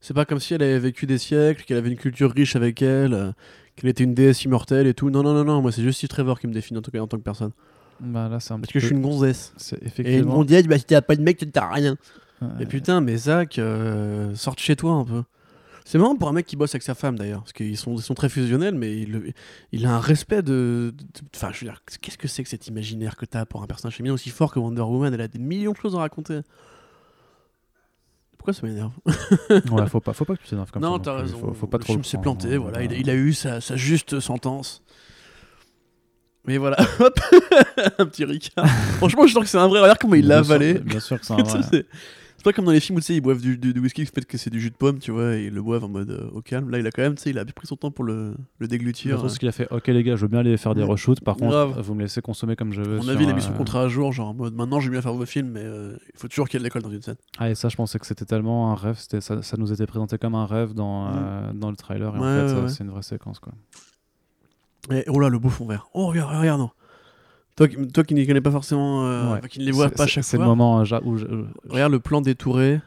S3: C'est pas comme si elle avait vécu des siècles, qu'elle avait une culture riche avec elle, euh, qu'elle était une déesse immortelle et tout. Non, non, non, non. Moi, c'est juste Steve Trevor qui me définit en tout cas en tant que personne.
S2: Bah, là, c'est un
S3: Parce
S2: petit
S3: que je
S2: peu-
S3: suis une gonzesse.
S2: c'est
S3: Et une
S2: Effectivement.
S3: gonzesse, bah, si t'as pas de mec, t'as rien.
S2: Ouais.
S3: Mais putain, mais Zach, euh, sors de chez toi un peu. C'est marrant pour un mec qui bosse avec sa femme d'ailleurs, parce qu'ils sont, ils sont très fusionnels, mais il, le- il a un respect de. de- de- Enfin, je veux dire, qu'est-ce que c'est que cet imaginaire que t'as pour un personnage féminin aussi fort que Wonder Woman Elle a des millions de choses à raconter. Pourquoi ça m'énerve
S2: Ouais, faut pas, faut pas que tu t'énerves comme ça.
S3: Non,
S2: non
S3: t'as
S2: plus,
S3: raison.
S2: Faut, faut pas
S3: le
S2: trop
S3: film s'est
S2: prendre,
S3: planté,
S2: hein,
S3: voilà, il, a- il a eu sa, sa juste sentence. Mais voilà, hop, un petit Ricard. Franchement, je sens que c'est un vrai. Regarde comment il l'a
S2: Bien sûr-
S3: avalé.
S2: Bien sûr que c'est un
S3: Tu sais,
S2: vrai.
S3: c'est c'est pas comme dans les films où tu sais, ils boivent du, du- du whisky, peut-être que c'est du jus de pomme, tu vois, et ils le boivent en mode euh, au calme. Là, il a quand même, tu sais, il a pris son temps pour le, le
S2: Je
S3: déglutir. hein.
S2: trouve ce qu'il a fait, ok les gars, je veux bien aller faire des
S3: Ouais.
S2: reshoots, par contre,
S3: Grave.
S2: vous me laissez consommer comme je veux.
S3: À mon
S2: sur,
S3: avis, il a mis son
S2: euh,
S3: contrat à jour, genre en mode maintenant, j'aime bien faire vos films, mais euh, il faut toujours qu'il y ait de l'école dans une scène.
S2: Ah, et ça, je pensais que c'était tellement un rêve, c'était- ça, ça nous était présenté comme un rêve dans, euh, dans le trailer, et en
S3: Mm. Ouais,
S2: fait,
S3: ouais,
S2: ça,
S3: ouais.
S2: c'est une vraie séquence. Quoi.
S3: Et oh là, le beau fond vert. Oh, regarde, regarde, non. Toi, qui- toi qui n'y connais pas forcément, euh,
S2: Ouais.
S3: enfin, qui ne les vois
S2: C'est-
S3: pas à
S2: c'est-
S3: chaque
S2: C'est
S3: fois.
S2: le moment euh, ja- où. je- où-
S3: Regarde le plan Ah, détouré.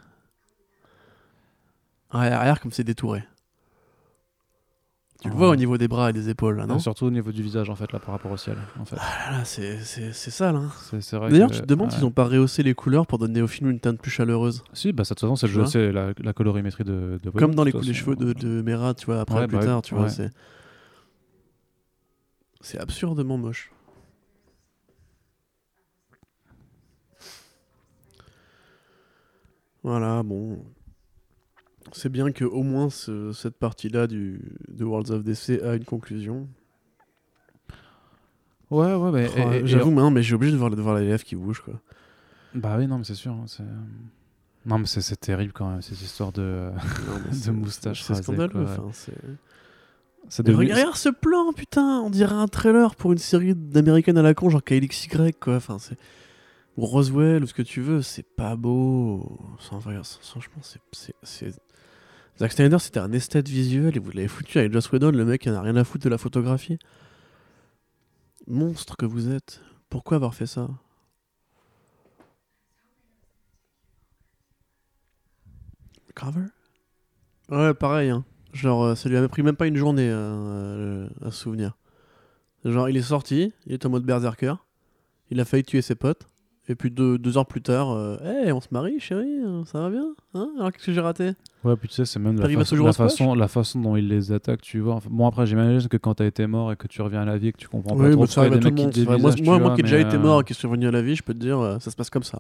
S3: Regarde, regarde comme c'est détouré. Tu le
S2: Ouais.
S3: vois au niveau des bras et des épaules, là,
S2: euh,
S3: Ah non
S2: Surtout au niveau du visage, en fait, là, par rapport au ciel. En fait.
S3: Ah là là, c'est c'est- c'est sale, hein.
S2: C'est- c'est vrai
S3: D'ailleurs,
S2: que-
S3: tu te demandes
S2: ouais.
S3: s'ils ont pas rehaussé les couleurs pour donner au film une teinte plus chaleureuse.
S2: Si, bah, ça, de toute façon, c'est le
S3: Tu
S2: jeu,
S3: vois
S2: c'est la, la colorimétrie de. de Whedon,
S3: Comme dans
S2: de
S3: les
S2: toute
S3: coups des
S2: façon.
S3: cheveux de, de Mera, tu vois, après
S2: Ouais,
S3: plus
S2: bah
S3: tard,
S2: ouais,
S3: tu vois,
S2: ouais.
S3: c'est. C'est absurdement moche. Voilà, bon. C'est bien que au moins ce- cette partie-là du de Worlds of DC a une conclusion.
S2: Ouais, ouais, mais.
S3: Oh,
S2: et- et- et-
S3: J'avoue, maintenant, mais j'ai obligé de voir, de voir la lèvre qui bouge, quoi.
S2: Bah oui, non, mais c'est sûr. hein, c'est- Non, mais c'est- c'est terrible quand même, cette histoire de. euh,
S3: Non, mais
S2: De
S3: c'est-
S2: moustache
S3: C'est
S2: rasée,
S3: scandaleux,
S2: quoi, ouais.
S3: enfin, c'est.
S2: C'est
S3: Mais
S2: devenu-
S3: regarde, regarde ce plan, putain, on dirait un trailer pour une série d'américaines à la con, genre KLXY, quoi. Enfin, c'est. Ou Roswell, ou ce que tu veux, c'est pas beau. Sans, vrai- sans- franchement, c'est- c'est. c'est- Zack Snyder, c'était un esthète visuel et vous l'avez foutu avec Joss Whedon, le mec, il n'a rien à foutre de la photographie. Monstre que vous êtes. Pourquoi avoir fait ça Cover Ouais, pareil. hein. Genre, euh, ça lui avait pris même pas une journée euh, euh, à se souvenir. Genre, il est sorti, il est en mode berserker, il a failli tuer ses potes, et puis deux, deux heures plus tard, euh, Hey, on se marie, chérie, euh, ça va bien hein Alors, qu'est-ce que j'ai raté
S2: Ouais, puis tu sais, c'est même la,
S3: T'arrives à
S2: façon,
S3: toujours
S2: la,
S3: au squash
S2: façon, la façon dont il les attaque, tu vois. Enfin, bon, après, j'imagine que quand t'as été mort et que tu reviens à la vie et que tu comprends pas
S3: Oui,
S2: trop
S3: mais ça
S2: pourquoi il y
S3: arrive
S2: a
S3: à
S2: des
S3: tout le
S2: mecs qui
S3: monde.
S2: te
S3: ça
S2: dévisagent,
S3: arrive. Moi,
S2: tu
S3: moi, moi
S2: vois,
S3: qui ai déjà
S2: mais,
S3: été
S2: euh,
S3: mort et qui suis revenu à la vie, je peux te dire, euh, ça se passe comme ça.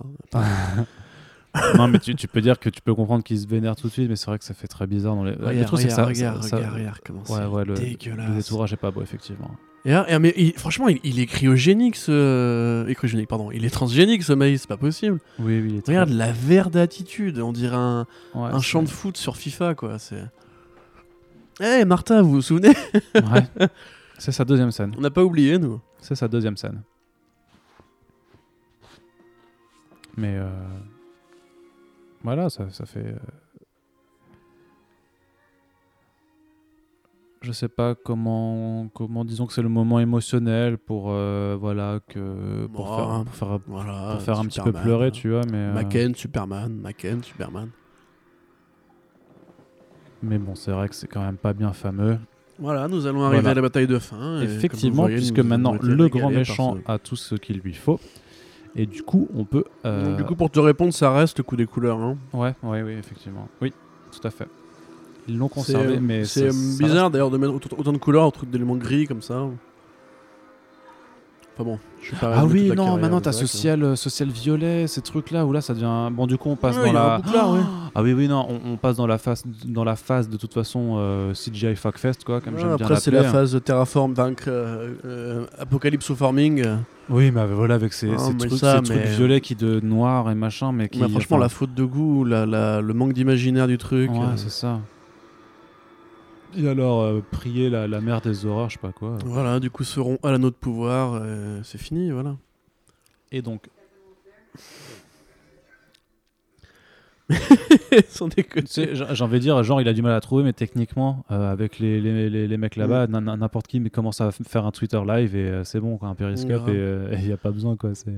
S2: non, mais tu, tu peux dire que tu peux comprendre qu'ils se vénèrent tout de suite, mais c'est vrai que ça fait très bizarre dans les. le truc, c'est que ça-
S3: regarde,
S2: ça- ça-
S3: regarde, regarde comment
S2: Ouais, ouais, le,
S3: c'est
S2: le
S3: dégueulasse.
S2: détourage est pas beau, effectivement.
S3: Et là- et- mais il- franchement, il, il est cryogénique ce. et cryogénique, pardon. Il est transgénique ce maïs, c'est pas possible.
S2: Oui, oui, il est très-
S3: Regarde la verte attitude, on dirait un,
S2: Ouais,
S3: un
S2: c'est-
S3: champ de foot sur FIFA quoi. C'est. Eh Martha, vous vous souvenez
S2: Ouais. C'est sa deuxième scène.
S3: On n'a pas oublié nous.
S2: C'est sa deuxième scène. Mais euh, voilà, ça, ça fait. euh, Je sais pas comment, comment disons que c'est le moment émotionnel pour euh, voilà que pour
S3: Bon.
S2: faire pour faire,
S3: Voilà.
S2: pour faire un petit peu
S3: Superman,
S2: pleurer,
S3: hein.
S2: tu vois, mais euh,
S3: Macken, Superman, Macken, Superman.
S2: mais bon, c'est vrai que c'est quand même pas bien fameux.
S3: Voilà, nous allons arriver
S2: Voilà.
S3: à la bataille de fin. et comme vous
S2: Effectivement,
S3: voyez, nous
S2: puisque
S3: avons
S2: maintenant
S3: été
S2: le grand
S3: régalés par
S2: méchant
S3: ce-
S2: a tout ce qu'il lui faut, et du coup on peut euh,
S3: Donc, du coup, pour te répondre, ça reste le coup des couleurs. hein.
S2: Ouais, ouais, oui, effectivement. Oui, tout à fait. Ils l'ont
S3: C'est,
S2: conservé,
S3: euh,
S2: mais
S3: c'est
S2: ça-
S3: euh,
S2: ça
S3: bizarre d'ailleurs de mettre autant, autant de couleurs, un truc d'éléments gris comme ça. Enfin bon, je suis pas.
S2: reste- Ah oui, non, maintenant t'as ce ciel, euh, ce ciel violet, ces trucs-là, où là ça devient. Bon, du coup, on passe dans la. Ah oui, oui, non, on, on passe dans la phase, dans la phase de toute façon euh, CGI Fuckfest, quoi, comme j'aime bien
S3: après, c'est la
S2: l'appeler. hein.
S3: phase de terraform, vaincre euh, euh, apocalypse ou farming. euh.
S2: Oui, mais voilà, avec ces,
S3: Ah,
S2: ces
S3: mais
S2: trucs,
S3: ça,
S2: ces trucs
S3: mais-
S2: violets qui de noir et machin, mais qui.
S3: Mais Bah, franchement,
S2: enfin,
S3: la faute de goût, la, la- le manque d'imaginaire du truc.
S2: Ouais,
S3: euh,
S2: c'est ça. Et alors, euh, prier la, la mère des horreurs, je sais pas quoi.
S3: Voilà, du coup, seront à l'anneau de pouvoir. euh, c'est fini, voilà.
S2: Et donc,
S3: Sans déconner.
S2: Tu sais, j'ai j'ai envie de dire, genre, il a du mal à trouver, mais techniquement, euh, avec les, les, les, les mecs là-bas,
S3: Mm.
S2: na- na- n'importe qui mais commence à f- faire un Twitter live et euh, c'est bon, quoi, un Periscope,
S3: Ouais.
S2: et euh, et il n'y a pas besoin, quoi. c'est-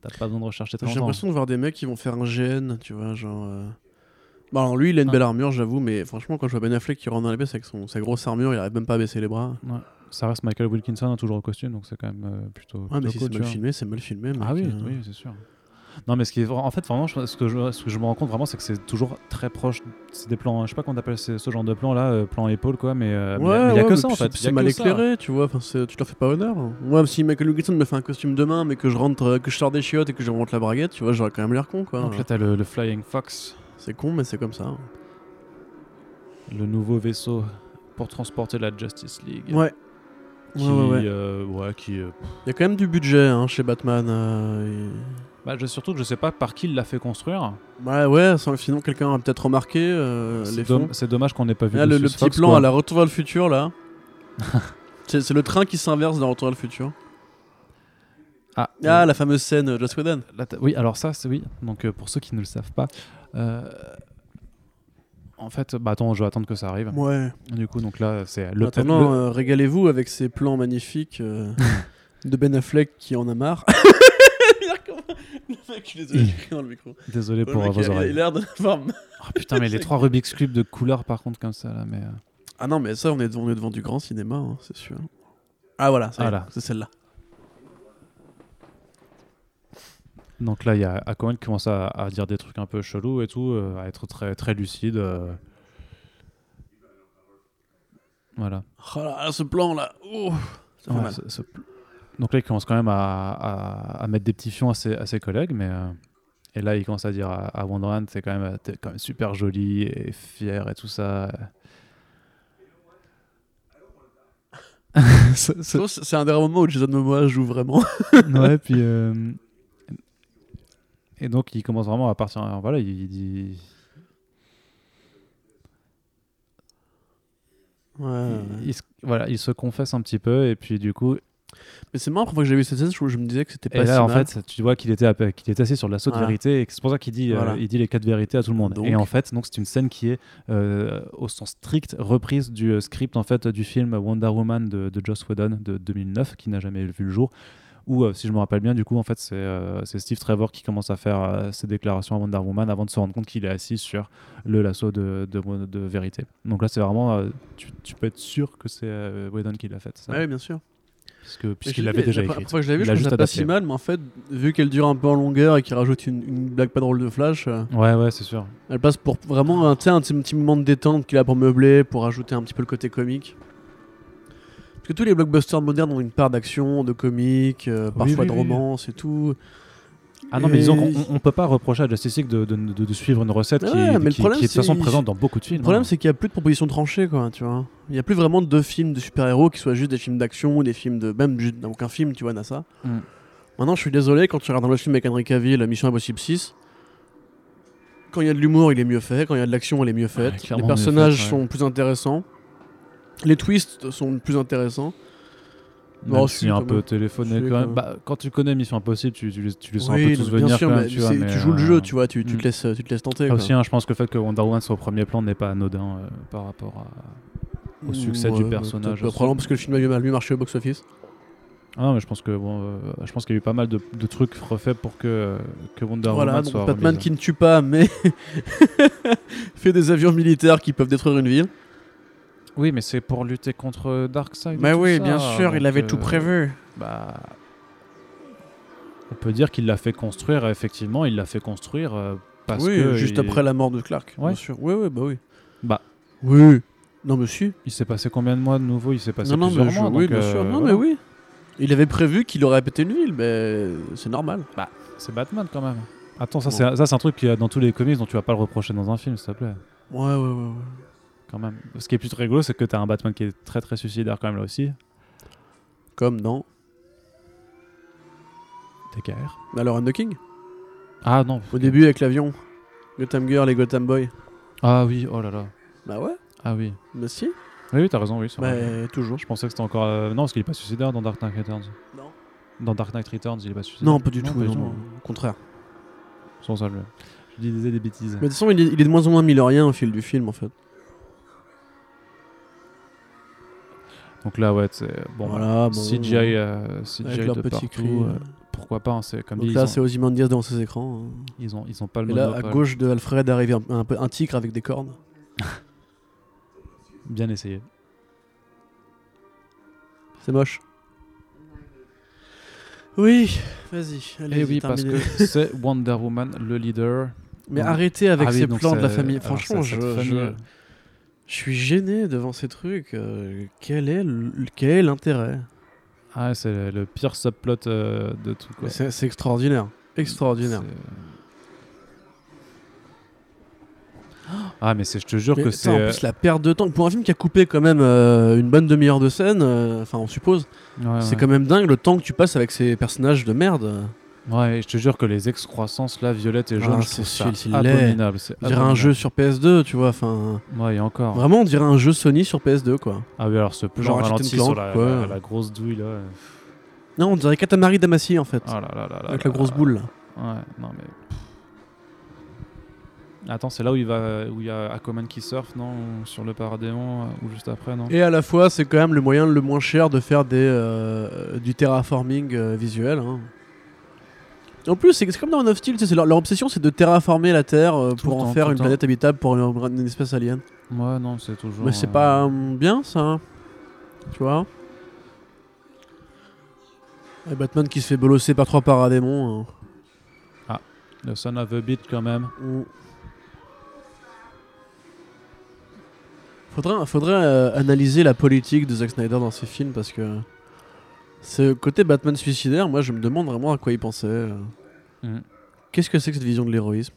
S2: T'as pas besoin de rechercher très
S3: J'ai
S2: longtemps.
S3: l'impression de voir des mecs qui vont faire un GN, tu vois, genre. euh. Bon, alors lui, il a une
S2: Ah.
S3: belle armure, j'avoue, mais franchement, quand je vois Ben Affleck qui rentre dans la pièce avec son, sa grosse armure, il arrive même pas à baisser les bras.
S2: Ça reste Michael Wilkinson, hein, toujours en costume, donc c'est quand même euh, plutôt.
S3: Ouais, mais
S2: plutôt
S3: si
S2: cool,
S3: c'est
S2: tu
S3: mal
S2: vois.
S3: filmé, c'est mal filmé. mec,
S2: Ah oui,
S3: euh.
S2: oui, c'est sûr. Non, mais ce qui est vra- en fait, vraiment, je- ce que je, ce que je me rends compte vraiment, c'est que c'est toujours très proche. C'est des plans, je sais pas comment on appelle ce, ce genre de plan là, euh, plan épaule, quoi, mais euh, mais il y a- mais il y a
S3: ouais,
S2: que
S3: mais
S2: ça en
S3: puis
S2: fait. il y a
S3: C'est
S2: que ça.
S3: mal éclairé, hein. tu vois. Enfin, c'est- tu leur fais pas honneur. Moi, si Michael Wilkinson me fait un costume demain, mais que je rentre, euh, que je sors des chiottes et que je remonte la braguette, tu vois, j'aurais quand même l'air con, quoi.
S2: Donc là, t'as le, le Flying Fox.
S3: C'est con, mais c'est comme ça. hein.
S2: le nouveau vaisseau pour transporter la Justice League.
S3: Ouais.
S2: Qui,
S3: Ouais, ouais, ouais.
S2: euh, ouais, qui, euh,
S3: Il y a quand même du budget hein, chez Batman. euh, et-
S2: bah, je, surtout que je sais pas par qui il l'a fait construire.
S3: Ouais, bah ouais, sans- sinon quelqu'un aurait peut-être remarqué euh, les
S2: C'est
S3: fonds.
S2: dom- c'est dommage qu'on n'ait pas vu
S3: Là, le,
S2: Lucius
S3: le petit
S2: Fox,
S3: plan
S2: quoi.
S3: à la Retour vers le futur, là. c'est c'est le train qui s'inverse dans Retour vers le futur.
S2: Ah,
S3: Ah,
S2: oui.
S3: la fameuse scène euh, Joss Whedon.
S2: Là, t'as- oui, alors ça, c'est oui. Donc euh, pour ceux qui ne le savent pas, euh, en fait, bah attends, je vais attendre que ça arrive.
S3: Ouais.
S2: Du coup, donc là, c'est le,
S3: Maintenant,
S2: le-
S3: euh, régalez-vous avec ces plans magnifiques euh, de Ben Affleck qui en a marre. Je suis désolé, j'ai crié dans le micro.
S2: Désolé
S3: Le
S2: pour euh,
S3: mec,
S2: vos
S3: il a- il a
S2: oreilles.
S3: l'air d'en avoir marre.
S2: Ah, putain, mais les trois Rubik's Cube de couleurs, par contre, comme ça là, mais. euh,
S3: Ah non, mais ça, on est devant, on est devant du grand cinéma, hein, c'est sûr. Ah voilà, ça y est,
S2: Voilà.
S3: c'est celle-là.
S2: Donc là, il y a à qui commence à, à dire des trucs un peu chelous et tout, euh, à être très, très lucide. euh. Voilà.
S3: Oh là, là, ce plan là. Ouh, ça fait
S2: Ouais,
S3: mal.
S2: ce- ce pl- Donc là, il commence quand même à, à- à mettre des petits fions à ses, à ses collègues, mais. euh, Et là, il commence à dire à, à Wonder Woman, c'est quand même, euh, t'es quand même super jolie et fière et tout ça. Ce-
S3: Je
S2: ce-
S3: trouve que C'est un des rares moments où Jason Momoa joue vraiment.
S2: ouais, puis. euh, Et donc, il commence vraiment à partir. Voilà, il, il dit.
S3: Ouais, ouais.
S2: il, se, voilà, il se confesse un petit peu et puis du coup,
S3: Mais c'est marrant, la première fois que j'ai vu cette scène, je, je me disais que c'était pas
S2: et
S3: si
S2: là en
S3: mal.
S2: fait, tu vois qu'il était appe- qu'il était assis sur de la saute
S3: Voilà.
S2: vérité et que c'est pour ça qu'il dit euh,
S3: Voilà.
S2: il dit les quatre vérités à tout le monde.
S3: Donc.
S2: Et en fait, donc c'est une scène qui est euh, au sens strict reprise du euh, script en fait du film Wonder Woman de, de Joss Whedon de 2009 qui n'a jamais vu le jour Où, euh, si je me rappelle bien, du coup, en fait, c'est euh, c'est Steve Trevor qui commence à faire euh, ses déclarations à Wonder Woman avant de se rendre compte qu'il est assis sur le lasso de, de- de vérité. Donc là, c'est vraiment. euh, tu, tu peux être sûr que c'est euh, Whedon qui l'a faite. ça.
S3: Ouais, ouais, bien sûr.
S2: Parce que-
S3: Mais je
S2: Puisqu'il
S3: l'ai
S2: l'avait
S3: dit,
S2: déjà
S3: La première
S2: écrite.
S3: fois que je l'avais
S2: Il
S3: vue, je
S2: l'a juste
S3: trouve ça pas
S2: adapté.
S3: si mal, mais en fait, vu qu'elle dure un peu en longueur et qu'il rajoute une, une blague pas drôle de Flash, euh,
S2: Ouais, ouais, c'est sûr.
S3: elle passe pour vraiment un, tu sais, un petit, petit moment de détente qu'il a pour meubler, pour ajouter un petit peu le côté comique. Parce que tous les blockbusters modernes ont une part d'action, de comique, euh, parfois
S2: oui,
S3: de
S2: oui.
S3: romance et tout.
S2: Ah non, mais
S3: Et-
S2: disons qu'on on- on peut pas reprocher à Justice League de, de- de- de suivre une recette qui,
S3: Ouais, mais le
S2: qui- qui
S3: problème,
S2: est de toute façon
S3: c'est-
S2: présente dans beaucoup de films.
S3: Le problème,
S2: hein.
S3: c'est qu'il n'y a plus de propositions tranchées, quoi, tu vois. Il n'y a plus vraiment de films de super-héros qui soient juste des films d'action ou des films de. Même juste dans aucun film, tu vois, n'a ça.
S2: Mm.
S3: Maintenant, je suis désolé, quand tu regardes dans le film avec Henry Cavill, La Mission Impossible 6, quand il y a de l'humour, il est mieux fait, quand il y a de l'action, elle est mieux
S2: Ouais,
S3: faite,
S2: clairement
S3: les
S2: mieux
S3: personnages
S2: faite, ouais.
S3: sont plus intéressants, les twists sont plus intéressants.
S2: Même
S3: Oh,
S2: si
S3: si,
S2: un
S3: quand
S2: peu
S3: même.
S2: téléphoné
S3: Si,
S2: quand
S3: quand
S2: même.
S3: même.
S2: Bah, quand tu connais Mission Impossible, tu, tu, les- tu les sens un peu
S3: Oui,
S2: tous
S3: bien
S2: venir
S3: sûr,
S2: quand même,
S3: mais
S2: tu vois,
S3: c'est-
S2: mais,
S3: tu joues le
S2: euh,
S3: jeu, tu vois, tu, tu
S2: mm.
S3: te, laisses, tu te laisses tenter.
S2: Ah,
S3: quoi.
S2: aussi, hein, je pense que le fait que Wonder Woman soit au premier plan n'est pas anodin euh, par rapport à. au succès du
S3: bah,
S2: personnage
S3: peut-être pas,
S2: aussi.
S3: Probablement parce que le film a lui marché au box-office.
S2: Ah non, mais je pense que bon, euh, je pense qu'il y a eu pas mal de, de trucs refaits pour que, euh, que Wonder
S3: Voilà,
S2: Woman
S3: donc
S2: soit.
S3: Batman
S2: remise.
S3: qui ne tue pas, mais fait des avions militaires qui peuvent détruire une ville.
S2: Oui, mais c'est pour lutter contre Darkseid. et
S4: Bah
S2: tout
S4: oui,
S2: ça,
S4: bien sûr, il
S2: donc,
S4: avait
S2: euh,
S4: tout prévu.
S2: Bah. On peut dire qu'il l'a fait construire, effectivement, il l'a fait construire euh, parce
S3: oui,
S2: que.
S3: juste
S2: il-
S3: après la mort de Clark,
S2: Ouais.
S3: bien sûr. Oui, oui, bah oui.
S2: Bah.
S3: Oui. Non, mais si.
S2: Il s'est passé combien de mois de nouveau Il s'est passé
S3: non, non,
S2: Bah, plusieurs
S3: mais je-
S2: mois.
S3: oui,
S2: donc,
S3: bien
S2: euh,
S3: sûr. Non,
S2: voilà.
S3: mais oui. Il avait prévu qu'il aurait pété une ville, mais c'est normal.
S2: C'est Batman quand même. Attends, ça
S3: Bon.
S2: c'est ça, c'est un truc qu'il y a dans tous les comics dont tu vas pas le reprocher dans un film, s'il te plaît.
S3: Ouais, ouais, ouais. ouais.
S2: Quand même. Ce qui est plus très rigolo, c'est que t'as un Batman qui est très très suicidaire quand même là aussi.
S3: Comme dans
S2: TKR.
S3: Alors, and the King.
S2: Ah non.
S3: Au début, avec l'avion. Gotham Girl et Gotham Boy.
S2: Ah oui, oh là là.
S3: Bah ouais,
S2: Ah oui.
S3: mais si.
S2: Oui, oui, t'as raison, oui. c'est
S3: Bah,
S2: vrai.
S3: toujours.
S2: Je pensais que c'était encore. euh, Non, parce qu'il est pas suicidaire dans Dark Knight Returns.
S3: Non.
S2: Dans Dark Knight Returns, il est pas suicidaire.
S3: Non, pas du tout. hein. non, non, Au contraire.
S2: Sans ça, je... je disais des bêtises.
S3: Mais de toute façon, il est, il est de moins en moins millorien au fil du film, en fait.
S2: Donc là, ouais, c'est. Bon, bah, voilà.
S3: voilà, bon.
S2: CGI, euh, CGI
S3: Avec
S2: de
S3: leur petit
S2: partout,
S3: cri.
S2: euh, pourquoi pas, hein, c'est comme
S3: Donc
S2: dit,
S3: là,
S2: ils,
S3: c'est
S2: ont,
S3: Ozymandias devant ses écrans. hein.
S2: ils, ont, ils ont pas le
S3: Et là, à
S2: monopole.
S3: gauche de Alfred, arrive un, un peu- un tigre avec des cornes.
S2: Bien essayé.
S3: C'est moche. Oui, vas-y.
S2: Et
S3: allez-y,
S2: Eh oui, parce que
S3: terminez.
S2: c'est Wonder Woman, le leader.
S3: Mais
S2: Donc-
S3: arrêtez avec
S2: Ah oui,
S3: ces
S2: donc
S3: plans de la
S2: c'est-
S3: famille.
S2: alors,
S3: Franchement,
S2: c'est
S3: je,
S2: cette famille,
S3: je-
S2: euh,
S3: je suis gêné devant ces trucs. euh, quel est l- quel est l'intérêt
S2: Ah, c'est le- le pire subplot euh, de tout. Quoi.
S3: C'est c'est extraordinaire. Extraordinaire.
S2: C'est- Ah, mais c'est, je te jure
S3: Mais
S2: que
S3: attends,
S2: c'est. euh,
S3: en plus la perte de temps pour un film qui a coupé quand même euh, une bonne demi-heure de scène. euh, Enfin, on suppose.
S2: euh, Ouais,
S3: C'est
S2: ouais.
S3: quand même dingue le temps que tu passes avec ces personnages de merde.
S2: Ouais, et je te jure que les excroissances, là, violette et jaune,
S3: Ah,
S2: je trouve
S3: c'est-
S2: ça
S3: c'est laid.
S2: abominable. C'est
S3: On dirait un
S2: abominable.
S3: jeu sur PS2, tu vois. Enfin,
S2: Ouais, et encore.
S3: vraiment, on dirait un jeu Sony sur PS2, quoi.
S2: Ah oui, alors ce plan
S3: Genre Ratchet
S2: ralenti
S3: Clank,
S2: sur la,
S3: quoi.
S2: la- la grosse douille, là. euh,
S3: Non, on dirait Katamari Damacy en fait,
S2: Ah là là là là.
S3: avec
S2: là
S3: la grosse
S2: là.
S3: boule. Là.
S2: Ouais, non mais. pff. Attends, c'est là où il va, où il y a Aquaman qui surfe, non Sur le paradémon, euh, ou juste après, non
S3: Et à la fois, c'est quand même le moyen le moins cher de faire des, euh, du terraforming euh, visuel. hein. En plus, c'est c'est comme dans Man of Steel, tu sais, c'est leur, leur obsession c'est de terraformer la Terre euh,
S2: Tout
S3: pour
S2: le
S3: en
S2: temps,
S3: faire
S2: tout le
S3: une
S2: temps.
S3: planète habitable pour une, une espèce alien.
S2: Ouais, non, c'est toujours.
S3: Mais c'est
S2: euh,
S3: pas euh, bien ça, tu vois. Et Batman qui se fait bolosser par trois paradémons. hein.
S2: Le son of a beat quand même.
S3: Mm. Faudrait, faudrait euh, analyser la politique de Zack Snyder dans ses films parce que ce côté Batman suicidaire, moi je me demande vraiment à quoi il pensait. euh.
S2: Mm.
S3: Qu'est-ce que c'est que cette vision de l'héroïsme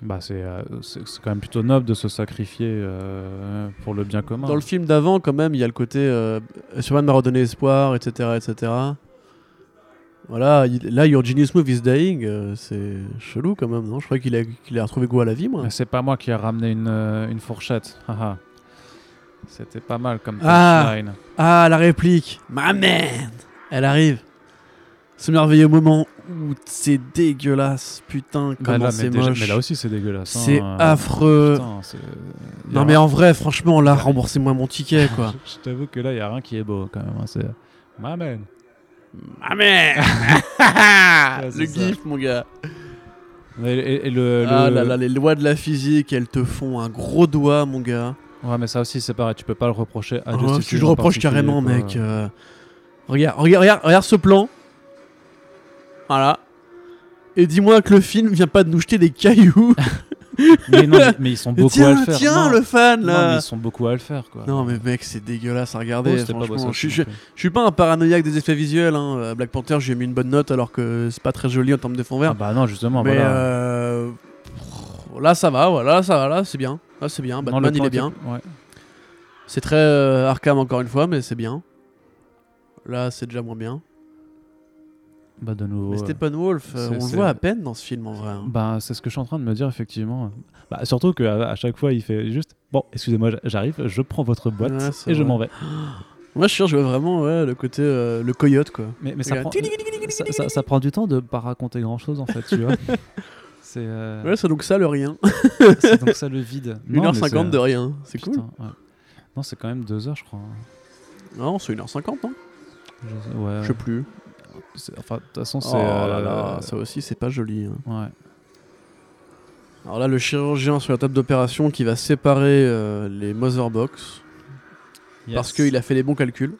S2: Bah, c'est euh, c'est c'est quand même plutôt noble de se sacrifier euh, pour le bien commun.
S3: Dans le film d'avant, quand même, il y a le côté euh, Superman m'a redonné espoir, etc. etc. Voilà, il- là, Your Genius Move is Dying, euh, c'est chelou quand même, non Je crois qu'il a, qu'il a retrouvé goût à la vie, moi.
S2: Mais C'est pas moi qui ai ramené une, euh, une fourchette. haha. C'était pas mal comme
S3: Ah.
S2: punchline.
S3: Ah, la réplique Ma man Elle arrive. Ce merveilleux moment où c'est dégueulasse, putain,
S2: Bah,
S3: comment
S2: là, mais,
S3: c'est
S2: déjà-
S3: moche.
S2: mais là aussi, c'est dégueulasse. hein.
S3: c'est
S2: Euh,
S3: affreux.
S2: putain, c'est- il y a
S3: non mais
S2: rien-
S3: en vrai, franchement, là, remboursez-moi mon ticket, quoi.
S2: Je t'avoue que là, il y a rien qui est beau quand même. hein, C'est. Maman.
S4: Ah merde
S2: Ouais, c'est
S3: Ah, le
S2: ça.
S3: gif, mon gars.
S2: Et, et- et le,
S3: Ah
S2: le-
S3: là là, les lois de la physique, elles te font un gros doigt, mon gars.
S2: Ouais, mais ça aussi, c'est pareil, tu peux pas le reprocher à
S3: Ah,
S2: Justice
S3: tu
S2: League
S3: le
S2: en
S3: reproches
S2: particulier,
S3: carrément,
S2: quoi.
S3: mec. euh. Regarde, regarde, regarde, regarde ce plan. Voilà. Et dis-moi que le film vient pas de nous jeter des cailloux.
S2: Mais non, mais, mais ils sont beaucoup à
S3: tiens,
S2: le faire.
S3: tiens,
S2: non.
S3: le fan
S2: Non,
S3: là.
S2: mais ils sont beaucoup à le faire, quoi.
S3: Non mais mec c'est dégueulasse à
S2: Oh,
S3: regarder.
S2: c'était pas
S3: franchement.
S2: beau, ça,
S3: je,
S2: non
S3: je-
S2: plus.
S3: je suis pas un paranoïaque des effets visuels. Hein. À Black Panther j'ai mis une bonne note alors que c'est pas très joli en termes de fond
S2: Ah
S3: vert.
S2: bah non, justement,
S3: mais
S2: voilà.
S3: euh, là ça va, voilà, là, ça va, là c'est bien. Là c'est bien.
S2: Non,
S3: Batman
S2: le plan
S3: il est
S2: était-
S3: bien.
S2: ouais.
S3: C'est très euh, Arkham encore une fois mais c'est bien. Là c'est déjà moins bien.
S2: Bah de nouveau.
S3: Mais
S2: euh,
S3: Stephen Wolf,
S2: c'est-
S3: on le
S2: c'est-
S3: voit à peine dans ce film en vrai. hein.
S2: Bah, c'est ce que je suis en train de me dire, effectivement. Bah, surtout qu'à à chaque fois, il fait juste Bon, excusez-moi, j- j'arrive, je prends votre boîte
S3: Ouais,
S2: et
S3: c'est
S2: je
S3: vrai.
S2: m'en vais.
S3: Moi je suis sûr je vois vraiment ouais, le côté euh, le coyote quoi.
S2: Mais, mais ça, prend,
S3: Regarde.
S2: ça, ça- ça prend du temps de pas raconter grand-chose, en fait, tu vois. C'est euh,
S3: Ouais c'est donc ça le rien.
S2: c'est donc ça le vide. Non, mais
S3: 1h50
S2: c'est-
S3: de rien. C'est cool.
S2: Putain, ouais. Non, c'est quand même deux heures, je crois. hein.
S3: Non c'est 1h50 non
S2: Je- ouais.
S3: Je sais plus.
S2: C'est- Enfin, de toute façon, c'est.
S3: Oh là
S2: euh,
S3: là, ça aussi c'est pas joli. hein.
S2: Ouais.
S3: Alors là, le chirurgien sur la table d'opération qui va séparer euh, les mother box parce qu'il a fait les bons calculs.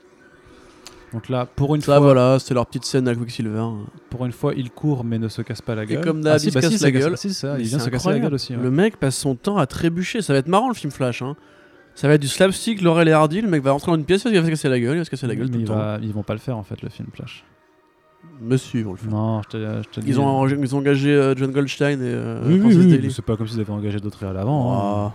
S2: Donc là, pour une,
S3: Ça
S2: fois,
S3: voilà, c'était leur petite scène à Quicksilver. hein.
S2: pour une fois, il court mais ne se casse pas la gueule.
S3: comme d'hab,
S2: ah, si,
S3: Ah, il se
S2: bah, si,
S3: casse
S2: ça
S3: la
S2: casse-
S3: gueule.
S2: si, ça,
S3: Mais
S2: il
S3: c'est
S2: vient se casser la
S3: incroyable.
S2: gueule aussi. ouais.
S3: Le mec passe son temps à trébucher. Ça va être marrant le film Flash. hein. Ça va être du slapstick, Laurel et Hardy. Le mec va rentrer dans une pièce, il va se casser la gueule, il va se casser la gueule
S2: Mais
S3: tout le
S2: il
S3: temps.
S2: va- ils vont pas le faire en fait, le film Flash.
S3: Monsieur, ils vont le faire.
S2: Non, je te, je te dis.
S3: Ils ont, engagé- ils ont engagé euh, John Goldstein et euh,
S2: Oui, oui,
S3: Francis
S2: oui, mais
S3: Daly.
S2: c'est pas comme s'ils avaient engagé d'autres à l'avant. hein.
S3: Ah.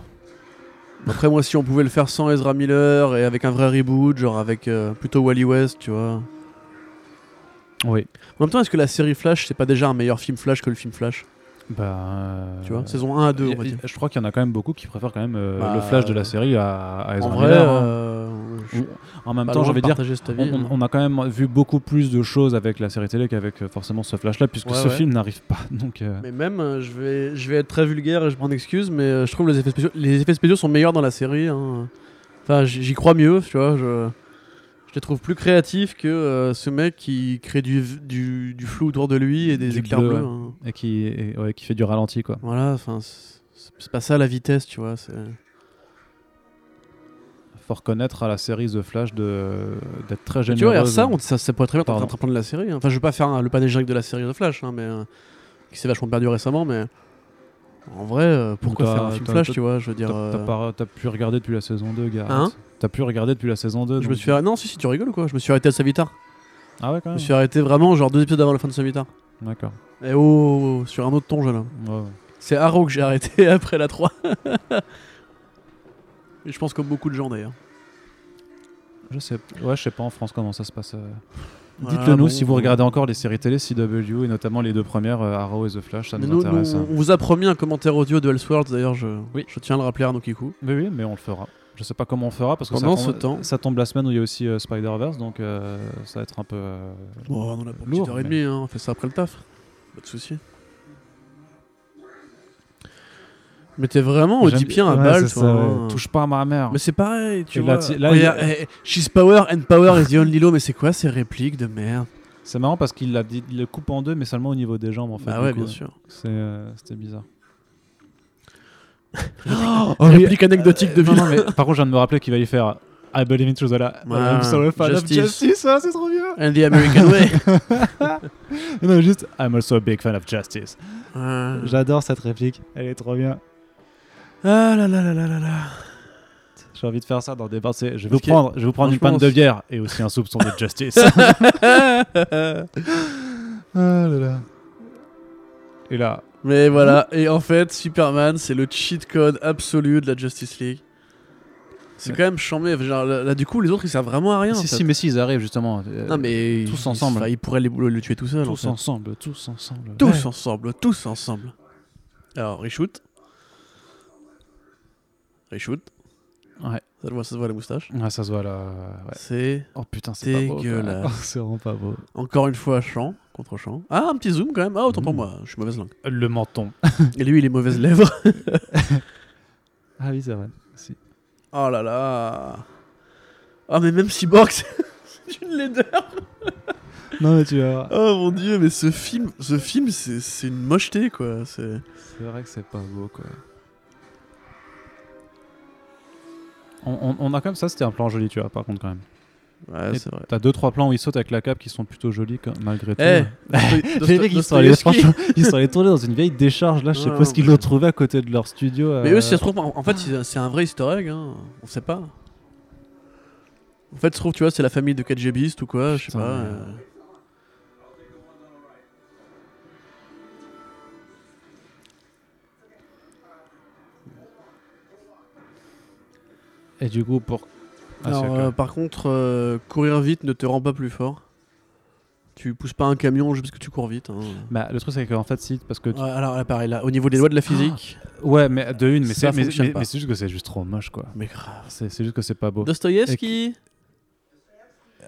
S3: Après, moi, si on pouvait le faire sans Ezra Miller et avec un vrai reboot, genre avec euh, plutôt Wally West, tu vois. Ah.
S2: Oui.
S3: En même temps, est-ce que la série Flash, c'est pas déjà un meilleur film Flash que le film Flash
S2: Bah. euh,
S3: Tu vois, saison 1 à 2,
S2: il y
S3: on
S2: a-
S3: va dire.
S2: Je crois qu'il y en a quand même beaucoup qui préfèrent quand même euh,
S3: Bah,
S2: le Flash de la série à, à Ezra
S3: en vrai,
S2: Miller, hein.
S3: euh, je suis
S2: Ou- en même
S3: pas
S2: temps,
S3: loin
S2: j'ai
S3: de
S2: envie de dire,
S3: partager cet avis.
S2: on, on a quand même vu beaucoup plus de choses avec la série télé qu'avec euh, forcément ce Flash-là, puisque
S3: Ouais,
S2: ce
S3: ouais.
S2: film n'arrive pas. Donc, euh,
S3: Mais même, euh, je vais, je vais être très vulgaire et je prends excuse, mais euh, je trouve les effets spéciaux, les effets spéciaux sont meilleurs dans la série. hein. Enfin, j- j'y crois mieux, tu vois. Je, je les trouve plus créatifs que euh, ce mec qui crée du, v- du, du flou autour de lui et des
S2: Du
S3: éclairs
S2: bleu,
S3: bleus.
S2: ouais.
S3: hein.
S2: et qui, et- ouais, qui fait du ralenti quoi.
S3: Voilà, enfin, c'est c'est pas ça la vitesse, tu vois. c'est-
S2: Faut reconnaître à la série The Flash de d'être très
S3: Tu vois,
S2: généreuse.
S3: regarde ça, on, ça, ça pourrait très bien être en
S2: Pardon.
S3: train de prendre la série. hein. Enfin, je vais pas faire un- le panégyrique de la série de Flash, hein, mais euh, qui s'est vachement perdu récemment, mais en vrai, euh, pourquoi
S2: T'as-
S3: faire un film
S2: t'as-
S3: Flash,
S2: t'as-
S3: tu vois Je veux
S2: T'as
S3: dire.
S2: t'as
S3: euh,
S2: pas- t'as pu regarder depuis la saison 2, gars.
S3: Hein
S2: T'as pu regarder depuis la saison 2.
S3: Je
S2: donc- euh,
S3: me suis arrêté... Non, si, si, tu rigoles ou quoi Je me suis arrêté à Savitar.
S2: Ah ouais, quand
S3: Je
S2: même.
S3: me suis arrêté vraiment, genre deux épisodes avant la fin de Savitar.
S2: D'accord.
S3: Et oh, oh, oh, sur un autre ton, jeune homme.
S2: Ouais, ouais.
S3: C'est Arrow que j'ai arrêté après la 3. Et je pense comme beaucoup de gens d'ailleurs.
S2: Je sais, ouais, je sais pas en France comment ça se passe. euh.
S3: Voilà,
S2: Dites-le nous
S3: bon,
S2: si vous
S3: bon.
S2: regardez encore les séries télé CW et notamment les deux premières euh, Arrow et The Flash, ça
S3: Mais
S2: nous,
S3: nous-
S2: intéresse.
S3: nous,
S2: hein.
S3: on vous a promis un commentaire audio de Elseworlds d'ailleurs, je,
S2: Oui.
S3: je tiens à le rappeler à Nokiku.
S2: Mais oui, mais on le fera. Je sais pas comment on fera parce que
S3: Pendant
S2: ça
S3: ce
S2: tombe,
S3: temps-
S2: ça tombe la semaine où il y a aussi euh, Spider-Verse, donc euh, ça va être un peu. euh,
S3: Bon, on en a pour une
S2: Lourd,
S3: petite heure et
S2: mais-
S3: demie, hein, on fait ça après le taf. Pas de soucis. Mais t'es vraiment
S2: J'aime-
S3: oedipien à
S2: Ouais,
S3: balle,
S2: c'est
S3: toi,
S2: ça,
S3: hein.
S2: ouais. Touche pas à ma mère.
S3: Mais c'est pareil, tu
S2: Et là,
S3: vois.
S2: ti- là,
S3: Regarde,
S2: il-
S3: eh, eh, she's power and power is the only law, mais c'est quoi ces répliques de merde
S2: C'est marrant parce qu'il l'a dit- il le coupe en deux, mais seulement au niveau des jambes en fait.
S3: Bah
S2: du
S3: ouais,
S2: coup.
S3: bien sûr.
S2: C'est, euh, C'était bizarre.
S3: Réplique anecdotique de
S2: Oh, Euh, Non,
S3: vilain.
S2: non, mais par contre, je viens de me rappeler qu'il va y faire I believe in truth. Voilà. Euh,
S3: Ouais.
S2: I'm sorry, fan of
S3: Justice.
S2: justice. Ah, c'est trop bien.
S3: And the American way.
S2: Non, juste I'm also a big fan of justice.
S3: Ah
S2: J'adore cette réplique. Elle est trop bien. ah
S3: là là là là là là.
S2: J'ai envie de faire ça dans des bars. c'est- Je vais vous
S3: Ok.
S2: prendre, je vais vous prendre une
S3: Franchement,
S2: panne de
S3: c'est-
S2: bière et aussi un soupçon de justice. Ah là là. Et là,
S3: Mais voilà, et en fait, Superman, c'est le cheat code absolu de la Justice League. C'est
S2: Ouais.
S3: quand même chambé. Genre, là, là, du coup, les autres, ils servent vraiment à rien. en
S2: si,
S3: fait.
S2: si, mais si, ils arrivent justement. euh,
S3: Non, mais
S2: tous
S3: ils-
S2: ensemble.
S3: enfin, Ils pourraient les- le, le tuer tout seul. en
S2: Tous
S3: fait.
S2: ensemble, tous ensemble.
S3: Tous
S2: Ouais.
S3: ensemble, tous ensemble. Alors, reshoot. Reshoot.
S2: Ouais.
S3: Ça se voit, ça se voit la moustache.
S2: Ouais, ça se voit là. ouais.
S3: C'est
S2: Oh putain, c'est pas beau. quoi. Oh,
S3: Dégueulasse.
S2: c'est vraiment pas beau.
S3: encore une fois champ contre champ. Ah, un petit zoom quand même. Ah, autant pour
S2: Mm.
S3: moi, je suis mauvaise langue.
S2: Le menton.
S3: Et lui, il est mauvaise lèvre.
S2: Ah oui, c'est vrai. Si.
S3: Oh là là. Ah, mais même Cyborg, c'est c'est une laideur.
S2: Non, mais tu vas voir.
S3: Oh mon dieu, mais ce film, ce film, c'est c'est une mocheté quoi. C'est
S2: C'est vrai que c'est pas beau, quoi. On, on- on a quand même ça, c'était un plan joli, tu vois, par contre, quand même.
S3: ouais,
S2: Et-
S3: c'est vrai.
S2: T'as deux trois plans où il saute avec la cape qui sont plutôt jolis, quand- malgré tout.
S3: Eh,
S2: Les mecs, ils sont, allés, franchement, ils sont allés tourner dans une vieille décharge là, je sais
S3: Ouais,
S2: pas ce qu'ils
S3: ouais.
S2: l'ont trouvé à côté de leur studio.
S3: Mais
S2: euh,
S3: eux, si ça se trouve, en en fait, c'est c'est un vrai easter egg, hein. on sait pas. En fait, se trouve, tu vois, c'est la famille de KGBistes ou quoi, je sais
S2: Putain, Ah,
S3: pas.
S2: mais-
S3: euh.
S2: Et du coup, pour. Ah, c'est
S3: Alors,
S2: d'accord.
S3: euh, par contre, euh, courir vite ne te rend pas plus fort. Tu pousses pas un camion juste parce que tu cours vite. hein.
S2: Bah, le truc, c'est qu'en fait, si, parce que. tu-
S3: Ouais, alors, là, pareil, là, au niveau des lois de la physique,
S2: Ouais, mais de une, mais
S3: Ça
S2: c'est mais-
S3: fonctionne
S2: mais-
S3: pas.
S2: mais c'est juste que c'est juste trop moche, quoi.
S3: mais grave.
S2: C'est c'est juste que c'est pas beau.
S3: Dostoïevski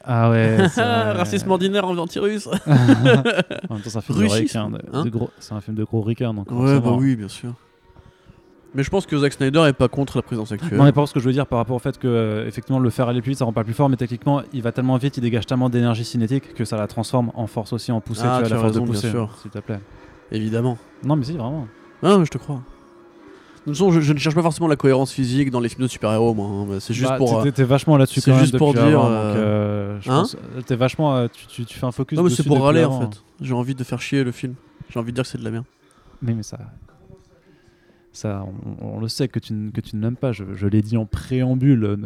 S2: Ah ouais. c'est vrai.
S3: Racisme ordinaire anti-russe
S2: En même temps, c'est un film de
S3: Ruchisme,
S2: ricain. de-
S3: hein.
S2: de gros- C'est un film de gros ricain, donc.
S3: Ouais, bah
S2: forcément.
S3: oui, bien sûr. Mais je pense que Zack Snyder est pas contre la présence actuelle.
S2: Non, mais pas ce que je veux dire par rapport au fait que, euh, effectivement, le faire aller plus vite, ça rend pas plus fort, mais techniquement, il va tellement vite, il dégage tellement d'énergie cinétique que ça la transforme en force aussi, en poussée.
S3: Ah,
S2: tu vois,
S3: tu
S2: la
S3: as
S2: force
S3: raison,
S2: de
S3: bien
S2: poussée,
S3: sûr.
S2: s'il te plaît.
S3: Évidemment.
S2: Non, mais si, vraiment.
S3: Ah, je te crois. De toute façon, je, je ne cherche pas forcément la cohérence physique dans les films de super-héros, moi. hein, mais C'est juste
S2: Bah,
S3: pour.
S2: t'es-
S3: euh,
S2: T'es t'es vachement là-dessus
S3: c'est
S2: quand même
S3: juste pour
S2: depuis
S3: dire,
S2: avant, donc,
S3: euh,
S2: euh, je
S3: hein
S2: pense- T'es vachement. euh, tu, tu- tu fais un focus.
S3: Non, mais c'est
S2: dessus
S3: pour
S2: depuis
S3: râler en
S2: avant.
S3: fait. J'ai envie de faire chier le film. J'ai envie de dire que c'est de la merde.
S2: Mais, mais ça. Ça, on, on le sait que tu, n- que tu ne l'aimes pas. Je, je l'ai dit en préambule euh,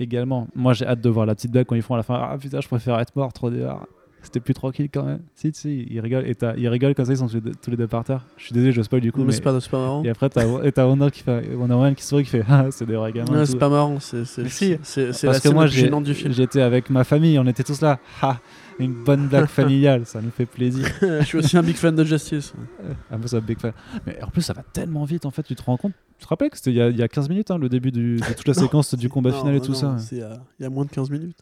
S2: également. Moi, j'ai hâte de voir la petite blague quand ils font à la fin. Ah putain, je préfère être mort, trop dehors. C'était plus tranquille quand même. Si, si, ils rigolent. Et t'as- ils rigolent comme ça, ils sont tous les deux, tous les deux par terre. Je suis désolé, je spoil du coup.
S3: mais
S2: mais-
S3: c'est pas, c'est pas marrant.
S2: Et après, t'as et t'as Wonder qui fait Wonder Woman qui sourit, qui fait Ah, c'est des vrais gamins.
S3: Non,
S2: et
S3: c'est
S2: tout.
S3: pas marrant. C'est c'est-
S2: Mais si,
S3: c'est- c'est la
S2: Parce que
S3: scène
S2: moi,
S3: la plus
S2: j'ai-
S3: gênante du film.
S2: j'étais avec ma famille, on était tous là. Ha une bonne blague familiale, ça nous fait plaisir.
S3: je suis aussi un big fan de Justice.
S2: Un peu Ah, ça, big fan. Mais en plus, ça va tellement vite, en fait, tu te rends compte. Tu te rappelles que c'était il y a, il y a 15 minutes, hein, le début du- de toute la
S3: Non,
S2: séquence du combat
S3: Non,
S2: final et tout
S3: non,
S2: ça ouais.
S3: c'est, euh, Il y a moins de 15 minutes.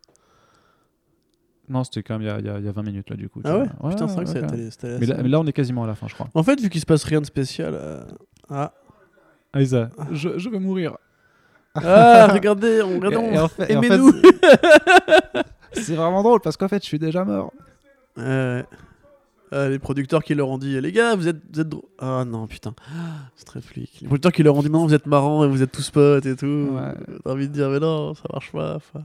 S2: Non, c'était quand même il y a- il y, a, il y a 20 minutes, là, du coup. tu
S3: Ah ouais,
S2: vois.
S3: Putain, c'est vrai
S2: ouais,
S3: que c'est
S2: ouais.
S3: la télé- c'était la-
S2: mais là, mais là, on est quasiment à la fin, je crois.
S3: En fait, vu qu'il se passe rien de spécial. euh, Ah,
S2: Ah, Isa, je, je vais mourir.
S3: Ah, regardez, on regarde.
S2: Et- et en fait- et en fait,
S3: Aimez-nous.
S2: C'est vraiment drôle parce qu'en fait, je suis déjà mort.
S3: Euh, euh, les producteurs qui leur ont dit les gars vous êtes vous êtes drôles. ah non putain Ah, c'est très flic les producteurs qui leur ont dit non vous êtes marrants et vous êtes tous potes et tout
S2: Ouais.
S3: t'as envie de dire mais non ça marche pas enfin.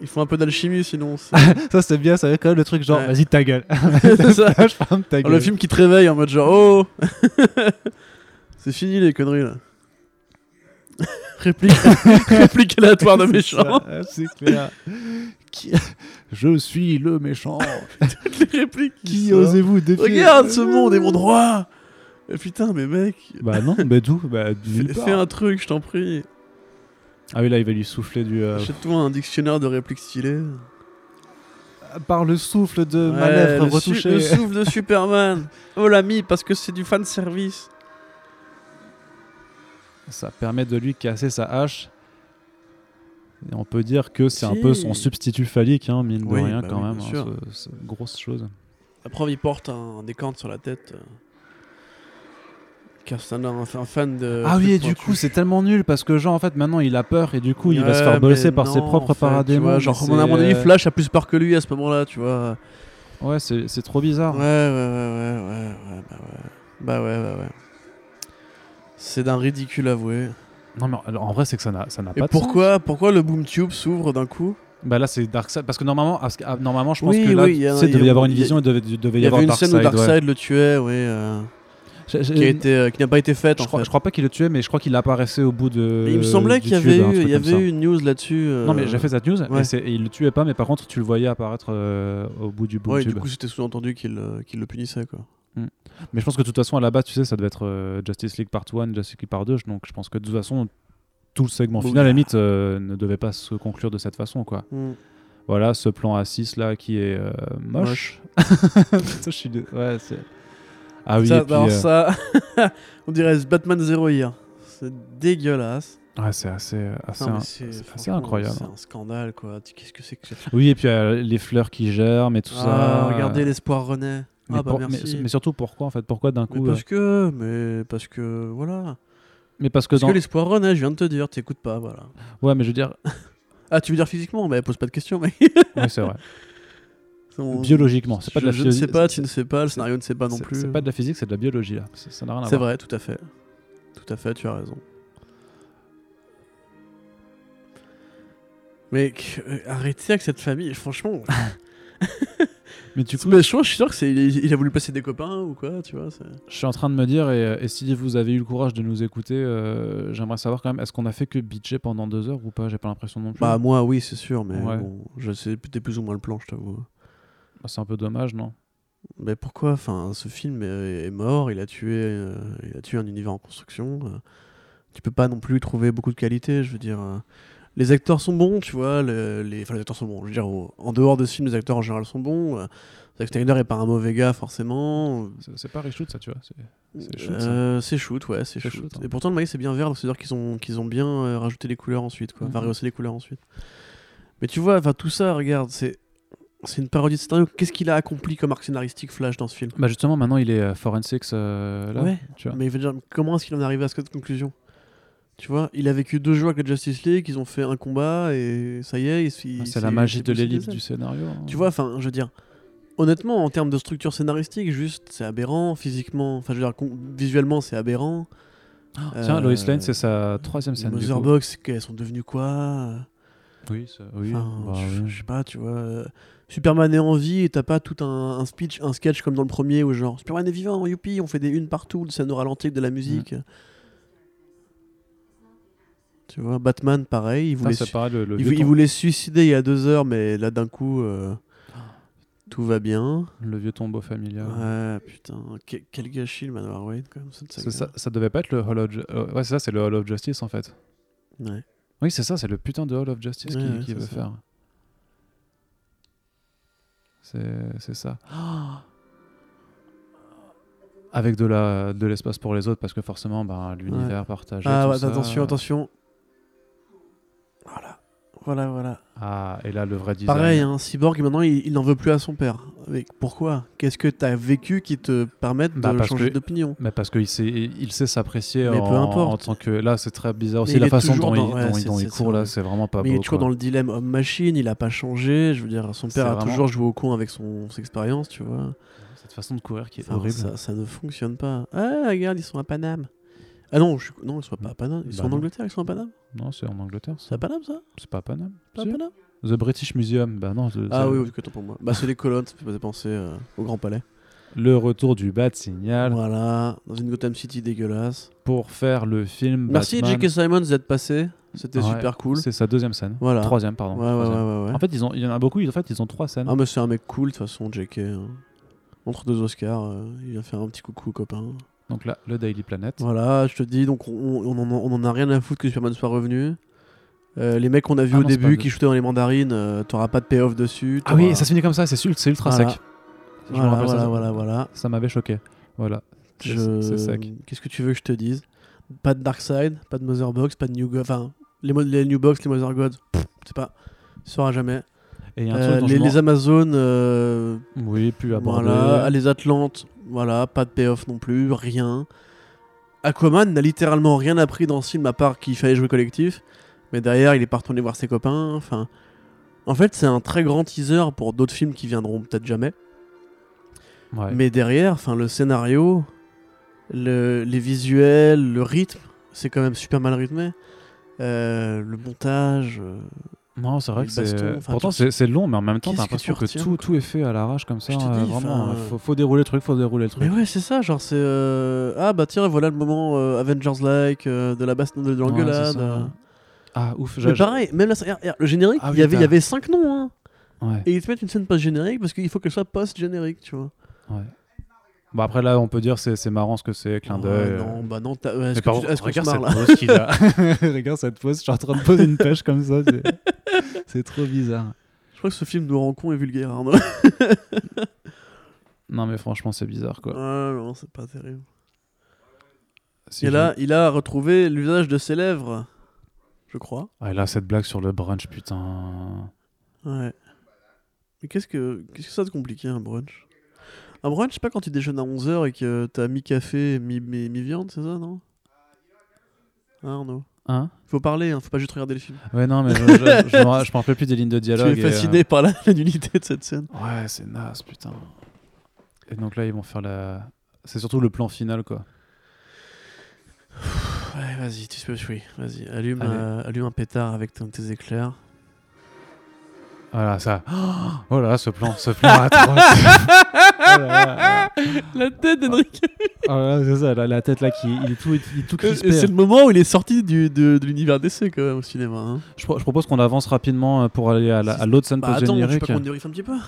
S3: il faut un peu d'alchimie sinon c'est-
S2: Ça, c'est bien, ça avait quand même le truc genre,
S3: Ouais.
S2: vas-y, ta gueule.
S3: c'est ça
S2: je ferme ta
S3: Alors,
S2: gueule.
S3: le film qui te réveille en mode genre oh c'est fini les conneries là réplique réplique aléatoire de
S2: C'est
S3: méchant
S2: ça, C'est clair. Qui- Je suis le méchant.
S3: les répliques qui
S2: Qui
S3: sortent.
S2: osez-vous défier
S3: regarde ce monde est mon droit Et putain mais mec
S2: Bah non, bah d'où Bah
S3: fais-
S2: nulle part.
S3: fais un truc je t'en
S2: Euh,
S3: prie
S2: Ah oui, là, il va lui souffler du. euh,
S3: Achète-toi un dictionnaire de répliques stylées.
S2: Par le souffle de ma
S3: Ouais,
S2: lèvre
S3: le su-
S2: retouchée.
S3: le souffle de Superman. Oh l'ami, parce que c'est du fan service.
S2: Ça permet de lui casser sa hache. Et on peut dire que c'est un peu
S3: Si.
S2: son substitut phallique, hein, mine
S3: Oui,
S2: de rien,
S3: bah
S2: quand
S3: oui,
S2: même.
S3: bien
S2: hein,
S3: sûr.
S2: ce- ce- grosse chose.
S3: La preuve, il porte un décante sur la tête. euh, Car c'est un, un fan de.
S2: ah oui,
S3: trucs
S2: et du
S3: pointus.
S2: coup, c'est tellement nul parce que, genre, en fait, maintenant, il a peur et du coup, il va se
S3: Ouais,
S2: faire bosser
S3: mais
S2: par ses
S3: non,
S2: propres
S3: en fait,
S2: paradémons.
S3: tu vois,
S2: mais
S3: Genre,
S2: c'est,
S3: à mon avis,
S2: euh,
S3: Flash a plus peur que lui à ce moment-là, tu vois.
S2: Ouais, c'est c'est trop
S3: Ouais,
S2: bizarre.
S3: ouais, ouais, ouais, ouais, ouais, bah ouais. Bah ouais, bah ouais. C'est d'un ridicule avoué.
S2: Non, mais en- en vrai, c'est que ça n'a ça n'a
S3: Et
S2: pas de sens.
S3: pourquoi, pourquoi le boom tube s'ouvre d'un coup
S2: Bah là, c'est Darkseid. Parce que normalement, parce que, ah, normalement je pense
S3: Oui,
S2: que là,
S3: oui,
S2: tu
S3: il y a-
S2: sais,
S3: il y a-
S2: devait y avoir une
S3: il y a-
S2: vision et devait, devait
S3: Il
S2: y,
S3: y
S2: avoir
S3: avait une
S2: Darkseid.
S3: scène où
S2: ouais.
S3: Darkseid le tuait, oui, euh,
S2: J'ai- j'ai-
S3: qui, a été, euh, qui n'a pas été faite
S2: je,
S3: en
S2: crois,
S3: fait.
S2: je crois pas qu'il le tuait, mais je crois qu'il apparaissait au bout de.
S3: Mais il me semblait
S2: du
S3: qu'il y
S2: tube,
S3: avait,
S2: un
S3: eu,
S2: truc
S3: il y
S2: comme ça.
S3: avait eu une news là-dessus. euh,
S2: Non, mais j'ai fait cette news
S3: ouais.
S2: et, c'est- et il le tuait pas, mais par contre, tu le voyais apparaître euh, au bout du bout
S3: Ouais, du coup, c'était sous-entendu qu'il euh, qu'il le punissait quoi.
S2: Mais je pense que de toute façon, à la base, tu sais, ça devait être euh, Justice League Part 1, Justice League Part 2. Donc je pense que de toute façon, tout le segment
S3: Oui.
S2: final, à la limite, euh, ne devait pas se conclure de cette façon, quoi.
S3: Hmm.
S2: Voilà, ce plan à 6 là qui est euh, moche. Putain, je suis dé- ouais, c'est- Ah oui,
S3: ça, bah,
S2: et puis,
S3: alors
S2: euh,
S3: ça, on dirait ce Batman 0 hier. C'est dégueulasse.
S2: Ouais, c'est assez, assez
S3: Non, mais
S2: un-
S3: c'est-
S2: c'est assez
S3: franchement,
S2: incroyable.
S3: C'est un scandale quoi. Tu- Qu'est-ce que c'est que ça
S2: Oui, et puis euh, les fleurs qui germent et tout
S3: ah,
S2: ça.
S3: Regardez l'espoir renaît.
S2: mais,
S3: ah bah
S2: pour- mais-
S3: merci.
S2: mais surtout pourquoi en fait Pourquoi d'un
S3: Mais
S2: coup euh,
S3: parce que, mais parce que, voilà.
S2: mais parce que
S3: Parce
S2: dans...
S3: que l'espoir renaît, je viens de te dire, t'écoutes pas, voilà.
S2: ouais, mais je veux dire,
S3: Ah, tu veux dire physiquement Mais pose pas de questions, mec.
S2: oui, c'est vrai.
S3: On-
S2: Biologiquement, c'est pas de la
S3: je, je ne
S2: physique.
S3: sais pas, tu ne sais pas, le scénario ne sait pas non
S2: c'est-
S3: plus.
S2: C'est pas de la physique, c'est de la biologie là. Ça ça n'a rien à
S3: C'est
S2: voir.
S3: vrai, tout à fait. Tout à fait, tu as raison. Mais que- euh, arrêtez avec cette famille, franchement.
S2: Mais du coup,
S3: mais je, crois- je suis sûr que c'est il, il a voulu passer des copains ou quoi, tu vois. c'est-
S2: je suis en train de me dire, et, et si vous avez eu le courage de nous écouter, euh, j'aimerais savoir quand même, est-ce qu'on a fait que bitcher pendant deux heures ou pas J'ai pas l'impression non plus.
S3: Bah moi oui, c'est sûr, mais
S2: Ouais.
S3: bon, je sais peut-être plus ou moins le plan, je t'avoue.
S2: Bah, c'est un peu dommage, non
S3: Mais pourquoi Enfin, ce film est, est mort. Il a tué, euh, il a tué un univers en construction. euh. tu peux pas non plus trouver beaucoup de qualité. Je veux dire, euh, les acteurs sont bons, tu vois. le- les, enfin, les acteurs sont bons. Je veux dire, au- en dehors de ce film, les acteurs en général sont bons. euh. Zack Snyder est pas un mauvais gars forcément.
S2: C'est c'est pas reshoot ça, tu vois. c'est- C'est shoot, ça.
S3: Euh, C'est shoot, ouais, c'est
S2: C'est
S3: shoot.
S2: shoot, hein.
S3: Et pourtant, le maïs c'est bien vert, donc c'est-à-dire qu'ils ont, qu'ils ont bien euh, rajouté les couleurs ensuite, quoi. Enfin,
S2: Mhm.
S3: rehaussé les couleurs ensuite. Mais tu vois, enfin, tout ça, regarde, c'est. C'est une parodie de scénario. Qu'est-ce qu'il a accompli comme arc scénaristique Flash dans ce film
S2: Bah justement, maintenant il est euh, Forensics euh, là.
S3: Ouais,
S2: tu vois.
S3: mais il veut dire, comment est-ce qu'il en est arrivé à cette conclusion Tu vois, il a vécu deux jours avec la Justice League, ils ont fait un combat et ça y est, il- il-
S2: Ah, c'est
S3: il
S2: la
S3: s'est
S2: magie de
S3: poussé
S2: l'ellipse
S3: des ailes.
S2: du scénario. hein.
S3: Tu vois, enfin, je veux dire, honnêtement, en termes de structure scénaristique, juste, c'est aberrant, physiquement, enfin, je veux dire, con- visuellement, c'est aberrant.
S2: Ah, Tiens,
S3: Euh,
S2: Lois Lane, c'est sa troisième
S3: Les
S2: scène. du coup.
S3: Motherbox, qu'elles sont devenues quoi
S2: Oui, ça- oui.
S3: Enfin,
S2: bah,
S3: je,
S2: oui.
S3: je sais pas, tu vois. euh, Superman est en vie et t'as pas tout un, un speech, un sketch comme dans le premier où genre Superman est vivant, youpi, on fait des unes partout, des scènes au ralenti, avec de la musique.
S2: Mm.
S3: Tu vois, Batman, pareil, il
S2: Putain,
S3: voulait,
S2: ça
S3: su-
S2: paraît le, le
S3: il,
S2: vieux
S3: vou- il
S2: Tom-
S3: voulait se suicider il y a deux heures, mais là d'un coup, euh,
S2: Ah.
S3: tout va bien.
S2: le vieux tombeau familial.
S3: Ouais, putain, que- quel gâchis le Manor Wayne quand même. cette
S2: Ah. C'est ça,
S3: saga.
S2: ça devait pas être le Hall of, Ju- euh, ouais, c'est ça, c'est le Hall of Justice en fait.
S3: Ouais.
S2: Oui, c'est ça, c'est le putain de Hall of Justice
S3: Ouais,
S2: qui,
S3: ouais,
S2: qui
S3: c'est
S2: veut
S3: ça.
S2: faire. C'est c'est ça. Avec de la de l'espace pour les autres parce que forcément, ben, l'univers partagé.
S3: Ah
S2: tout
S3: ouais,
S2: ça.
S3: attention, attention. Voilà, voilà, voilà.
S2: Ah, et là le vrai design.
S3: Pareil, hein, Cyborg, maintenant, il il n'en veut plus à son père. Mais pourquoi Qu'est-ce que t'as vécu qui te permette de
S2: Bah, parce
S3: changer
S2: que-
S3: d'opinion
S2: Mais parce qu'il sait, il sait s'apprécier
S3: Mais
S2: en,
S3: peu importe.
S2: en tant que. Là, c'est très bizarre
S3: Mais
S2: aussi. La
S3: il est
S2: façon
S3: toujours
S2: dont,
S3: dans-
S2: il,
S3: ouais,
S2: dont il-
S3: c'est-
S2: dont il
S3: c'est-
S2: court, là,
S3: c'est-
S2: c'est vraiment pas
S3: Mais il
S2: beau.
S3: est toujours
S2: quoi.
S3: dans le dilemme homme-machine, il a pas changé. Je veux dire, son
S2: C'est
S3: père a
S2: vraiment-
S3: toujours joué au con avec son, son expérience, tu vois.
S2: Cette façon de courir qui est
S3: Enfin,
S2: horrible.
S3: ça, ça ne fonctionne pas. Ah, regarde, ils sont à Paname. Ah non, je suis- non ils sont pas à Paname. Ils
S2: Bah
S3: sont en
S2: non.
S3: Angleterre, ils sont à Paname.
S2: Non, c'est en Angleterre.
S3: C'est à Paname, ça
S2: C'est pas à Paname.
S3: Pas à
S2: Si.
S3: Paname
S2: The British Museum. Bah non, the- the-
S3: Ah oui, oui, que tant pour moi. Bah, c'est les colonnes, ça me faisait penser euh, au Grand Palais.
S2: Le retour du Bat Signal
S3: Voilà, dans une Gotham City dégueulasse.
S2: pour faire le film.
S3: Merci
S2: Batman.
S3: J.K. Simons d'être passé. C'était
S2: Ouais,
S3: super cool.
S2: C'est sa deuxième scène.
S3: Voilà.
S2: Troisième, pardon.
S3: Ouais, ouais, ouais,
S2: Troisième.
S3: ouais. ouais.
S2: En fait, ils ont, il y en a beaucoup. ils- En fait, ils ont trois scènes.
S3: Ah, mais c'est un mec cool, de toute façon, JK. hein. Entre deux Oscars, euh, il vient faire un petit coucou, copain.
S2: Donc là, le Daily Planet.
S3: Voilà, je te dis, donc on, on, en, a- on en a rien à foutre que Superman soit revenu. Euh, les mecs qu'on a vus
S2: Ah
S3: au
S2: non, c'est
S3: début
S2: pas
S3: qui shootaient dans les mandarines, euh, t'auras pas de payoff dessus.
S2: Ah oui,
S3: t'auras-
S2: ça se finit comme ça. C'est ul- c'est ultra
S3: Voilà.
S2: sec. Je me
S3: Voilà,
S2: rappelle
S3: voilà,
S2: ça.
S3: voilà, voilà.
S2: Ça m'avait choqué. Voilà. C'est-
S3: Je-
S2: C'est sec.
S3: Qu'est-ce que tu veux que je te dise Pas de Darkseid, pas de Motherbox, pas de New God. Enfin, les, mo- les New Box, les Mother Gods, pff, je sais pas. Tu sauras jamais.
S2: Et il y a un
S3: Euh,
S2: truc dont je
S3: les,
S2: me
S3: les Amazones, euh,
S2: Oui, plus abordé.
S3: Voilà, les Atlantes, voilà, pas de payoff non plus, rien. Aquaman n'a littéralement rien appris dans ce film à part qu'il fallait jouer collectif, mais derrière il est pas retourné voir ses copains. Enfin, en fait c'est un très grand teaser pour d'autres films qui viendront peut-être jamais.
S2: Ouais.
S3: Mais derrière, enfin le scénario, le- les visuels, le rythme, c'est quand même super mal rythmé. Euh, le montage, euh,
S2: Non, c'est vrai
S3: les
S2: que c'est.
S3: bastons, enfin,
S2: Pourtant,
S3: tout-
S2: c'est c'est long, mais en même temps,
S3: Qu'est-ce
S2: t'as
S3: que tu
S2: l'impression que,
S3: retiens,
S2: tout,
S3: quoi
S2: tout est fait à l'arrache comme ça.
S3: Je te
S2: euh,
S3: dis,
S2: vraiment,
S3: enfin,
S2: euh, faut, faut dérouler le truc, faut dérouler le truc.
S3: Mais ouais, c'est ça, genre c'est. euh, Ah bah tiens, voilà le moment euh, Avengers-like, euh, de la baston, de
S2: Ouais, c'est
S3: l'engueulade.
S2: ça.
S3: euh.
S2: Ah, ouf.
S3: Mais
S2: j'ai-
S3: pareil, même la R- R- le générique,
S2: Ah
S3: il
S2: oui,
S3: y avait- il
S2: t'as-
S3: y avait 5 noms, hein.
S2: Ouais,
S3: Et ils te mettent une scène post-générique parce qu'il faut qu'elle soit post-générique, tu vois.
S2: ouais. Bon, après, là, on peut dire c'est c'est marrant ce que c'est, clin d'œil.
S3: Ouais,
S2: euh.
S3: Non, bah non, t'as- ouais,
S2: Mais
S3: est-ce
S2: par
S3: que tu-
S2: contre,
S3: est-ce qu'on se
S2: regarde
S3: marre là
S2: cette pose qu'il a. regarde cette pose, je suis en train de poser une pêche comme ça. c'est- C'est trop bizarre.
S3: Je crois que ce film nous rend con et vulgaire, hein. Arnaud.
S2: Non, mais franchement, c'est bizarre quoi.
S3: Ah non, c'est pas terrible.
S2: Si
S3: Et
S2: je-
S3: là, il a retrouvé l'usage de ses lèvres, je crois.
S2: Ouais, là, cette blague sur le brunch, putain.
S3: Ouais. Mais qu'est-ce que qu'est-ce que ça de compliqué un brunch Un brunch, c'est pas quand tu déjeunes à 11h et que t'as mi-café, mi- mi- mi-viande, c'est ça, non Hein, Arnaud
S2: Hein
S3: Faut parler, hein, faut pas juste regarder les films.
S2: ouais, non, mais je, je, je- je me ra- je me rappelle plus des lignes de
S3: Je
S2: dialogue.
S3: suis
S2: et, euh,
S3: fasciné par la, la nullité de cette scène.
S2: Ouais, c'est naze, putain. Et donc là, ils vont faire la. C'est surtout le plan final, quoi.
S3: Ouais, vas-y, tu peux, oui, vas-y. Allume,
S2: Allez.
S3: euh, allume un pétard avec ton- tes éclairs.
S2: Voilà, ça. Oh là là, ce plan, ce plan atroce. oh là là.
S3: La tête d'Henrik.
S2: Oh là là, c'est ça, la, la tête là qui il est tout, il est tout crispé. hein.
S3: Et Euh, c'est le moment où il est sorti du, de, de l'univers d'essai quand même au cinéma. hein.
S2: Je, pro- je propose qu'on avance rapidement euh, pour aller à la- à l'autre scène
S3: Bah attends, tu
S2: post-générique.
S3: peux pas qu'on dérive un petit peu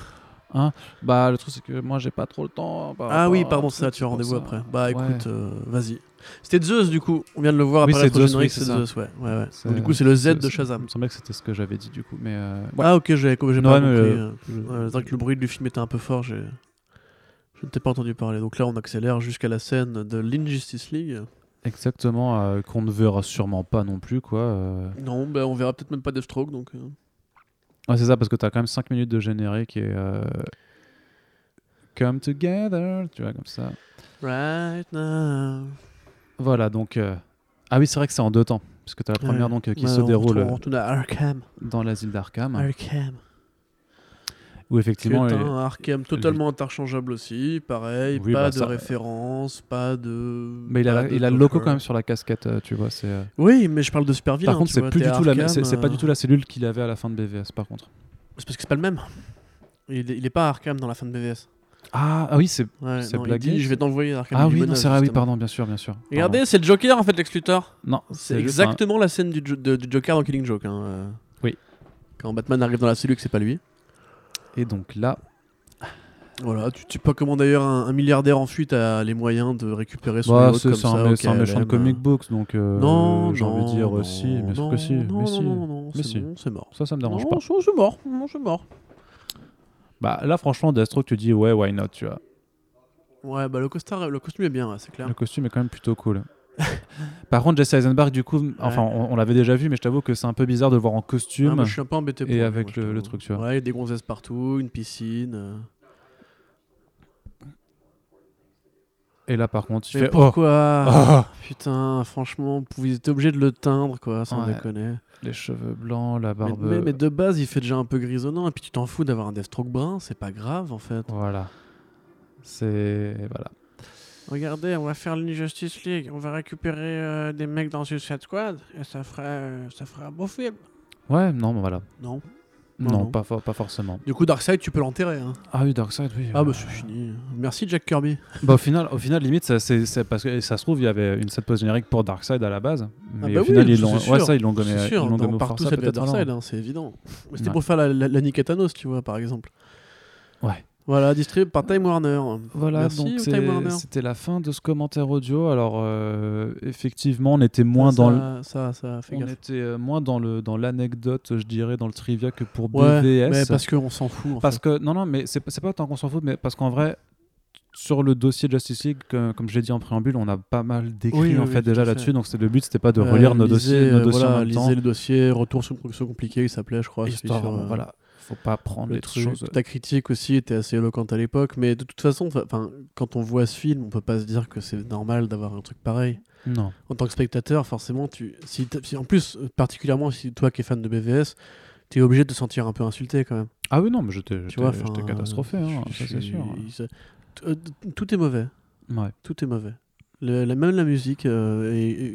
S2: Bah, le truc, c'est que moi, j'ai pas trop le temps. hein, par
S3: Ah
S2: rapport
S3: oui,
S2: à-
S3: pardon, ça, tu as
S2: pour
S3: rendez-vous
S2: ça.
S3: après. Bah
S2: Ouais.
S3: écoute, euh, vas-y. C'était Zeus du coup, on vient de le voir
S2: Oui,
S3: apparaître
S2: c'est
S3: au
S2: Zeus,
S3: générique,
S2: oui,
S3: c'est
S2: c'est ça.
S3: Zeus, ouais. ouais, ouais.
S2: C'est-
S3: Donc, du coup, c'est le
S2: c'est-
S3: Z de
S2: Il
S3: Shazam.
S2: me semblait que c'était ce que j'avais dit, du coup. Mais euh,
S3: Ah ok, j'avais j'avais
S2: Non,
S3: pas
S2: mais,
S3: compris.
S2: euh,
S3: euh, ouais, c'est vrai que le bruit du film était un peu fort, j'ai- je ne t'ai pas entendu parler. Donc là, on accélère jusqu'à la scène de l'Injustice League.
S2: exactement, euh, qu'on ne verra sûrement pas non plus, quoi. euh.
S3: Non, bah on verra peut-être même pas Deathstroke, donc... euh.
S2: Ouais, c'est ça, parce que t'as quand même 5 minutes de générique et. euh, Come together, tu vois, comme ça.
S3: Right now...
S2: Voilà, donc. euh, Ah oui, c'est vrai que c'est en deux temps, puisque t'as la première
S3: Ouais.
S2: donc, euh, qui
S3: Ouais,
S2: se
S3: on Ah
S2: déroule
S3: retourne- On retourne à Arkham.
S2: euh, dans l'asile d'Arkham,
S3: Arkham.
S2: où effectivement.
S3: Putain,
S2: euh,
S3: Arkham totalement interchangeable aussi, pareil,
S2: Oui,
S3: pas
S2: bah,
S3: de
S2: ça-
S3: référence, pas de.
S2: Mais il a,
S3: pas
S2: la-
S3: de
S2: il a le logo
S3: Joker.
S2: quand même sur la casquette, euh, tu vois. C'est. euh,
S3: Oui, mais je parle de super vilain.
S2: Par contre,
S3: tu
S2: c'est
S3: vois,
S2: plus
S3: t'es
S2: du tout la,
S3: Arkham,
S2: c'est, c'est pas du
S3: euh,
S2: tout la cellule qu'il avait à la fin de BVS, par contre.
S3: C'est parce que c'est pas le même. Il est, il est pas à Arkham dans la fin de BVS.
S2: Ah, ah oui, c'est.
S3: Ouais,
S2: C'est
S3: non, il
S2: blagué,
S3: dit, je vais
S2: ça
S3: t'envoyer à Arkham.
S2: Ah
S3: du
S2: oui, non,
S3: Menace,
S2: c'est vrai, oui,
S3: justement.
S2: pardon, bien sûr, bien sûr. Pardon.
S3: Regardez, c'est le Joker en fait, Lex Luthor.
S2: Non,
S3: C'est
S2: juste
S3: exactement la scène du, jo- de- du Joker dans Killing Joke. hein, euh.
S2: Oui.
S3: Quand Batman arrive dans la cellule, que c'est pas lui.
S2: un- Et donc là,
S3: Voilà, tu sais pas comment d'ailleurs un, un milliardaire en fuite a les moyens de récupérer son
S2: bah,
S3: héros
S2: c'est,
S3: comme
S2: c'est un,
S3: ça,
S2: mé-
S3: au
S2: c'est un méchant de
S3: KLM,
S2: comic
S3: euh.
S2: books, donc euh,
S3: Non,
S2: j'ai envie de dire euh, si, bien sûr que si.
S3: Non,
S2: mais si.
S3: non, non, non,
S2: mais
S3: c'est
S2: si.
S3: bon, c'est mort.
S2: Ça, ça me dérange
S3: non,
S2: pas.
S3: c'est- c'est mort, non, c'est mort.
S2: Bah là, franchement, Deathstroke, tu dis ouais, why not, tu vois.
S3: Ouais, bah le, costard, le costume est bien, ouais, c'est clair.
S2: Le costume est quand même plutôt cool. Par contre, Jesse Eisenberg, du coup, enfin, on, on l'avait déjà vu, mais je t'avoue que c'est un peu bizarre de le voir en
S3: Ah,
S2: costume.
S3: moi, je suis un peu embêté. pour
S2: et
S3: lui,
S2: avec
S3: moi, je
S2: le- le
S3: t'avoue.
S2: truc, tu vois.
S3: Ouais, il y a des gonzesses partout, une piscine. euh.
S2: Et là, par contre, il
S3: Mais
S2: fait oh,
S3: pourquoi
S2: oh,
S3: Putain, franchement, vous étiez obligé de le teindre, quoi, sans
S2: Ouais,
S3: déconner.
S2: les cheveux blancs, la
S3: Mais,
S2: barbe. euh.
S3: mais- mais de base, il fait déjà un peu grisonnant, et puis tu t'en fous d'avoir un Deathstroke brun, c'est pas grave, en fait.
S2: Voilà. C'est. Voilà.
S4: Regardez, on va faire l'Injustice League. On va récupérer euh, des mecs dans Suicide Squad. Et ça fera, euh, ça fera un beau film.
S2: Ouais, non, mais voilà.
S3: Non.
S2: Non,
S3: Non, non.
S2: Pas, for- pas forcément.
S3: Du coup, Darkseid, tu peux l'enterrer. Hein.
S2: Ah oui, Darkseid, oui.
S3: Ah, bah c'est fini. Merci, Jack Kirby.
S2: Bah, au, final, au final, limite, ça, c'est, c'est parce que et ça se trouve, il y avait une set post-générique pour Darkseid à la base. Mais
S3: bah
S2: au
S3: oui,
S2: final, ils
S3: c'est
S2: l'ont.
S3: sûr.
S2: Ouais, ça, ils l'ont gommé.
S3: C'est
S2: ils
S3: sûr,
S2: l'ont
S3: dans-
S2: gommé au
S3: partout
S2: forçat,
S3: ça devait être
S2: peut-être, alors.
S3: Darkseid, hein, c'est évident. Mais C'était
S2: Ouais.
S3: pour faire la, la, la nique à Thanos, tu vois, par exemple.
S2: Ouais.
S3: Voilà, distribué par Time Warner.
S2: Voilà,
S3: Merci,
S2: donc
S3: Time
S2: c'est-
S3: Warner.
S2: c'était la fin de ce commentaire audio. Alors, euh, effectivement, on était moins
S3: ça,
S2: dans le.
S3: ça, ça, ça fait
S2: On
S3: gaffe.
S2: était euh, moins dans le dans l'anecdote, je dirais, dans le trivia que pour
S3: Ouais,
S2: BVS.
S3: mais parce qu'on s'en fout. En
S2: Parce que, non, non, mais c'est pas- c'est pas tant qu'on s'en fout, mais parce qu'en vrai, sur le dossier Justice League, que- comme je l'ai dit en préambule, on a pas mal décrit
S3: Oui, oui,
S2: en
S3: oui,
S2: fait
S3: tout à
S2: déjà
S3: fait.
S2: là-dessus, donc c'est le but, c'était pas de
S3: fait.
S2: relire
S3: Euh,
S2: nos
S3: lisez,
S2: dossiers, nos
S3: euh,
S2: dossiers
S3: voilà,
S2: en même
S3: lisez
S2: temps.
S3: le dossier, retour sur une production compliquée, il s'appelait, je crois. celui
S2: Histoire,
S3: sur, euh,
S2: voilà, faut pas prendre
S3: Le
S2: les
S3: truc.
S2: choses. euh,
S3: Ta critique aussi était assez éloquente à l'époque, mais de toute façon, enfin, quand on voit ce film, on peut pas se dire que c'est normal d'avoir un truc pareil.
S2: Non.
S3: en tant que spectateur, forcément, tu, si t'as- si- en plus, euh, particulièrement si toi qui es fan de BVS, t'es obligé de te sentir un peu insulté quand même.
S2: Ah oui, non, mais j'étais
S3: Tu vois,
S2: j'étais- j'étais
S3: enfin,
S2: catastrophé,
S3: je-
S2: hein,
S3: je-
S2: ça c'est
S3: je-
S2: sûr.
S3: il se- t- euh, t- Tout est mauvais,
S2: Ouais.
S3: tout est mauvais. Le- la, même la musique euh, est, est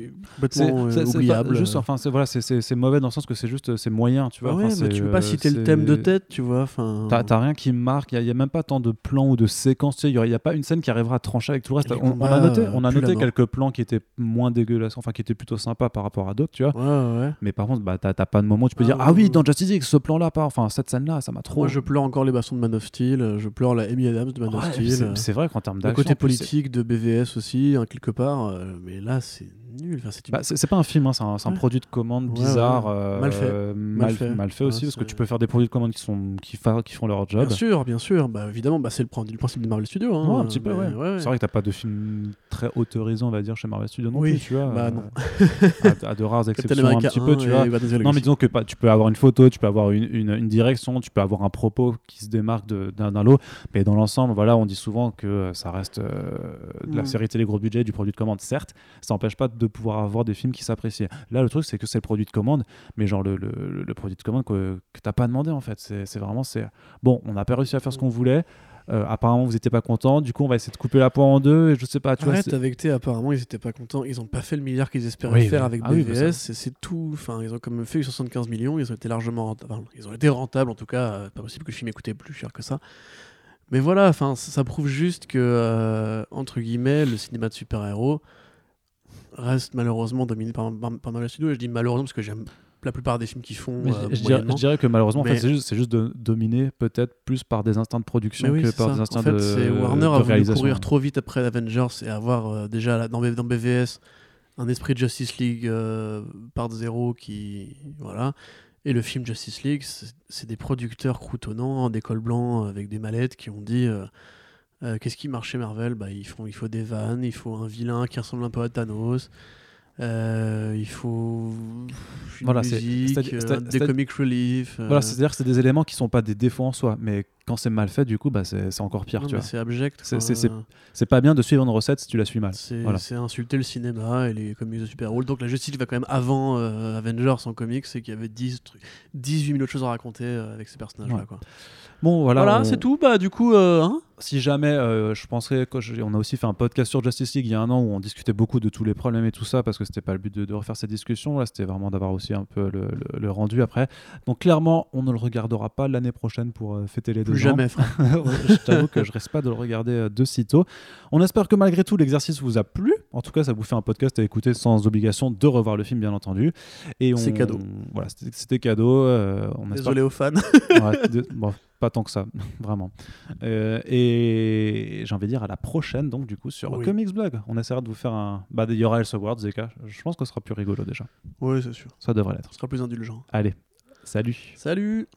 S2: C'est
S3: complètement euh,
S2: c'est- c'est
S3: oubliable.
S2: pas- juste, enfin, c'est voilà, c'est- c'est c'est mauvais dans le sens que c'est juste, euh, c'est moyen, tu vois.
S3: Ouais,
S2: enfin,
S3: mais
S2: c'est,
S3: tu peux
S2: euh,
S3: pas citer le thème de
S2: c'est-
S3: tête, tu vois. Enfin,
S2: T'as t'as rien qui me marque, il n'y a, même pas tant de plans ou de séquences, tu sais, il n'y a, pas une scène qui arrivera à trancher avec tout le reste.
S3: Les
S2: On, on a
S3: combats,
S2: noté,
S3: euh,
S2: on a
S3: puent la
S2: noté
S3: mort.
S2: quelques plans qui étaient moins dégueulasses, enfin qui étaient plutôt sympas par rapport à d'autres, tu vois.
S3: Ouais, ouais.
S2: Mais par contre, bah, t'as t'as pas de moment où tu peux
S3: Ah,
S2: dire
S3: ouais,
S2: Ah oui,
S3: ouais.
S2: dans Justice League, ce plan-là, pas, enfin cette scène-là, ça m'a trop.
S3: Moi, je pleure encore les bassons de Man of Steel, euh, je pleure la Amy Adams de Man
S2: Ouais,
S3: of
S2: puis
S3: Steel.
S2: c'est-
S3: euh,
S2: C'est vrai qu'en termes
S3: Le
S2: d'action.
S3: côté
S2: en plus, c'est-
S3: politique de BVS aussi, hein, quelque part, euh, mais là, c'est nul. Enfin, c'est une
S2: bah, C'est c'est pas un film, hein, c'est un, c'est un
S3: Ouais.
S2: produit de commande
S3: Ouais,
S2: bizarre.
S3: ouais.
S2: euh,
S3: Mal fait.
S2: mal, mal
S3: fait.
S2: fait. aussi,
S3: Ouais,
S2: parce que
S3: c'est-
S2: tu peux faire des produits de commande qui, sont, qui, fa- qui font leur job.
S3: Bien sûr, bien sûr. Bah, évidemment, bah, c'est le, prin- le principe de Marvel Studios. Hein,
S2: Ouais, un petit peu,
S3: Mais-
S2: ouais. C'est vrai que t'as pas de film très autorisé, on va dire, chez Marvel Studios non
S3: Oui,
S2: plus, tu vois.
S3: bah
S2: euh,
S3: non.
S2: à, à de rares
S3: Captain
S2: exceptions, un
S3: America
S2: petit peu,
S3: 1
S2: tu
S3: et
S2: vois.
S3: Guardians of the
S2: Non, mais
S3: Galaxy.
S2: disons que pas- tu peux avoir une photo, tu peux avoir une, une- une direction, tu peux avoir un propos qui se démarque de- d'un d'un lot, mais dans l'ensemble, voilà, on dit souvent que ça reste euh, de la
S3: Mm.
S2: série télé gros budget, du produit de commande, certes, ça n'empêche pas de de pouvoir avoir des films qui s'apprécient. Là, le truc, c'est que c'est le produit de commande, mais genre le, le- le- le produit de commande que, que t'as pas demandé en fait. C'est c'est vraiment, c'est bon, on n'a pas réussi à faire ce qu'on voulait. Euh, apparemment, vous n'étiez pas content. Du coup, on va essayer de couper la poire en deux. Et je sais pas, tu vois,
S3: Arrête
S2: c'est-
S3: avec T, apparemment ils étaient pas contents, ils ont pas fait le milliard qu'ils espéraient
S2: Oui,
S3: faire
S2: oui.
S3: avec
S2: Ah oui,
S3: BVS,
S2: bah ça va.
S3: et c'est tout, enfin ils ont quand même fait 75 millions, ils ont été largement rentables, Enfin, ils ont été rentables en tout cas, euh, pas possible que le film ait coûté plus cher que ça. Mais voilà, enfin ça, ça prouve juste que, euh, entre guillemets, le cinéma de super-héros reste malheureusement dominé par, par, par Marvel Studios, et je dis malheureusement parce que j'aime la plupart des films qu'ils font.
S2: Mais
S3: euh,
S2: je, je dirais,
S3: moyennement.
S2: je dirais que malheureusement, en fait,
S3: Mais-
S2: c'est juste, c'est juste de, dominé peut-être plus par des instincts de production
S3: Mais oui,
S2: que
S3: c'est
S2: par
S3: ça.
S2: des instincts
S3: en fait,
S2: de,
S3: c'est
S2: de
S3: Warner a voulu
S2: réalisation.
S3: courir trop vite après Avengers et avoir euh, déjà là, dans, B- dans BVS un esprit de Justice League euh, part zéro qui voilà et le film Justice League c'est c'est des producteurs croutonnants des cols blancs euh, avec des mallettes qui ont dit euh, euh, qu'est-ce qui marchait Marvel bah ils font il faut des vannes il faut un vilain qui ressemble un peu à Thanos euh, il faut une
S2: Voilà, c'est-
S3: musique,
S2: c'est-à-dire-
S3: euh,
S2: c'est-à-dire-
S3: des comic relief. euh,
S2: Voilà, c'est-à-dire que c'est des éléments qui sont pas des défauts en soi, mais quand c'est mal fait, du coup, bah, c'est c'est encore pire.
S3: non,
S2: tu
S3: mais
S2: vois.
S3: c'est abject.
S2: C'est-
S3: quoi.
S2: c'est- C'est pas bien de suivre une recette si tu la suis mal.
S3: C'est
S2: Voilà.
S3: c'est insulter le cinéma et les comics de super-héros. Donc la Justice League va quand même avant euh, Avengers en comics, c'est qu'il y avait 10 trucs, 18 000 autres choses à raconter euh, avec ces personnages-là.
S2: Ouais.
S3: quoi.
S2: Bon, voilà.
S3: Voilà,
S2: on-
S3: c'est tout. Bah, du coup, euh, hein
S2: Si jamais, euh, je penserais, que je- on a aussi fait un podcast sur Justice League il y a un an où on discutait beaucoup de tous les problèmes et tout ça parce que c'était pas le but de, de refaire cette discussion. Là, c'était vraiment d'avoir aussi un peu le, le- le rendu après. Donc clairement, on ne le regardera pas l'année prochaine pour euh, fêter les deux
S3: plus
S2: ans.
S3: jamais, frère.
S2: je t'avoue que je reste pas de le regarder euh, de sitôt. On espère que malgré tout l'exercice vous a plu. En tout cas, ça vous fait un podcast à écouter sans obligation de revoir le film, bien entendu. Et on-
S3: C'est cadeau.
S2: Voilà, c'était c'était cadeau. euh, on espère-
S3: Désolé aux fans.
S2: Ouais, dé- bon, pas tant que ça, vraiment. Euh, et j'ai envie de dire à la prochaine, donc du coup sur
S3: Oui.
S2: Comics Blog. On essaiera de vous faire un. Bah, il y aura Else Awards, ZK. Je pense que ce sera plus rigolo déjà.
S3: oui, c'est sûr.
S2: Ça devrait l'être.
S3: Ce sera plus indulgent.
S2: Allez, salut.
S3: Salut